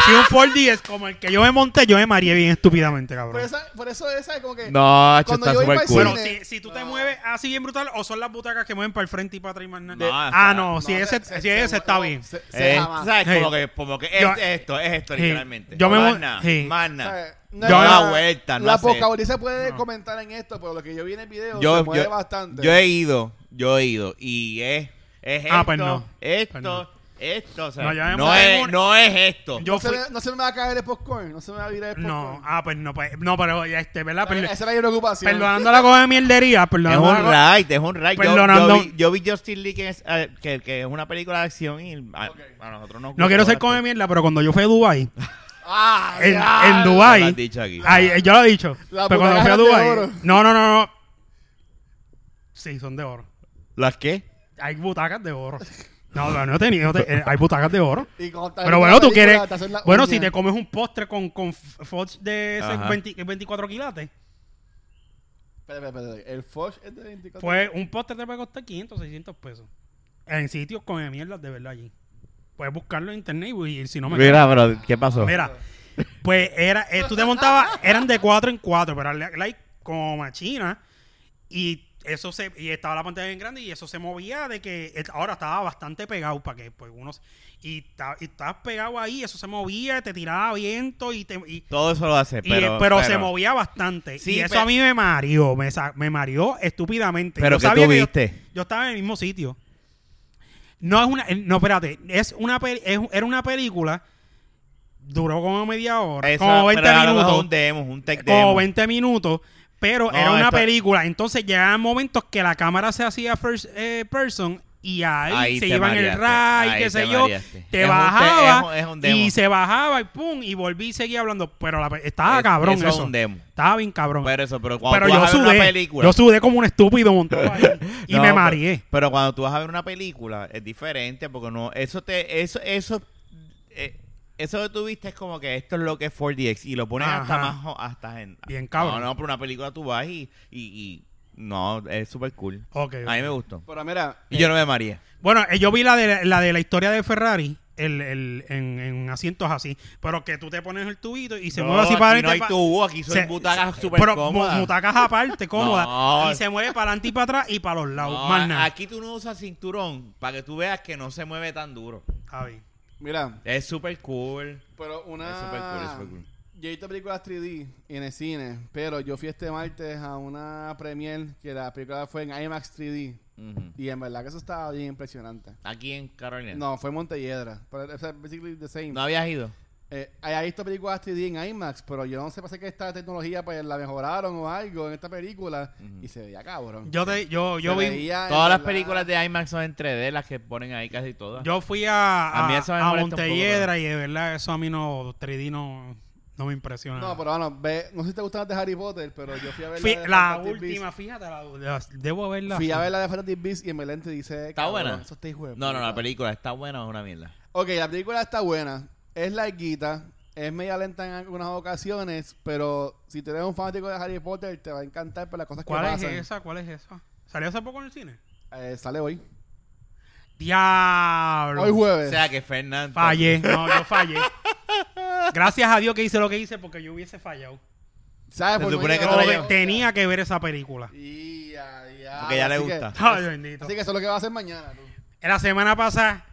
[SPEAKER 1] si un Ford 10 como el que yo me monté, yo me mareé bien estúpidamente,
[SPEAKER 3] Por
[SPEAKER 1] cabrón.
[SPEAKER 3] eso, por eso esa es como que.
[SPEAKER 2] No, hecho,
[SPEAKER 3] eh, Cuando
[SPEAKER 2] está
[SPEAKER 3] yo iba
[SPEAKER 2] súper
[SPEAKER 3] al
[SPEAKER 2] cool.
[SPEAKER 1] Pero
[SPEAKER 3] cine-
[SPEAKER 1] si, si tú te
[SPEAKER 3] No.
[SPEAKER 1] mueves así bien brutal, o son las butacas que mueven para el frente y para atrás y más nada.
[SPEAKER 2] No,
[SPEAKER 1] ah,
[SPEAKER 2] está-
[SPEAKER 1] no, si
[SPEAKER 3] no,
[SPEAKER 1] ese,
[SPEAKER 3] se-
[SPEAKER 1] si
[SPEAKER 3] se-
[SPEAKER 1] ese
[SPEAKER 3] se-
[SPEAKER 1] está bien.
[SPEAKER 3] se- se
[SPEAKER 2] Eh,
[SPEAKER 3] jamás.
[SPEAKER 2] ¿Sabes?
[SPEAKER 1] Sí.
[SPEAKER 2] Como que, como que es,
[SPEAKER 1] Yo-
[SPEAKER 2] esto, es esto,
[SPEAKER 1] sí.
[SPEAKER 2] literalmente.
[SPEAKER 1] Yo me
[SPEAKER 2] Más
[SPEAKER 1] voy-
[SPEAKER 2] nada,
[SPEAKER 1] sí.
[SPEAKER 2] más
[SPEAKER 3] O
[SPEAKER 2] nada.
[SPEAKER 3] sea, no,
[SPEAKER 2] Yo-
[SPEAKER 3] la-
[SPEAKER 2] Da vuelta, no
[SPEAKER 3] La
[SPEAKER 2] hace-
[SPEAKER 3] vocabulista puede
[SPEAKER 1] No.
[SPEAKER 3] comentar en esto, pero lo que yo vi en el video
[SPEAKER 2] yo,
[SPEAKER 3] se mueve
[SPEAKER 2] yo-
[SPEAKER 3] bastante.
[SPEAKER 2] yo he ido, yo he ido. Y es, es esto,
[SPEAKER 1] Ah, pues no.
[SPEAKER 2] esto,
[SPEAKER 1] Pues no.
[SPEAKER 2] esto. o sea,
[SPEAKER 1] No, ya me
[SPEAKER 2] no,
[SPEAKER 1] morí en
[SPEAKER 2] es,
[SPEAKER 1] un-
[SPEAKER 2] no es esto.
[SPEAKER 1] Yo
[SPEAKER 3] no, se
[SPEAKER 1] fui-
[SPEAKER 3] me, no se me va a caer el popcorn. No se me va a virar el
[SPEAKER 1] No,
[SPEAKER 3] popcorn.
[SPEAKER 1] ah, pues no, pues, no, pero este, ¿verdad?
[SPEAKER 3] Esa
[SPEAKER 1] Perle-
[SPEAKER 3] es la preocupación.
[SPEAKER 1] perdonando la cosa de mierdería,
[SPEAKER 2] es
[SPEAKER 1] perdonando la
[SPEAKER 2] un
[SPEAKER 1] cosa-
[SPEAKER 2] right, es un right. Yo,
[SPEAKER 1] Perdonando-
[SPEAKER 2] yo, vi, yo vi Justin Lee, que es, eh, que, que es una película de acción y a,
[SPEAKER 3] Ok.
[SPEAKER 2] a nosotros nos
[SPEAKER 1] No
[SPEAKER 2] gusta
[SPEAKER 1] quiero ser
[SPEAKER 2] bastante.
[SPEAKER 1] come mierda, pero cuando yo fui a Dubai,
[SPEAKER 3] Ah,
[SPEAKER 1] en,
[SPEAKER 3] ya.
[SPEAKER 1] en
[SPEAKER 2] Ya lo
[SPEAKER 1] Dubai,
[SPEAKER 2] has dicho aquí.
[SPEAKER 1] ay, eh, yo lo he dicho,
[SPEAKER 3] Las
[SPEAKER 1] pero cuando fui a
[SPEAKER 3] Ah. butacas eran de
[SPEAKER 1] Dubai,
[SPEAKER 3] oro.
[SPEAKER 1] no, no, no, no, sí, son de oro,
[SPEAKER 2] ¿Las qué?
[SPEAKER 1] hay butacas de oro, no, no, no he tenido, te- eh, hay butacas de oro,
[SPEAKER 3] Y cuando estás
[SPEAKER 1] pero
[SPEAKER 3] viendo
[SPEAKER 1] bueno,
[SPEAKER 3] la
[SPEAKER 1] tú
[SPEAKER 3] película,
[SPEAKER 1] quieres,
[SPEAKER 3] te hacen la
[SPEAKER 1] bueno,
[SPEAKER 3] uña.
[SPEAKER 1] si te comes un postre con, con f- fudge de ese
[SPEAKER 2] Ajá.
[SPEAKER 1] 20 24 quilates,
[SPEAKER 3] Espera, espera, espera. El Foch es de 24.
[SPEAKER 1] pues un postre te puede costar 500, 600 pesos, en sitios come mierda de verdad allí, puedes buscarlo en internet y, y si no me
[SPEAKER 2] Mira, pero ¿qué pasó?
[SPEAKER 1] Mira, pues era, eh, tú te montabas, eran de cuatro en cuatro, pero era like como machina. Y eso se, y estaba la pantalla bien grande y eso se movía de que eh, ahora estaba bastante pegado para que pues uno se- y, ta- y estabas pegado ahí, eso se movía, te tiraba viento y te y-
[SPEAKER 2] Todo eso lo hace,
[SPEAKER 1] y, eh,
[SPEAKER 2] pero...
[SPEAKER 1] pero, se movía bastante.
[SPEAKER 2] Sí,
[SPEAKER 1] y eso
[SPEAKER 2] pero-
[SPEAKER 1] a mí me mareó, me, sa- me mareó estúpidamente.
[SPEAKER 2] Pero
[SPEAKER 1] Yo
[SPEAKER 2] que
[SPEAKER 1] sabía
[SPEAKER 2] tú
[SPEAKER 1] yo-
[SPEAKER 2] viste.
[SPEAKER 1] Yo, estaba en el mismo sitio. No es una, eh, no, espérate, es una peli- es- era una película, duró como media hora,
[SPEAKER 2] Eso,
[SPEAKER 1] como 20
[SPEAKER 2] pero a lo mejor
[SPEAKER 1] minutos,
[SPEAKER 2] un demo, un tech
[SPEAKER 1] Eh, como
[SPEAKER 2] demo.
[SPEAKER 1] 20 minutos, pero
[SPEAKER 2] No,
[SPEAKER 1] era una
[SPEAKER 2] esto-
[SPEAKER 1] película. Entonces llegaban momentos que la cámara se hacía first eh, person y ahí,
[SPEAKER 2] Ahí
[SPEAKER 1] se
[SPEAKER 2] te
[SPEAKER 1] iban el
[SPEAKER 2] mareaste,
[SPEAKER 1] ray,
[SPEAKER 2] ahí
[SPEAKER 1] qué
[SPEAKER 2] te
[SPEAKER 1] sé yo,
[SPEAKER 2] mareaste.
[SPEAKER 1] te
[SPEAKER 2] Es un te-
[SPEAKER 1] bajaba
[SPEAKER 2] es un- es un demo.
[SPEAKER 1] y se bajaba y pum, y volví y seguía hablando, pero la, pe- estaba
[SPEAKER 2] Es-
[SPEAKER 1] cabrón
[SPEAKER 2] eso
[SPEAKER 1] eso.
[SPEAKER 2] es un demo.
[SPEAKER 1] Estaba bien cabrón.
[SPEAKER 2] Pero eso, pero cuando
[SPEAKER 1] Pero
[SPEAKER 2] tú
[SPEAKER 1] yo
[SPEAKER 2] vas a ver una
[SPEAKER 1] sudé,
[SPEAKER 2] película...
[SPEAKER 1] yo sudé como un estúpido montado ahí y
[SPEAKER 2] No,
[SPEAKER 1] me
[SPEAKER 2] pero-
[SPEAKER 1] mareé.
[SPEAKER 2] Pero, cuando tú vas a ver una película es diferente porque no eso te eso eso eh, eso que tú viste es como que esto es lo que es 4DX y lo pones hasta
[SPEAKER 1] Ajá.
[SPEAKER 2] más jo- hasta en
[SPEAKER 1] Bien cabrón.
[SPEAKER 2] No, no, pero una película tú vas y, y, y- no, es súper cool.
[SPEAKER 1] Ok,
[SPEAKER 2] A mí
[SPEAKER 1] ok.
[SPEAKER 2] me gustó.
[SPEAKER 3] Pero mira,
[SPEAKER 1] Eh,
[SPEAKER 2] Y yo no me maría.
[SPEAKER 1] Bueno, eh, yo vi la de la, de la historia de Ferrari el, el- en, en asientos así, pero que tú te pones el tubito y se mueve así para
[SPEAKER 2] no hay
[SPEAKER 1] pa-
[SPEAKER 2] tubo, aquí son
[SPEAKER 1] se-
[SPEAKER 2] butacas
[SPEAKER 1] se-
[SPEAKER 2] súper
[SPEAKER 1] pero
[SPEAKER 2] cómodas.
[SPEAKER 1] mu- butacas aparte, cómodas.
[SPEAKER 2] No.
[SPEAKER 1] Y se mueve para adelante y para atrás y para los lados.
[SPEAKER 2] No,
[SPEAKER 1] más nada.
[SPEAKER 2] aquí tú no usas cinturón para que tú veas que no se mueve tan duro.
[SPEAKER 1] Está bien.
[SPEAKER 3] mira,
[SPEAKER 2] Es súper cool.
[SPEAKER 3] pero una.
[SPEAKER 2] Es súper cool, es súper cool.
[SPEAKER 3] Yo Yo he visto películas 3D en el cine, pero yo fui este martes a una premiere que la película fue en IMAX 3D.
[SPEAKER 2] Ujú.
[SPEAKER 3] Y en verdad que eso estaba bien impresionante.
[SPEAKER 2] Aquí en Carolina.
[SPEAKER 3] No, fue en Montelledra. Pero, o sea, basically the same.
[SPEAKER 2] ¿No habías ido.
[SPEAKER 3] Eh, he visto películas 3D en IMAX, pero yo no sé, pasa que esta tecnología pues la mejoraron o algo en esta película y se veía cabrón.
[SPEAKER 1] Yo, te, yo, yo,
[SPEAKER 3] Se
[SPEAKER 1] vi,
[SPEAKER 3] veía, en
[SPEAKER 2] Todas las
[SPEAKER 3] Ah, verdad,
[SPEAKER 2] películas de IMAX son en 3D, las que ponen ahí casi todas.
[SPEAKER 1] yo fui a,
[SPEAKER 2] A mí
[SPEAKER 1] a,
[SPEAKER 2] eso me
[SPEAKER 1] a
[SPEAKER 2] molesta un poco,
[SPEAKER 1] Montelledra y de verdad eso a mí no, 3D no, no me impresiona.
[SPEAKER 3] No, pero bueno, ve, no sé si te gustan las de Harry Potter, pero yo fui a ver
[SPEAKER 1] Fui-
[SPEAKER 3] la, de
[SPEAKER 1] la
[SPEAKER 3] Fantastic
[SPEAKER 1] última,
[SPEAKER 3] Beasts.
[SPEAKER 1] fíjate, la- la- debo verla.
[SPEAKER 3] Fui a ver la de Fantastic Beasts y en Belén te dice...
[SPEAKER 2] ¿Está
[SPEAKER 3] cabrón,
[SPEAKER 2] buena?
[SPEAKER 3] Eso está hijo de
[SPEAKER 2] No, no,
[SPEAKER 3] puta.
[SPEAKER 2] la película está buena o es una mierda.
[SPEAKER 3] Ok, la película está buena. Es larguita. Es media lenta en algunas ocasiones, pero si tú eres un fanático de Harry Potter, te va a encantar por las cosas que
[SPEAKER 1] ¿Cuál es
[SPEAKER 3] pasan.
[SPEAKER 1] esa? ¿Cuál es esa? ¿Salió hace poco en el cine?
[SPEAKER 3] Eh, sale hoy.
[SPEAKER 1] Diablo.
[SPEAKER 3] Hoy
[SPEAKER 2] O
[SPEAKER 3] jueves.
[SPEAKER 2] sea que Fernando.
[SPEAKER 1] Fallé, no, yo fallé. Gracias a Dios que hice lo que hice porque yo hubiese fallado.
[SPEAKER 3] ¿Sabes
[SPEAKER 2] Se
[SPEAKER 3] por qué
[SPEAKER 2] supone que
[SPEAKER 1] Yo
[SPEAKER 2] tú
[SPEAKER 3] hoy?
[SPEAKER 2] le- llevas.
[SPEAKER 1] tenía que ver esa película.
[SPEAKER 3] Y ya, ya.
[SPEAKER 2] Porque ya le
[SPEAKER 3] Así que-
[SPEAKER 2] gusta.
[SPEAKER 1] Ay, bendito.
[SPEAKER 3] así que eso es lo que va a hacer mañana. tú.
[SPEAKER 1] La semana pasada.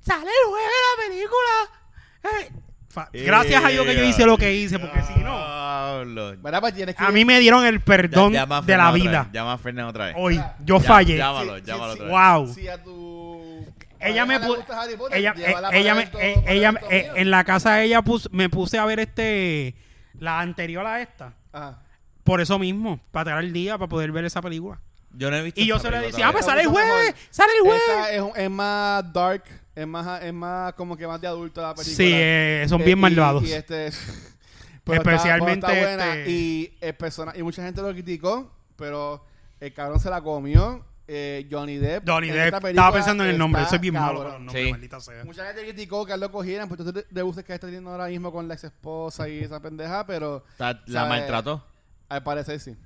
[SPEAKER 1] Sale el jueves la película. Eh, fa- Gracias a Dios que yo hice lo que hice porque si no,
[SPEAKER 2] Diablo.
[SPEAKER 3] ¿Verdad? Pues tienes que
[SPEAKER 1] a mí me dieron el perdón
[SPEAKER 2] Ya- llama a
[SPEAKER 1] de la
[SPEAKER 2] Fernan otra
[SPEAKER 1] vida.
[SPEAKER 2] vez, Llama a Fernan otra vez.
[SPEAKER 1] Hoy yo
[SPEAKER 2] Ya-
[SPEAKER 1] fallé.
[SPEAKER 2] Llámalo,
[SPEAKER 3] Sí, sí,
[SPEAKER 2] llámalo
[SPEAKER 3] sí.
[SPEAKER 2] otra vez.
[SPEAKER 1] Wow.
[SPEAKER 3] Si a tu.
[SPEAKER 1] Ella me
[SPEAKER 3] pareja le
[SPEAKER 1] puso.
[SPEAKER 3] gusta Harry Potter,
[SPEAKER 1] Ella,
[SPEAKER 3] llévala
[SPEAKER 1] eh,
[SPEAKER 3] para
[SPEAKER 1] ella me-
[SPEAKER 3] ver todo-
[SPEAKER 1] eh,
[SPEAKER 3] para
[SPEAKER 1] ella
[SPEAKER 3] ver
[SPEAKER 1] me-
[SPEAKER 3] todo
[SPEAKER 1] eh,
[SPEAKER 3] mío.
[SPEAKER 1] en la casa de ella pus- me puse a ver este la anterior a esta.
[SPEAKER 3] Ajá.
[SPEAKER 1] Por eso mismo, para traer el día, para poder ver esa película.
[SPEAKER 2] Yo no he visto.
[SPEAKER 1] Y yo
[SPEAKER 2] esa
[SPEAKER 1] se le
[SPEAKER 2] película
[SPEAKER 1] decía, ah,
[SPEAKER 2] todavía.
[SPEAKER 1] pues sale el
[SPEAKER 3] Está mucho
[SPEAKER 1] jueves,
[SPEAKER 3] mejor.
[SPEAKER 1] sale el
[SPEAKER 3] Esta
[SPEAKER 1] jueves.
[SPEAKER 3] es, un- es más dark, es más, es más como que más de adulto la película.
[SPEAKER 1] Sí, eh, son
[SPEAKER 3] Eh,
[SPEAKER 1] bien
[SPEAKER 3] y-
[SPEAKER 1] malvados.
[SPEAKER 3] y este- pero está-
[SPEAKER 1] Especialmente
[SPEAKER 3] pero está buena,
[SPEAKER 1] este-
[SPEAKER 3] y, el persona- y mucha gente lo criticó, pero el cabrón se la comió. Eh, Johnny Depp.
[SPEAKER 1] Donnie
[SPEAKER 3] en
[SPEAKER 1] Depp,
[SPEAKER 3] esta
[SPEAKER 1] estaba
[SPEAKER 3] película
[SPEAKER 1] pensando en el nombre,
[SPEAKER 3] está
[SPEAKER 1] soy bien malo para
[SPEAKER 3] cabrón.
[SPEAKER 1] los nombres,
[SPEAKER 2] Sí.
[SPEAKER 1] maldita sea.
[SPEAKER 3] Mucha gente criticó que lo cogieran, pues tú te te gustas que está teniendo ahora mismo con la ex esposa y esa pendeja, pero
[SPEAKER 2] Ta- La
[SPEAKER 3] ¿Sabe?
[SPEAKER 2] maltrató.
[SPEAKER 3] al parecer sí.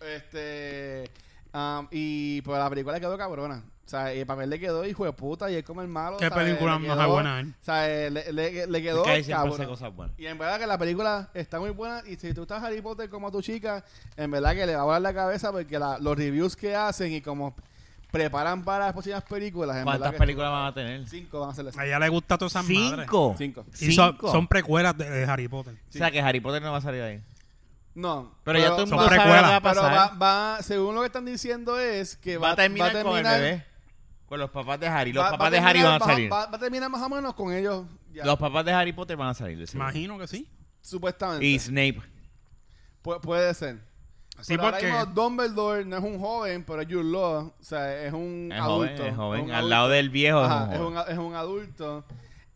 [SPEAKER 3] Este. am, y pues la película le quedó cabrona. O sea, y el papel le quedó hijo de puta y él como el malo.
[SPEAKER 1] Qué
[SPEAKER 3] ¿sabes?
[SPEAKER 1] película
[SPEAKER 3] Le
[SPEAKER 1] más
[SPEAKER 3] quedó-
[SPEAKER 1] buena, ¿eh?
[SPEAKER 3] O sea, eh, le, le- le
[SPEAKER 2] Es
[SPEAKER 3] quedó
[SPEAKER 2] que ahí siempre hace
[SPEAKER 3] cabrona.
[SPEAKER 2] cosas buenas.
[SPEAKER 3] Y en verdad que la película está muy buena. Y si tú estás Harry Potter como tu chica, en verdad que le va a volar la cabeza porque la- los reviews que hacen y como preparan para las próximas películas. En verdad
[SPEAKER 2] ¿Cuántas
[SPEAKER 3] que
[SPEAKER 2] películas van a tener?
[SPEAKER 3] Cinco van a ser las
[SPEAKER 1] A ella le gusta todas esas madres.
[SPEAKER 2] Cinco.
[SPEAKER 3] Cinco.
[SPEAKER 1] Y son,
[SPEAKER 2] Cinco.
[SPEAKER 1] son precuelas de, de Harry Potter.
[SPEAKER 2] O sea que Harry Potter no va a salir ahí.
[SPEAKER 3] No.
[SPEAKER 2] Pero, ya todo el
[SPEAKER 1] Son
[SPEAKER 2] mundo sabe lo que
[SPEAKER 1] precuelas.
[SPEAKER 2] va a
[SPEAKER 3] Pero
[SPEAKER 2] pasar.
[SPEAKER 3] va, va- según lo que están diciendo es que va,
[SPEAKER 2] va a terminar
[SPEAKER 3] va a
[SPEAKER 2] con el
[SPEAKER 3] terminar-
[SPEAKER 2] bebé. Con los papás de Harry. Los
[SPEAKER 3] va- va
[SPEAKER 2] papás de
[SPEAKER 3] terminar
[SPEAKER 2] Harry van a
[SPEAKER 3] baja-
[SPEAKER 2] salir.
[SPEAKER 3] Va, va a terminar más o menos con ellos. ya,
[SPEAKER 2] Los papás de Harry Potter van a salir. de seguro.
[SPEAKER 1] Imagino que sí.
[SPEAKER 3] Supuestamente.
[SPEAKER 2] Y Snape.
[SPEAKER 3] Pu- puede ser.
[SPEAKER 1] Sí,
[SPEAKER 3] Pero ahora
[SPEAKER 1] porque
[SPEAKER 3] mismo Dumbledore no es un joven, pero es Jude Law, o sea, es un
[SPEAKER 2] Es
[SPEAKER 3] adulto.
[SPEAKER 2] joven, es joven.
[SPEAKER 3] un
[SPEAKER 2] Al lado del viejo. es
[SPEAKER 3] Ajá,
[SPEAKER 2] un
[SPEAKER 3] es, un,
[SPEAKER 2] joven.
[SPEAKER 3] es un adulto.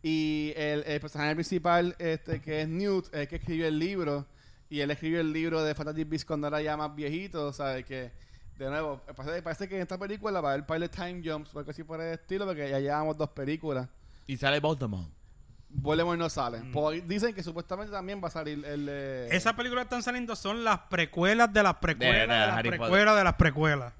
[SPEAKER 3] Y el, el personaje principal, este, que es Newt, es el que escribió el libro. Y él escribió el libro de Fantastic Beasts cuando era ya más viejito, ¿sabes? Que, de nuevo, parece, parece que en esta película va a haber Pilot Time Jumps o algo así por el estilo, porque ya llevamos dos películas.
[SPEAKER 2] Y sale Voldemort.
[SPEAKER 3] Voldemort no sale.
[SPEAKER 1] Mm.
[SPEAKER 3] Por- dicen que supuestamente también va a salir el... eh,
[SPEAKER 1] esas películas que están saliendo son las precuelas de las precuelas,
[SPEAKER 2] De-
[SPEAKER 1] de,
[SPEAKER 2] de
[SPEAKER 1] las
[SPEAKER 2] Harry
[SPEAKER 1] precuelas
[SPEAKER 2] Potter.
[SPEAKER 1] de las precuelas.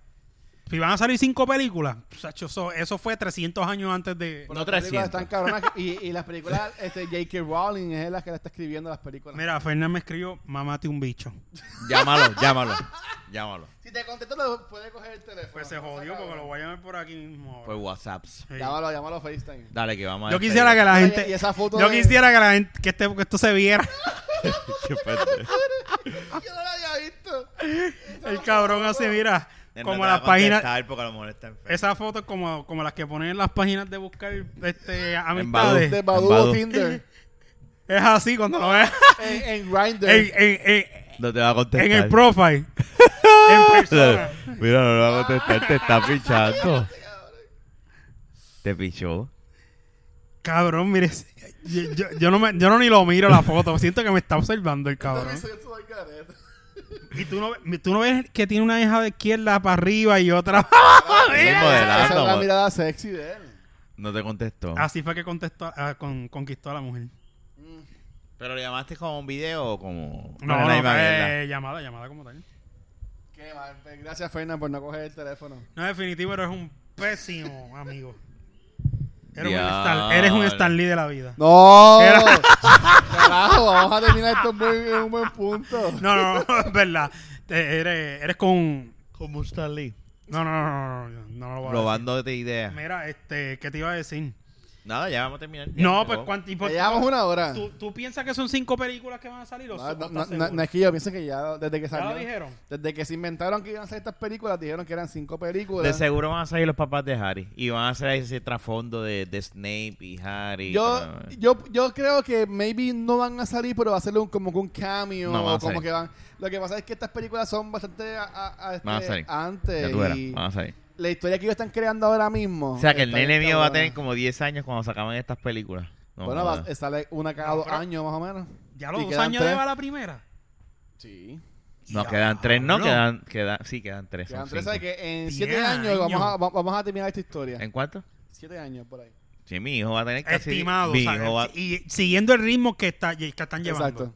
[SPEAKER 1] Si van a salir cinco películas, sacho, eso, eso fue 300 años antes de...
[SPEAKER 2] No
[SPEAKER 3] las películas
[SPEAKER 2] 300.
[SPEAKER 3] Están cabronas que- y, y las películas, este, J.K. Rowling es la que la está escribiendo las películas.
[SPEAKER 1] Mira, Fernández me escribió, mamate un bicho.
[SPEAKER 2] Llámalo, llámalo. Llámalo.
[SPEAKER 3] Si te contesto, lo- puedes coger el teléfono.
[SPEAKER 1] Pues se
[SPEAKER 3] No seas
[SPEAKER 1] jodió porque
[SPEAKER 3] cabrón.
[SPEAKER 1] lo voy a llamar por aquí mismo. ahora.
[SPEAKER 2] Por WhatsApp.
[SPEAKER 1] Sí.
[SPEAKER 3] Llámalo, llámalo a FaceTime.
[SPEAKER 2] Dale, que vamos a
[SPEAKER 1] Yo quisiera que la
[SPEAKER 3] Oye,
[SPEAKER 1] gente...
[SPEAKER 3] y esa foto
[SPEAKER 1] yo
[SPEAKER 3] de-
[SPEAKER 1] quisiera que la gente... Que, este- que esto se viera.
[SPEAKER 3] Yo no la había visto.
[SPEAKER 1] El cabrón así, mira.
[SPEAKER 2] Él no
[SPEAKER 1] Como
[SPEAKER 2] te va
[SPEAKER 1] las
[SPEAKER 2] a
[SPEAKER 1] páginas...
[SPEAKER 2] contestar Porque a lo mejor está enfermo.
[SPEAKER 1] Esas fotos como, como las que ponen en las páginas de buscar este,
[SPEAKER 2] Badoo.
[SPEAKER 3] De
[SPEAKER 1] amistades.
[SPEAKER 3] Badoo
[SPEAKER 2] Badoo.
[SPEAKER 3] o Tinder.
[SPEAKER 1] Es así cuando lo ves
[SPEAKER 3] En, en
[SPEAKER 1] en,
[SPEAKER 3] Grindr.
[SPEAKER 1] en- en-
[SPEAKER 2] No te va a contestar.
[SPEAKER 1] en el profile. en persona.
[SPEAKER 2] Mira, no lo va a contestar, te está pichando. Te pichó.
[SPEAKER 1] Cabrón, mire. Yo, yo- yo no me- yo no ni lo miro la foto. Siento que me está observando el cabrón. Y tú no, ve- tú no ves que tiene una hija de izquierda para arriba y otra.
[SPEAKER 2] Es
[SPEAKER 3] Esa es la
[SPEAKER 2] modelando. mo-
[SPEAKER 3] mirada sexy de él.
[SPEAKER 2] No te contestó.
[SPEAKER 1] Así fue que contestó, ah, con- conquistó a la mujer.
[SPEAKER 2] ¿Pero le llamaste como un video o como.?
[SPEAKER 1] No,
[SPEAKER 2] Era
[SPEAKER 1] no,
[SPEAKER 2] la misma mierda.
[SPEAKER 1] eh, llamada, llamada como tal.
[SPEAKER 3] Qué mal. pues, Gracias, Fernan, por no coger el teléfono.
[SPEAKER 1] No, definitivo, eres un pésimo amigo. Eres, un
[SPEAKER 2] Diablo.
[SPEAKER 1] Stan, eres un Stan Lee de la vida.
[SPEAKER 3] ¡No!
[SPEAKER 1] Era-
[SPEAKER 3] Carajo, vamos a terminar esto en buen- en un buen punto.
[SPEAKER 1] No, no, no, es verdad. Te- eres, eres con.
[SPEAKER 2] Como Stan Lee.
[SPEAKER 1] No, no, no, no, no, no, no, no lo voy a decir.
[SPEAKER 2] Robándote ideas.
[SPEAKER 1] Mira, este, ¿qué te iba a decir?
[SPEAKER 2] Nada, ya vamos a terminar. Ya,
[SPEAKER 1] No,
[SPEAKER 2] llegó.
[SPEAKER 1] pues cuánto. y por-
[SPEAKER 3] Ya llevamos una hora.
[SPEAKER 1] ¿tú, tú piensas que son cinco películas que van a salir? ¿o
[SPEAKER 3] No,
[SPEAKER 1] son-
[SPEAKER 3] Ah, no,
[SPEAKER 1] o
[SPEAKER 3] no,
[SPEAKER 1] estás
[SPEAKER 3] no,
[SPEAKER 1] seguro?
[SPEAKER 3] no, es que yo pienso que ya desde que
[SPEAKER 1] ¿Ya lo
[SPEAKER 3] salieron,
[SPEAKER 1] dijeron?
[SPEAKER 3] desde que se inventaron que iban a ser estas películas, dijeron que eran cinco
[SPEAKER 2] De
[SPEAKER 3] películas.
[SPEAKER 2] seguro van a salir los papás de Harry. Y van a hacer ese trasfondo de, de Snape y Harry.
[SPEAKER 3] Yo,
[SPEAKER 2] Ah.
[SPEAKER 3] yo, yo creo que maybe no van a salir, pero va a ser un, como que un cameo.
[SPEAKER 2] No, van a
[SPEAKER 3] o como
[SPEAKER 2] salir.
[SPEAKER 3] que van. Lo que pasa es que estas películas son bastante a- a- a este,
[SPEAKER 2] Van a salir. Ya
[SPEAKER 3] antes.
[SPEAKER 2] tú verás,
[SPEAKER 3] y
[SPEAKER 2] van a salir.
[SPEAKER 3] la historia que ellos están creando ahora mismo.
[SPEAKER 2] O sea que el
[SPEAKER 3] está bien
[SPEAKER 2] nene mío va a
[SPEAKER 3] cabrona.
[SPEAKER 2] tener como 10 años cuando se acaban estas películas. No,
[SPEAKER 3] Bueno,
[SPEAKER 2] jodas.
[SPEAKER 3] va, sale una cada dos
[SPEAKER 1] pero-
[SPEAKER 3] años más o menos.
[SPEAKER 1] Ya
[SPEAKER 3] Y
[SPEAKER 1] los dos
[SPEAKER 3] quedan
[SPEAKER 1] años
[SPEAKER 3] tres.
[SPEAKER 1] lleva la primera.
[SPEAKER 3] Sí.
[SPEAKER 2] Nos
[SPEAKER 1] Ya,
[SPEAKER 2] quedan tres, ¿no?
[SPEAKER 1] no.
[SPEAKER 2] Quedan, quedan, sí, quedan tres. son
[SPEAKER 3] Quedan tres,
[SPEAKER 2] cinco.
[SPEAKER 3] ¿sabes que en
[SPEAKER 1] Diez
[SPEAKER 3] siete años, Vamos, a,
[SPEAKER 1] años.
[SPEAKER 3] va- vamos a terminar esta historia.
[SPEAKER 2] ¿En cuánto?
[SPEAKER 3] Siete años por ahí.
[SPEAKER 2] Sí, mi hijo va a tener casi...
[SPEAKER 1] Estimado.
[SPEAKER 2] mi,
[SPEAKER 1] o sea,
[SPEAKER 2] hijo va,
[SPEAKER 1] Y siguiendo el ritmo que, está, que están llevando.
[SPEAKER 3] Exacto.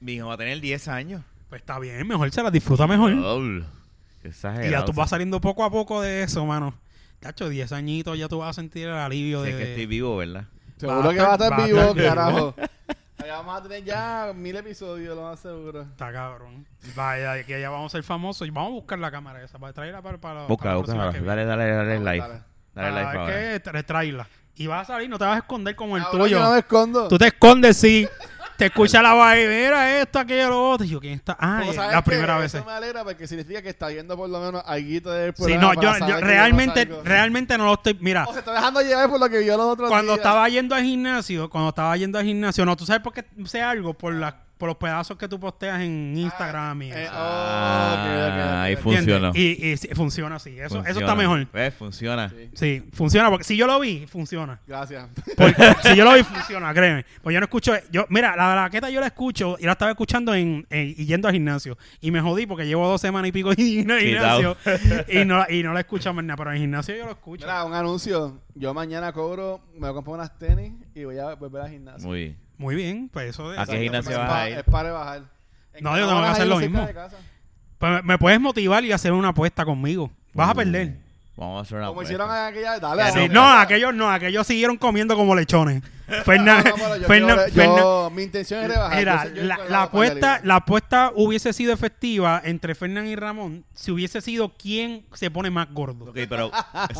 [SPEAKER 2] mi hijo va a tener 10 años.
[SPEAKER 1] Pues está bien, mejor se la disfruta mejor.
[SPEAKER 2] Doble. Qué
[SPEAKER 1] Mm. y ya
[SPEAKER 2] exagerado.
[SPEAKER 1] tú vas saliendo poco a poco de eso, mano. Tacho, 10 añitos ya tú vas a sentir el alivio
[SPEAKER 2] Si
[SPEAKER 1] de...
[SPEAKER 2] es que estoy vivo, ¿verdad?
[SPEAKER 3] Seguro
[SPEAKER 1] Va a
[SPEAKER 3] que va a
[SPEAKER 1] estar-
[SPEAKER 3] estar
[SPEAKER 1] va a
[SPEAKER 3] vivo,
[SPEAKER 1] estar vivo.
[SPEAKER 3] carajo. Ahí vamos a tener ya mil episodios, lo más seguro.
[SPEAKER 1] Está cabrón. Vaya, que ya vamos a ser famosos y vamos a buscar la cámara esa para traerla para, para,
[SPEAKER 2] Busca,
[SPEAKER 1] para la
[SPEAKER 2] busca.
[SPEAKER 1] próxima que
[SPEAKER 2] Dale,
[SPEAKER 1] viene.
[SPEAKER 2] dale, dale, dale
[SPEAKER 3] Vamos,
[SPEAKER 2] live.
[SPEAKER 3] dale.
[SPEAKER 2] Dale
[SPEAKER 1] Para
[SPEAKER 2] live ahora.
[SPEAKER 1] que tra- traerla. Y vas a salir, no te vas a esconder como el
[SPEAKER 3] Cabrón,
[SPEAKER 1] tuyo.
[SPEAKER 3] Yo no me escondo.
[SPEAKER 1] Tú te escondes, sí. Te escucha la vaivera, esto, aquello, lo otro. Y yo, ¿quién está? Ah,
[SPEAKER 3] Como
[SPEAKER 1] eh,
[SPEAKER 3] sabes
[SPEAKER 1] las
[SPEAKER 3] que
[SPEAKER 1] primeras
[SPEAKER 3] Eso
[SPEAKER 1] veces.
[SPEAKER 3] me alegra porque significa que está viendo por lo menos algo del
[SPEAKER 1] Sí,
[SPEAKER 3] programa.
[SPEAKER 1] no,
[SPEAKER 3] para
[SPEAKER 1] yo,
[SPEAKER 3] saber
[SPEAKER 1] yo
[SPEAKER 3] que yo no
[SPEAKER 1] realmente,
[SPEAKER 3] salgo.
[SPEAKER 1] realmente no lo estoy. Mira,
[SPEAKER 3] O se está dejando llevar por lo que vio los otros
[SPEAKER 1] cuando
[SPEAKER 3] días.
[SPEAKER 1] estaba yendo al gimnasio, cuando estaba yendo al gimnasio, no, tú sabes por qué sé algo, por las por los pedazos que tú posteas en Instagram y
[SPEAKER 3] Eh,
[SPEAKER 1] eso,
[SPEAKER 3] oh, ok, ok, ok,
[SPEAKER 2] ahí
[SPEAKER 3] ok.
[SPEAKER 2] fue.
[SPEAKER 1] ¿entiendes?
[SPEAKER 2] funcionó.
[SPEAKER 1] Y, y sí, funciona así, eso, eso está
[SPEAKER 2] Funciona.
[SPEAKER 1] mejor.
[SPEAKER 2] ¿Ves? Funciona.
[SPEAKER 3] Sí.
[SPEAKER 1] Sí, funciona, porque si yo lo vi, funciona.
[SPEAKER 3] Gracias.
[SPEAKER 1] Porque si yo lo vi, funciona, créeme. Pues yo no escucho, yo, mira, la braqueta yo la escucho y la estaba escuchando en, en- y yendo al gimnasio. Y me jodí porque llevo dos semanas y pico en el
[SPEAKER 2] Quitado.
[SPEAKER 1] gimnasio y no, la- y no la escucho más nada, pero en el gimnasio yo lo escucho.
[SPEAKER 3] Mira, un anuncio. Yo mañana cobro, me voy a comprar unas tenis y voy a volver al gimnasio.
[SPEAKER 2] Muy bien.
[SPEAKER 1] Muy bien, pues eso de
[SPEAKER 2] ¿A qué
[SPEAKER 1] eso-
[SPEAKER 2] gimnasio
[SPEAKER 3] Es
[SPEAKER 2] vas
[SPEAKER 3] pa-
[SPEAKER 2] a ir?
[SPEAKER 3] Es para bajar.
[SPEAKER 1] No, yo tengo que hacer lo mismo. Pues me puedes motivar y hacer una apuesta conmigo. Vas a perder.
[SPEAKER 2] Vamos a hacer una
[SPEAKER 3] Como
[SPEAKER 2] apuesta.
[SPEAKER 3] hicieron aquella. Dale,
[SPEAKER 1] Sí,
[SPEAKER 3] dale.
[SPEAKER 1] no, aquellos no, aquellos siguieron comiendo como lechones. Fernan,
[SPEAKER 3] No, no, pero yo
[SPEAKER 1] Fernan-
[SPEAKER 3] quiero- yo-
[SPEAKER 1] Fernan-
[SPEAKER 3] mi intención es rebajar.
[SPEAKER 1] Mira,
[SPEAKER 3] Yo sé- yo he
[SPEAKER 1] la,
[SPEAKER 3] colgado
[SPEAKER 1] la
[SPEAKER 3] un par de
[SPEAKER 1] apuesta,
[SPEAKER 3] libras.
[SPEAKER 1] la apuesta hubiese sido efectiva entre Fernán y Ramón si hubiese sido quién se pone más gordo.
[SPEAKER 2] Ok, pero...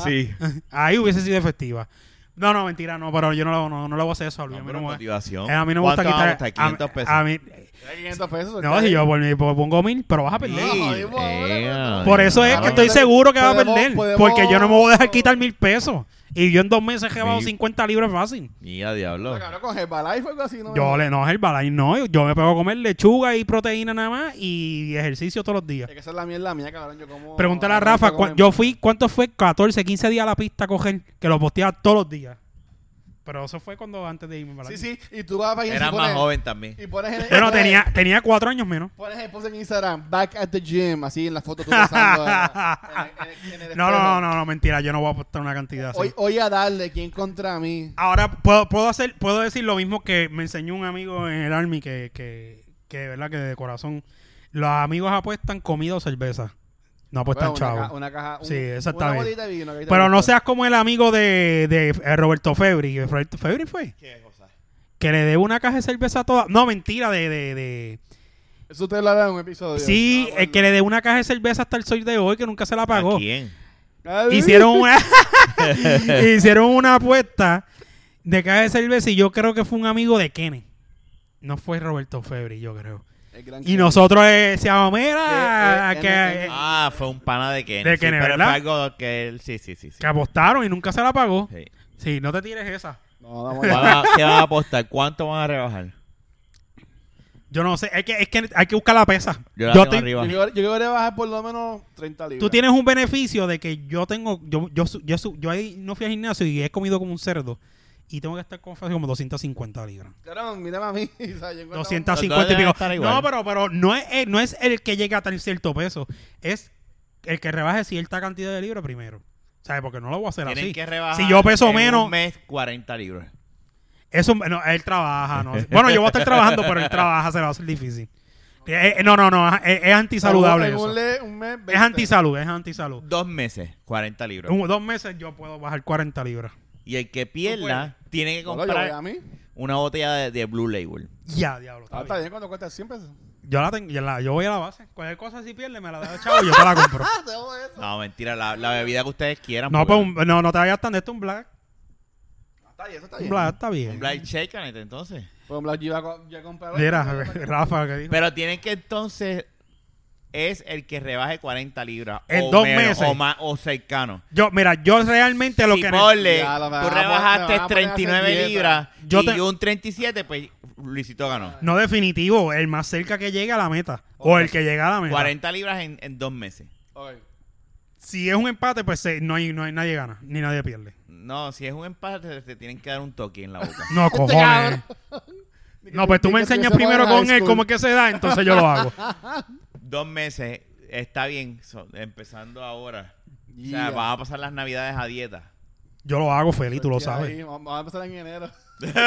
[SPEAKER 2] sí.
[SPEAKER 1] Ahí hubiese sido efectiva. No, no, mentira, no, pero yo no, lo- no, no le voy a hacer eso a Luis.
[SPEAKER 2] No,
[SPEAKER 1] a mí
[SPEAKER 2] pero
[SPEAKER 1] no me-
[SPEAKER 2] motivación.
[SPEAKER 1] eh, a mí no me gusta
[SPEAKER 2] ¿Cuánto vamos a
[SPEAKER 1] quitar.
[SPEAKER 2] estar?
[SPEAKER 1] a-
[SPEAKER 2] 500 pesos.
[SPEAKER 1] a mí-
[SPEAKER 3] 500 pesos.
[SPEAKER 1] no, si yo por mí pues, pongo mil, pero vas a perder.
[SPEAKER 3] No, jodimos
[SPEAKER 2] eh,
[SPEAKER 3] ahora,
[SPEAKER 2] Yeah.
[SPEAKER 1] Por eso es
[SPEAKER 3] Ah,
[SPEAKER 1] que
[SPEAKER 3] bueno.
[SPEAKER 1] estoy seguro que va a
[SPEAKER 3] Podemos-
[SPEAKER 1] perder.
[SPEAKER 3] podemos-
[SPEAKER 1] Porque yo no me voy a dejar quitar mil pesos. Y yo en dos meses he llevado
[SPEAKER 2] Sí.
[SPEAKER 1] 50 libras fácil.
[SPEAKER 2] Mira, diablo.
[SPEAKER 3] Claro, con Herbalife o algo así. No
[SPEAKER 1] Yo le no es el balay, no. Yo me pego a comer lechuga y proteína nada más y ejercicio todos los días.
[SPEAKER 3] Es que esa es la mierda mía, cabrón. Yo como.
[SPEAKER 1] Pregúntale a
[SPEAKER 3] como-
[SPEAKER 1] Rafa,
[SPEAKER 3] como-
[SPEAKER 1] cua- yo fui, ¿cuánto fue? 14, 15 días a la pista a coger, que lo posteaba todos los días. Pero eso fue cuando antes de irme para
[SPEAKER 3] Sí,
[SPEAKER 1] allá.
[SPEAKER 3] sí. Y tú vas para
[SPEAKER 2] Era más joven también.
[SPEAKER 3] Y pones en
[SPEAKER 1] Yo no
[SPEAKER 3] pones-
[SPEAKER 1] tenía, tenía cuatro años menos.
[SPEAKER 3] Pones el post en Instagram, back at the gym, así en la foto tú pasando. eh, en, en- en el
[SPEAKER 1] No, no,
[SPEAKER 3] espejo.
[SPEAKER 1] no, no, no, mentira, yo no voy a apostar una cantidad así.
[SPEAKER 3] Hoy, hoy a darle, ¿quién contra mí?
[SPEAKER 1] Ahora puedo, puedo hacer, puedo decir lo mismo que me enseñó un amigo en el Army que, que, que de verdad que de corazón. Los amigos apuestan comida o cerveza. No apuestan
[SPEAKER 3] Bueno, una,
[SPEAKER 1] chavo.
[SPEAKER 3] ca- una caja. un-
[SPEAKER 1] Pues Sí, esa está
[SPEAKER 3] una
[SPEAKER 1] bien.
[SPEAKER 3] botita de vino que ahí te
[SPEAKER 1] Pero no
[SPEAKER 3] gusta.
[SPEAKER 1] seas como el amigo de, de, eh, Roberto Febri. ¿Roberto Febri fue? Que le dé una caja de cerveza a toda. No, mentira, de. de, de-
[SPEAKER 3] Eso ustedes lo hablan en un episodio.
[SPEAKER 1] Sí,
[SPEAKER 3] Ah,
[SPEAKER 1] el
[SPEAKER 3] bueno.
[SPEAKER 1] que le dé una caja de cerveza hasta el sol de hoy, que nunca se la
[SPEAKER 2] ¿A
[SPEAKER 1] pagó.
[SPEAKER 2] quién?
[SPEAKER 3] Ay,
[SPEAKER 1] Hicieron una, hicieron una apuesta de caja de cerveza y yo creo que fue un amigo de Kenny. No fue Roberto Febri, yo creo.
[SPEAKER 3] el gran
[SPEAKER 1] Y nosotros eh, decíamos,
[SPEAKER 3] Eh,
[SPEAKER 1] mira,
[SPEAKER 3] eh,
[SPEAKER 1] que,
[SPEAKER 3] eh,
[SPEAKER 1] eh,
[SPEAKER 2] Ah, fue un pana de Kenny.
[SPEAKER 1] De
[SPEAKER 2] sí,
[SPEAKER 1] Kenny,
[SPEAKER 2] pero
[SPEAKER 1] ¿verdad?
[SPEAKER 2] fue algo que él... Sí, sí, sí. sí.
[SPEAKER 1] que apostaron y nunca se la pagó.
[SPEAKER 2] Sí.
[SPEAKER 1] Sí, no te tires esa.
[SPEAKER 3] No, vamos
[SPEAKER 2] ¿Cuál
[SPEAKER 3] a
[SPEAKER 2] va- ¿Qué vas a apostar? ¿Cuánto van a rebajar?
[SPEAKER 1] Yo no sé, es que, es que hay que buscar la pesa.
[SPEAKER 2] Yo la
[SPEAKER 1] Yo
[SPEAKER 2] tengo
[SPEAKER 1] te-
[SPEAKER 2] arriba.
[SPEAKER 3] yo, quiero- yo quiero rebajar por lo menos 30 libras.
[SPEAKER 1] Tú tienes un beneficio de que yo tengo, yo, yo, su- yo, su- yo ahí no fui al gimnasio y he comido como un cerdo y tengo que estar con fácil como 250 libras.
[SPEAKER 3] Cabrón, mírame a mí. o sea, yo encuentro-
[SPEAKER 1] 250 y
[SPEAKER 2] deben
[SPEAKER 1] pico.
[SPEAKER 2] estar igual.
[SPEAKER 1] No, pero, pero no, es, el- no es el que llega a tal cierto peso, es el que rebaje cierta cantidad de libras primero. ¿Sabes? Porque no lo voy a hacer
[SPEAKER 2] Tienen
[SPEAKER 1] así.
[SPEAKER 2] que rebajar
[SPEAKER 1] Si yo peso
[SPEAKER 2] en
[SPEAKER 1] menos,
[SPEAKER 2] un mes 40 libras.
[SPEAKER 1] eso no, él trabaja. No. Bueno, yo voy a estar trabajando, pero él trabaja, se lo va a hacer difícil. Eh, eh, no, no, no, es, es antisaludable
[SPEAKER 3] Según- según
[SPEAKER 1] eso.
[SPEAKER 3] le- un mes, 20.
[SPEAKER 1] Es antisalud, es antisalud.
[SPEAKER 2] Dos meses, 40 libras.
[SPEAKER 1] En dos meses yo puedo bajar 40 libras.
[SPEAKER 2] Y el que pierda tiene que
[SPEAKER 3] No, yo voy a
[SPEAKER 2] comprar
[SPEAKER 3] mí.
[SPEAKER 2] una botella de, de Blue Label.
[SPEAKER 1] Ya, diablo. está
[SPEAKER 3] Ah,
[SPEAKER 1] bien.
[SPEAKER 3] está bien cuando cuesta 100 pesos.
[SPEAKER 1] Yo la tengo, yo, la- yo voy a la base. Cualquier cosa si pierde, me la da el chavo y yo te la compro.
[SPEAKER 3] Ah, te hago eso.
[SPEAKER 2] No, mentira, la, la bebida que ustedes quieran.
[SPEAKER 1] no,
[SPEAKER 2] porque-
[SPEAKER 1] pues, un- no, no te vayas tan de esto un black.
[SPEAKER 3] Está bien, eso está bien.
[SPEAKER 1] Black está
[SPEAKER 2] Un
[SPEAKER 1] bien.
[SPEAKER 2] Black Shakenet, entonces.
[SPEAKER 3] Pues Black ya, co- ya compraba.
[SPEAKER 1] Mira, Rafa, que dijo.
[SPEAKER 2] Pero tienen que entonces es el que rebaje 40 libras.
[SPEAKER 1] En
[SPEAKER 2] o
[SPEAKER 1] dos
[SPEAKER 2] menos,
[SPEAKER 1] meses.
[SPEAKER 2] O, más, o cercano.
[SPEAKER 1] Yo, mira, yo realmente lo
[SPEAKER 2] si
[SPEAKER 1] que...
[SPEAKER 2] ponle,
[SPEAKER 3] Ya, la- me
[SPEAKER 2] tú
[SPEAKER 3] van a poner- me
[SPEAKER 2] rebajaste
[SPEAKER 3] van a poner a hacer
[SPEAKER 2] 39
[SPEAKER 3] dieta.
[SPEAKER 2] libras
[SPEAKER 1] Yo
[SPEAKER 2] y
[SPEAKER 1] te-
[SPEAKER 2] un 37, pues Luisito ganó.
[SPEAKER 1] No definitivo, el más cerca que llegue a la meta. O
[SPEAKER 3] Ok.
[SPEAKER 1] el que llegue a la meta.
[SPEAKER 2] 40 libras en, en dos meses.
[SPEAKER 3] Ok.
[SPEAKER 1] Si es un empate, pues eh, no hay, no hay- nadie gana, ni nadie pierde.
[SPEAKER 2] No, si es un empate, te tienen que dar un toque en la boca.
[SPEAKER 1] No, cojones. No, pues tú me enseñas primero con él cómo es que se da, entonces yo lo hago.
[SPEAKER 2] dos meses, está bien, so- empezando ahora. O
[SPEAKER 3] Yeah.
[SPEAKER 2] sea, vamos a pasar las navidades a dieta.
[SPEAKER 1] Yo lo hago feliz, tú lo
[SPEAKER 3] Ahí,
[SPEAKER 1] sabes.
[SPEAKER 3] Vamos a empezar en enero.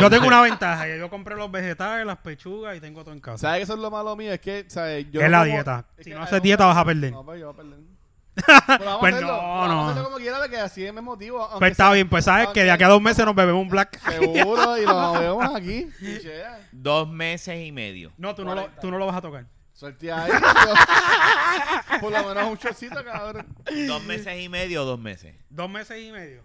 [SPEAKER 1] Yo tengo una ventaja, que yo compré los vegetales, las pechugas y tengo todo en casa.
[SPEAKER 3] ¿Sabes que eso es lo malo mío? Es que, ¿sabes? Yo
[SPEAKER 1] Es
[SPEAKER 3] no
[SPEAKER 1] la
[SPEAKER 3] como-
[SPEAKER 1] dieta.
[SPEAKER 3] es
[SPEAKER 1] Si
[SPEAKER 3] que
[SPEAKER 1] no
[SPEAKER 3] hay
[SPEAKER 1] haces
[SPEAKER 3] una-
[SPEAKER 1] dieta, vas a perder.
[SPEAKER 3] No, pues yo voy a perder. Pero vamos
[SPEAKER 1] Pues
[SPEAKER 3] a hacerlo,
[SPEAKER 1] no,
[SPEAKER 3] vamos
[SPEAKER 1] no.
[SPEAKER 3] a hacerlo como quiera, porque así es mi motivo. aunque
[SPEAKER 1] Pues está
[SPEAKER 3] sea-
[SPEAKER 1] bien, pues sabes que de aquí a dos meses nos bebemos un black.
[SPEAKER 3] Seguro, y nos vemos aquí. Y yeah.
[SPEAKER 2] Dos meses y medio.
[SPEAKER 1] No, tú no, lo, tú no lo vas a tocar.
[SPEAKER 3] Suelta ahí. Por lo menos un chocito, cabrón.
[SPEAKER 2] Dos meses y medio o dos meses.
[SPEAKER 1] Dos meses y medio.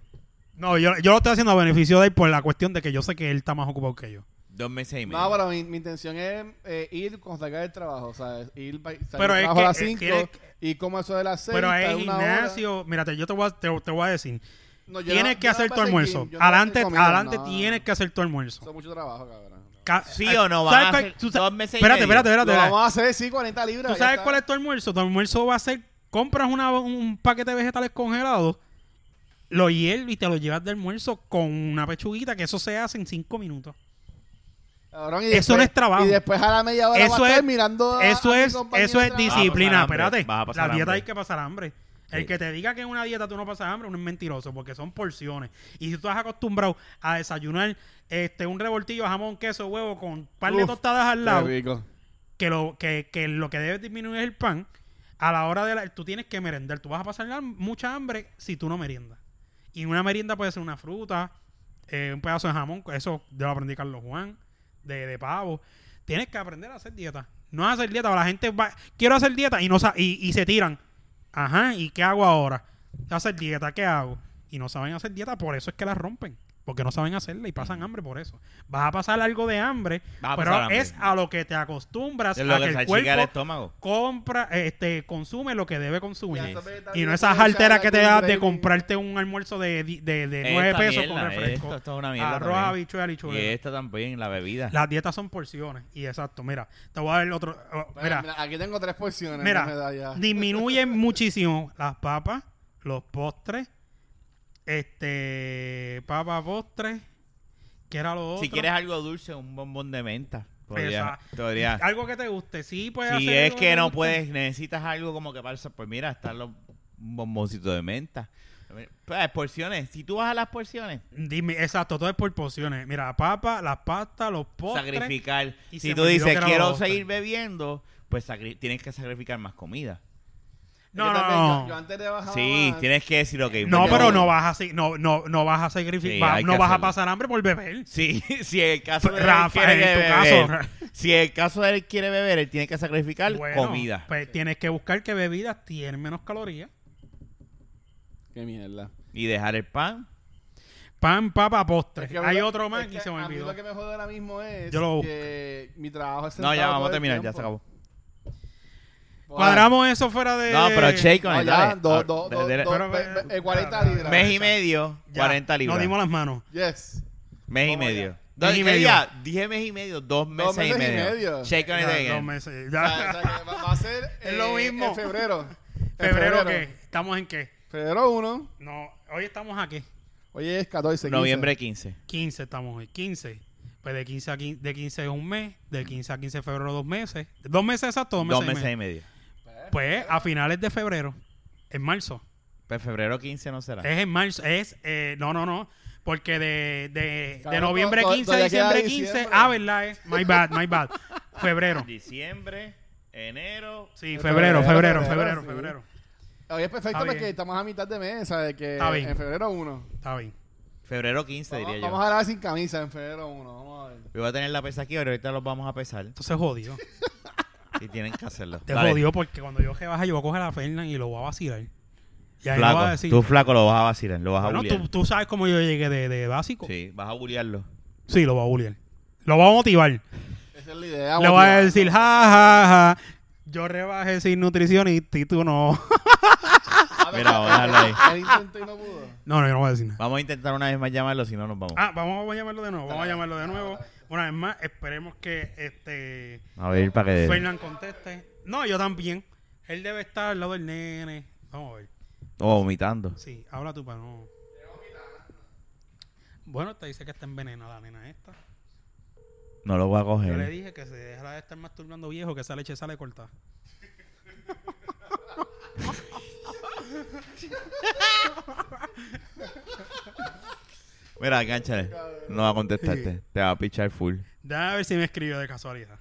[SPEAKER 1] No, yo, yo lo estoy haciendo a beneficio de él por la cuestión de que yo sé que él está más ocupado que yo.
[SPEAKER 2] Dos meses y medio.
[SPEAKER 3] No, pero mi, mi intención es eh, ir cuando salga del trabajo, ¿sabes? Ir pa- salir
[SPEAKER 1] Pero es
[SPEAKER 3] del trabajo
[SPEAKER 1] que-
[SPEAKER 3] a las
[SPEAKER 1] es
[SPEAKER 3] 5
[SPEAKER 1] que-
[SPEAKER 3] y como eso de las 6.
[SPEAKER 1] Pero es gimnasio. Mírate, yo te voy a, te, te voy a decir.
[SPEAKER 3] No, yo
[SPEAKER 1] Tienes
[SPEAKER 3] no-
[SPEAKER 1] que
[SPEAKER 3] yo no
[SPEAKER 1] hacer
[SPEAKER 3] voy
[SPEAKER 1] tu
[SPEAKER 3] a hacer
[SPEAKER 1] almuerzo.
[SPEAKER 3] gym, yo no voy a hacer
[SPEAKER 1] adelante
[SPEAKER 3] comida,
[SPEAKER 1] adelante
[SPEAKER 3] no, no.
[SPEAKER 1] tienes que hacer tu almuerzo.
[SPEAKER 3] Eso es mucho trabajo, cabrón.
[SPEAKER 1] Ca-
[SPEAKER 2] ¿Sí
[SPEAKER 1] eh,
[SPEAKER 2] o no?
[SPEAKER 1] ¿sabes
[SPEAKER 2] ¿Van a
[SPEAKER 1] cuál-
[SPEAKER 2] hacer
[SPEAKER 1] tú sa-
[SPEAKER 2] dos meses y
[SPEAKER 1] Espérate,
[SPEAKER 2] medio?
[SPEAKER 1] espérate,
[SPEAKER 3] Lo
[SPEAKER 1] espérate.
[SPEAKER 3] vamos a hacer, sí, 40 libras.
[SPEAKER 1] ¿Tú
[SPEAKER 3] ya
[SPEAKER 1] sabes
[SPEAKER 3] está.
[SPEAKER 1] cuál es tu almuerzo? Tu almuerzo va a ser, compras una- un paquete de vegetales congelados, lo hierves y te lo llevas de almuerzo con una pechuguita, que eso se hace en cinco minutos.
[SPEAKER 3] Cabrón, y
[SPEAKER 1] Eso no es trabajo.
[SPEAKER 3] Y después a la media hora
[SPEAKER 1] Eso
[SPEAKER 3] va a estar
[SPEAKER 1] es-
[SPEAKER 3] mirando a-
[SPEAKER 1] eso
[SPEAKER 3] Ah, a mi
[SPEAKER 1] es,
[SPEAKER 3] compañero
[SPEAKER 1] eso
[SPEAKER 3] de
[SPEAKER 1] es
[SPEAKER 3] trabajo.
[SPEAKER 1] disciplina,
[SPEAKER 2] Ah, pues Vas a pasar
[SPEAKER 1] espérate.
[SPEAKER 2] hambre, vas a
[SPEAKER 1] La
[SPEAKER 2] pasar
[SPEAKER 1] dieta
[SPEAKER 2] hambre.
[SPEAKER 1] hay que pasar hambre. El
[SPEAKER 2] Sí.
[SPEAKER 1] que te diga que en una dieta tú no pasas hambre, uno es mentiroso, porque son porciones. Y si tú estás acostumbrado a desayunar este un revoltillo, jamón, queso, huevo, con un par de
[SPEAKER 3] Uf,
[SPEAKER 1] tostadas al
[SPEAKER 3] Qué
[SPEAKER 1] lado,
[SPEAKER 3] rico.
[SPEAKER 1] que lo que, que lo que debe disminuir es el pan, a la hora de la, tú tienes que merendar, tú vas a pasar ham- mucha hambre si tú no meriendas. Y una merienda puede ser una fruta, eh, un pedazo de jamón, eso yo lo aprendí de Carlos Juan, de, de pavo. Tienes que aprender a hacer dieta. No hacer dieta, la gente va, quiero hacer dieta y no sa- y, y se tiran. Ajá, ¿y qué hago ahora? Hacer dieta, ¿qué hago? Y no saben hacer dieta, por eso es que la rompen. Porque no saben hacerla y pasan hambre por eso. Vas a pasar algo de hambre,
[SPEAKER 2] Vas a
[SPEAKER 1] pero
[SPEAKER 2] pasar hambre.
[SPEAKER 1] es a lo que te acostumbras
[SPEAKER 2] Es lo
[SPEAKER 1] a
[SPEAKER 2] que
[SPEAKER 1] Ah, que el
[SPEAKER 2] salchica el
[SPEAKER 1] cuerpo
[SPEAKER 2] estómago.
[SPEAKER 1] compra, eh, este, consume lo que debe consumir.
[SPEAKER 3] Ya, eso está
[SPEAKER 1] Y
[SPEAKER 3] bien,
[SPEAKER 1] no esas
[SPEAKER 3] puede
[SPEAKER 1] alteras
[SPEAKER 3] echar
[SPEAKER 1] que te
[SPEAKER 3] algún
[SPEAKER 1] das de
[SPEAKER 3] gravy.
[SPEAKER 1] comprarte un almuerzo de, di- de, de, 9
[SPEAKER 2] Esta
[SPEAKER 1] pesos con
[SPEAKER 2] mierda,
[SPEAKER 1] refresco.
[SPEAKER 2] esto- esto es una mierda
[SPEAKER 1] arroz,
[SPEAKER 2] también.
[SPEAKER 1] habichuela y
[SPEAKER 2] Y
[SPEAKER 1] chuleta.
[SPEAKER 2] esta también, la bebida.
[SPEAKER 1] Las dietas son porciones. Y exacto, mira, te voy a dar el otro. oh,
[SPEAKER 3] Mira,
[SPEAKER 1] mira,
[SPEAKER 3] mira, aquí tengo tres porciones.
[SPEAKER 1] mira,
[SPEAKER 3] no me da ya.
[SPEAKER 1] disminuyen muchísimo las papas, los postres, este, papa, postres, que era lo otro.
[SPEAKER 2] Si quieres algo dulce, un bombón de menta. Podría,
[SPEAKER 1] Exacto.
[SPEAKER 2] podría.
[SPEAKER 1] algo que te guste, sí, puedes
[SPEAKER 2] Si
[SPEAKER 1] hacer
[SPEAKER 2] es
[SPEAKER 1] algo
[SPEAKER 2] que
[SPEAKER 1] te
[SPEAKER 2] no
[SPEAKER 1] guste.
[SPEAKER 2] puedes, necesitas algo como que pasa, pues mira, están los un bomboncito de menta. Pues, porciones, si tú vas a las porciones,
[SPEAKER 1] Dime, exacto, todo es por porciones. Mira, papa, las pastas, los postres.
[SPEAKER 2] sacrificar.
[SPEAKER 1] y se
[SPEAKER 2] Si
[SPEAKER 1] me
[SPEAKER 2] tú
[SPEAKER 1] olvidó que
[SPEAKER 2] dices,
[SPEAKER 1] era lo
[SPEAKER 2] quiero
[SPEAKER 1] otro.
[SPEAKER 2] seguir bebiendo, pues sacri- tienes que sacrificar más comida.
[SPEAKER 1] No,
[SPEAKER 3] Yo
[SPEAKER 1] no,
[SPEAKER 3] también,
[SPEAKER 1] no.
[SPEAKER 3] Yo, yo antes le bajaba
[SPEAKER 2] Sí,
[SPEAKER 3] más.
[SPEAKER 2] tienes que decir, ok. pues
[SPEAKER 1] No,
[SPEAKER 2] voy a-
[SPEAKER 1] pero no vas a se- no, no, no vas a
[SPEAKER 2] Sí,
[SPEAKER 1] sacrificar,
[SPEAKER 2] hay
[SPEAKER 1] no
[SPEAKER 2] que
[SPEAKER 1] vas a
[SPEAKER 2] hacerlo.
[SPEAKER 1] pasar hambre por beber.
[SPEAKER 2] Sí, si el caso de
[SPEAKER 1] Rafa,
[SPEAKER 2] él quiere
[SPEAKER 1] en tu
[SPEAKER 2] beber,
[SPEAKER 1] caso.
[SPEAKER 2] si el caso de él quiere beber, él tiene que sacrificar
[SPEAKER 1] Bueno,
[SPEAKER 2] comida.
[SPEAKER 1] Pues tienes que buscar que bebidas tienen menos calorías.
[SPEAKER 3] Qué mierda.
[SPEAKER 2] Y dejar el pan.
[SPEAKER 1] Pan, papa, postre.
[SPEAKER 3] Es que
[SPEAKER 1] Hay
[SPEAKER 3] lo-
[SPEAKER 1] otro
[SPEAKER 3] es
[SPEAKER 1] más
[SPEAKER 3] que
[SPEAKER 1] y se me
[SPEAKER 3] A mí
[SPEAKER 1] olvidó.
[SPEAKER 3] lo que me jode ahora mismo es
[SPEAKER 1] Yo lo busco.
[SPEAKER 3] que mi trabajo es
[SPEAKER 2] No,
[SPEAKER 3] sentado
[SPEAKER 2] ya
[SPEAKER 3] todo
[SPEAKER 2] vamos a
[SPEAKER 3] el
[SPEAKER 2] terminar, ya se
[SPEAKER 3] tiempo.
[SPEAKER 2] acabó.
[SPEAKER 1] Cuadramos eso fuera de.
[SPEAKER 2] No, pero shake
[SPEAKER 3] No,
[SPEAKER 2] on it,
[SPEAKER 3] ya,
[SPEAKER 2] dale.
[SPEAKER 3] dos,
[SPEAKER 2] Ah,
[SPEAKER 3] dos,
[SPEAKER 2] de-
[SPEAKER 3] dos,
[SPEAKER 2] de-
[SPEAKER 3] dos, eh,
[SPEAKER 1] Pero,
[SPEAKER 3] ve-
[SPEAKER 1] pero-
[SPEAKER 3] ve- 40
[SPEAKER 1] pero-
[SPEAKER 3] libras.
[SPEAKER 2] Mes y medio,
[SPEAKER 1] Ya,
[SPEAKER 2] 40 libras.
[SPEAKER 1] Nos dimos las manos.
[SPEAKER 3] Yes.
[SPEAKER 2] Mes y
[SPEAKER 3] Vamos
[SPEAKER 2] medio.
[SPEAKER 3] allá.
[SPEAKER 2] Dos
[SPEAKER 1] Mes y
[SPEAKER 2] y
[SPEAKER 1] medio.
[SPEAKER 2] medio. Dije mes y medio, dos meses,
[SPEAKER 3] meses
[SPEAKER 2] y
[SPEAKER 3] y
[SPEAKER 2] medio.
[SPEAKER 3] medio.
[SPEAKER 2] Shake on it
[SPEAKER 1] Ya,
[SPEAKER 2] again.
[SPEAKER 1] dos meses,
[SPEAKER 3] O sea, o
[SPEAKER 1] ya.
[SPEAKER 3] sea, que va, va a ser eh,
[SPEAKER 1] Es lo mismo.
[SPEAKER 3] En febrero. En
[SPEAKER 1] ¿Febrero qué? ¿Estamos en qué?
[SPEAKER 3] Febrero 1.
[SPEAKER 1] No, hoy estamos aquí.
[SPEAKER 3] Hoy es 14. 15.
[SPEAKER 2] Noviembre 15.
[SPEAKER 1] 15 estamos hoy, 15. Pues de 15 a 15, de 15 es un mes, de 15 a 15 de febrero dos meses. Dos meses exactos, dos meses.
[SPEAKER 2] Dos
[SPEAKER 1] y
[SPEAKER 2] meses y
[SPEAKER 1] medio.
[SPEAKER 2] medio.
[SPEAKER 1] Pues a finales de febrero, en marzo.
[SPEAKER 2] Pues febrero 15 no será.
[SPEAKER 1] Es en marzo, es, eh, no, no, no. Porque de, de, de
[SPEAKER 3] Cabrón,
[SPEAKER 1] noviembre
[SPEAKER 3] to- to-
[SPEAKER 1] 15 a
[SPEAKER 3] todavía queda
[SPEAKER 1] diciembre 15,
[SPEAKER 3] diciembre.
[SPEAKER 1] ah, verdad, es. My bad, my bad. Febrero.
[SPEAKER 2] Diciembre, enero.
[SPEAKER 1] Sí, febrero,
[SPEAKER 3] Febrero,
[SPEAKER 1] febrero, febrero,
[SPEAKER 3] febrero, sí.
[SPEAKER 1] febrero.
[SPEAKER 3] Hoy es perfecto
[SPEAKER 1] Está bien.
[SPEAKER 3] porque estamos a mitad de mes. ¿sabes? Que
[SPEAKER 1] Está bien.
[SPEAKER 3] En febrero 1.
[SPEAKER 1] Está bien.
[SPEAKER 2] Febrero 15
[SPEAKER 3] Vamos,
[SPEAKER 2] diría
[SPEAKER 3] vamos a
[SPEAKER 2] yo.
[SPEAKER 3] grabar sin camisa en febrero 1. Vamos a ver.
[SPEAKER 2] Yo voy a tener la pesa aquí, pero ahorita los vamos a pesar.
[SPEAKER 1] Entonces jodido.
[SPEAKER 2] Y tienen que hacerlo.
[SPEAKER 1] Te
[SPEAKER 2] Dale.
[SPEAKER 1] jodió porque cuando yo rebaje yo voy a coger a Fernan y lo voy a vacilar. Y ahí
[SPEAKER 2] Flaco,
[SPEAKER 1] lo vas a decir.
[SPEAKER 2] tú flaco lo vas a vacilar, lo vas a
[SPEAKER 1] Bueno,
[SPEAKER 2] bullear.
[SPEAKER 1] tú, tú sabes cómo yo llegué de, de básico. Sí.
[SPEAKER 2] Sí, vas a bullearlo.
[SPEAKER 1] lo va a bullear. Lo va a motivar.
[SPEAKER 3] Esa es la idea.
[SPEAKER 1] Le voy a decir, ja, ja, ja. Yo rebajé sin nutricionista y tú no.
[SPEAKER 2] Mira, déjalo ahí.
[SPEAKER 3] Él intentó y no pudo.
[SPEAKER 1] No, no, yo no voy a decir nada.
[SPEAKER 2] Vamos a intentar una vez más llamarlo, si no nos vamos.
[SPEAKER 1] Ah, vamos a llamarlo de nuevo. Vamos a llamarlo de nuevo. Una vez más, esperemos que este
[SPEAKER 2] A ver, para que...
[SPEAKER 1] Fernán conteste. No, yo también. Él debe estar al lado del nene. Vamos a ver.
[SPEAKER 2] Oh, vomitando.
[SPEAKER 1] Sí, habla tú para no. Bueno, te dice que está envenenada la nena esta.
[SPEAKER 2] No lo voy a
[SPEAKER 1] Yo le
[SPEAKER 2] coger.
[SPEAKER 1] dije que se dejara de estar masturbando viejo, que esa leche sale cortada.
[SPEAKER 2] Mira, enganchale. No va a contestarte. Te va a pichar full.
[SPEAKER 1] Déjame ver si me escribió de casualidad.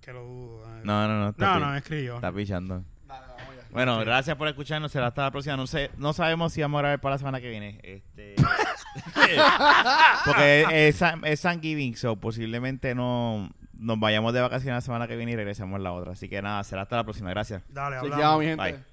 [SPEAKER 1] Que lo dudo. déjame ver.
[SPEAKER 2] No, no, no. Está,
[SPEAKER 1] no,
[SPEAKER 2] pi-
[SPEAKER 1] no, me escribió.
[SPEAKER 2] está pichando.
[SPEAKER 3] Dale, vamos ya.
[SPEAKER 2] Bueno, gracias por escucharnos. Será hasta la próxima. No sé, no sabemos si vamos a grabar para la semana que viene. Este, porque es, San- es Thanksgiving, so posiblemente no nos vayamos de vacaciones la semana que viene y regresemos la otra. Así que nada, será hasta la próxima. Gracias.
[SPEAKER 1] Dale,
[SPEAKER 3] Chequeado,
[SPEAKER 1] hablamos.
[SPEAKER 3] mi gente.
[SPEAKER 2] Bye.